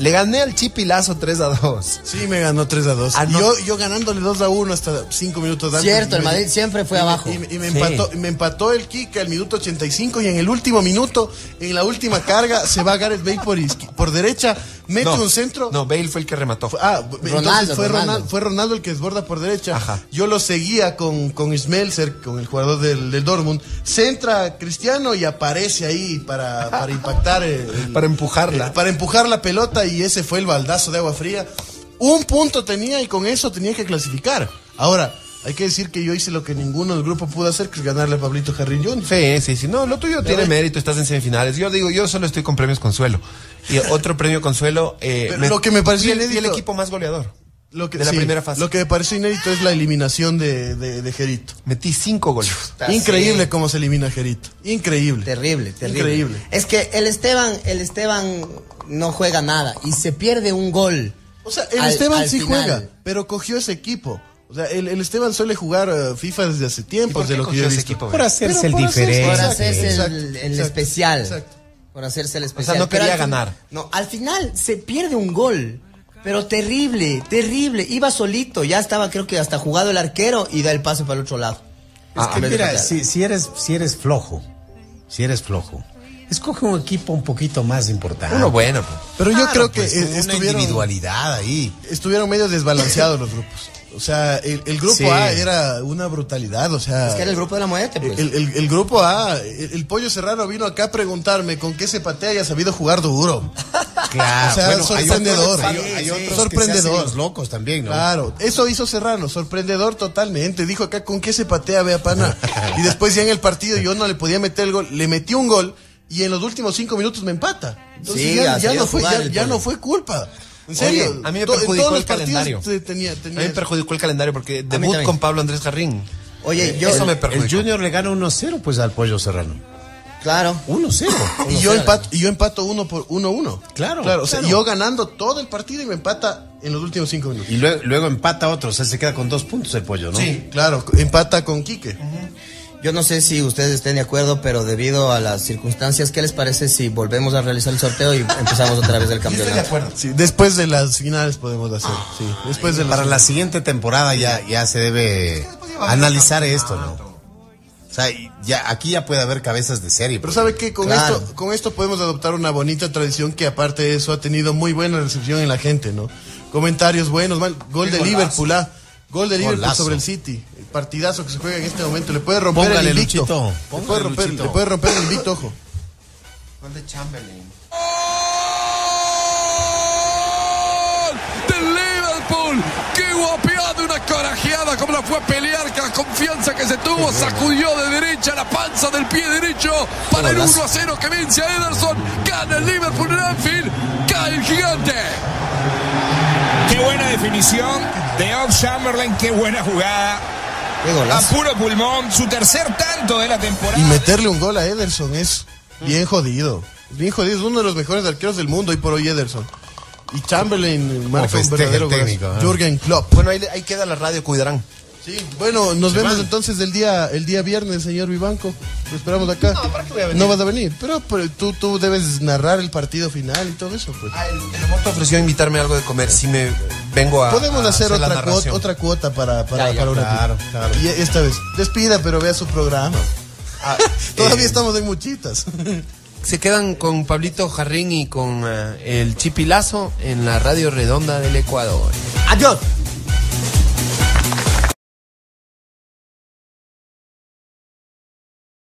Le gané al Chipi Lazo 3 a 2.
Sí, me ganó 3 a 2.
Ah, no.
yo, yo ganándole 2 a 1 hasta 5 minutos antes.
Cierto,
Y
el
me-
Madrid siempre fue
y me-
abajo.
Y, me- y me,
Sí.
empató, y me empató el kick al minuto 85 y en el último minuto, en la última carga, se va Gareth Bale por, izqui- por derecha, mete
No,
un centro.
No, Bale fue el que remató.
Ah, entonces fue Ronaldo.
Ronaldo.
fue Ronaldo el que desborda por derecha. Yo lo seguía con, con Smelser, con el jugador del, del Dortmund. Centra a Cristiano y aparece ahí para, para impactar. el- el-
Para empujarla.
eh, para empujar la pelota y ese fue el baldazo de agua fría. Un punto tenía y con eso tenía que clasificar. Ahora, hay que decir que yo hice lo que ninguno del grupo pudo hacer, que es ganarle a Pablito Jarrín Jr.
Sí, sí, sí. No, lo tuyo tiene mérito, estás en semifinales. Yo digo, yo solo estoy con premios consuelo. Y otro premio consuelo. eh,
Pero
me-
lo que me pareció
fui el- fui
inédito-
el equipo más goleador.
Lo que,
de la
sí,
primera fase.
Lo que me pareció inédito es la eliminación de, de, de Jerito.
Metí cinco goles.
Increíble cómo se elimina Jerito. Increíble.
Terrible, terrible.
Increíble.
Es que el Esteban, el Esteban no juega nada y se pierde un gol.
O sea, el
al-
Esteban
al
sí
final.
juega, pero cogió ese equipo. O sea, el, el Esteban suele jugar eh, FIFA desde hace tiempo,
por qué
de lo que
cogió
yo he
ese
visto.
equipo,
Por hacerse
Pero
el
por hacerse-
diferente.
exacto,
eh. Por hacerse el-
exacto,
el
exacto,
especial.
exacto.
Por hacerse el especial.
no
Pero
quería
al fin-
ganar.
No, al final se pierde un gol. Pero terrible, terrible. Iba solito, ya estaba creo que hasta jugado el arquero y da el pase para el otro lado.
Es
En
que
vez de
mira,
patear.
si, si eres, si eres flojo, si eres flojo, escoge un equipo un poquito más importante.
Uno bueno.
Pero yo creo que
pues,
eh,
una
estuvieron-
individualidad ahí.
Estuvieron medio desbalanceados los grupos. O sea, el, el grupo
Sí.
A era una brutalidad, o sea...
Es que era el grupo de la muerte, pues.
El, el- el grupo A, el, el pollo serrano vino acá a preguntarme con qué se patea y ha sabido jugar duro.
Ah,
Claro,
o sea,
bueno, hay
sorprendedor.
otros- hay- hay otros que se hacen
sorprendedor.
los locos también, ¿no?
Claro, eso hizo Serrano, sorprendedor totalmente. Dijo acá con qué se patea, vea pana. Y después ya en el partido yo no le podía meter el gol, le metí un gol y en los últimos cinco minutos me empata. Entonces
Sí,
ya,
ha
ya
sabido
no fue,
jugar
ya,
el
ya
pollo.
no fue culpa. En
Oye,
serio,
a mí me
to- en
perjudicó
todos
el
los partidos
calendario.
te- tenía, tenía
A mí me
eso.
perjudicó el calendario porque debut
también.
con Pablo Andrés Jarrín.
Oye,
Eh,
yo.
eso me
El
perjudicó.
Junior le gana 1-0 pues al Pollo Serrano.
Claro.
1-0.
Y yo empato, y yo empato uno por uno uno.
Claro,
o sea,
claro.
yo ganando todo el partido y me empata en los últimos cinco minutos.
Y luego, luego empata otro, o sea, se queda con dos puntos el Pollo, ¿no?
Sí, claro, empata con Quique.
Yo no sé si ustedes estén de acuerdo, pero debido a las circunstancias, ¿qué les parece si volvemos a realizar el sorteo y empezamos otra vez el campeonato?
Sí, después de las finales podemos hacer. Sí, después de las
Ah, Para la siguiente temporada ya, ya se
Eh,
debe analizar esto, ¿no? O sea, y ya, aquí ya puede haber cabezas de serie.
Pero
pues.
sabe que con
Claro.
esto con esto podemos adoptar una bonita tradición que aparte de eso ha tenido muy buena recepción en la gente, ¿no? Comentarios buenos, mal, gol
Qué
de
golazo.
Liverpool, ah, gol de Liverpool
Golazo.
sobre el City, el partidazo que se juega en este momento le puede romper
Póngale,
el invicto.
Luchito,
Le
póngale,
puede romper,
Luchito.
le puede romper el invicto, ojo.
Gol de Chamberlain.
del Liverpool. ¡Qué guapeada! Una corajeada como la fue a pelear, que la confianza que se tuvo, sacudió de derecha la panza del pie derecho para el 1
golazo.
a 0 que vence a Ederson. Gana el Liverpool en Anfield, cae el gigante.
Qué buena definición de Off Chamberlain, qué buena jugada. A
Ah,
puro pulmón, su tercer tanto de la temporada.
Y meterle un gol a Ederson es bien jodido. Bien jodido, es uno de los mejores arqueros del mundo hoy por hoy Ederson. Y Chamberlain marca un
festeja
verdadero
el
golazo.
técnico, ¿eh?
Jürgen Klopp.
Bueno, ahí, ahí queda la radio, cuidarán.
Sí, bueno, nos
Se
vemos
van.
entonces el día el día viernes, señor Vivanco. Lo esperamos acá. No, No vas a venir, pero, pero tú, tú debes narrar el partido final y todo eso, pues.
Ah, Te ofreció invitarme a algo de comer si me vengo a.
Podemos
a
hacer,
la
otra, cuota,
narración.
otra cuota para, para,
Ya, ya,
para una
claro,
pizza.
claro.
Y esta vez, despida, pero vea su programa.
Ah,
Todavía
eh,
estamos en muchitas.
Se quedan con Pablito Jarrín y con eh, el Chipilazo en la radio redonda del Ecuador.
Adiós.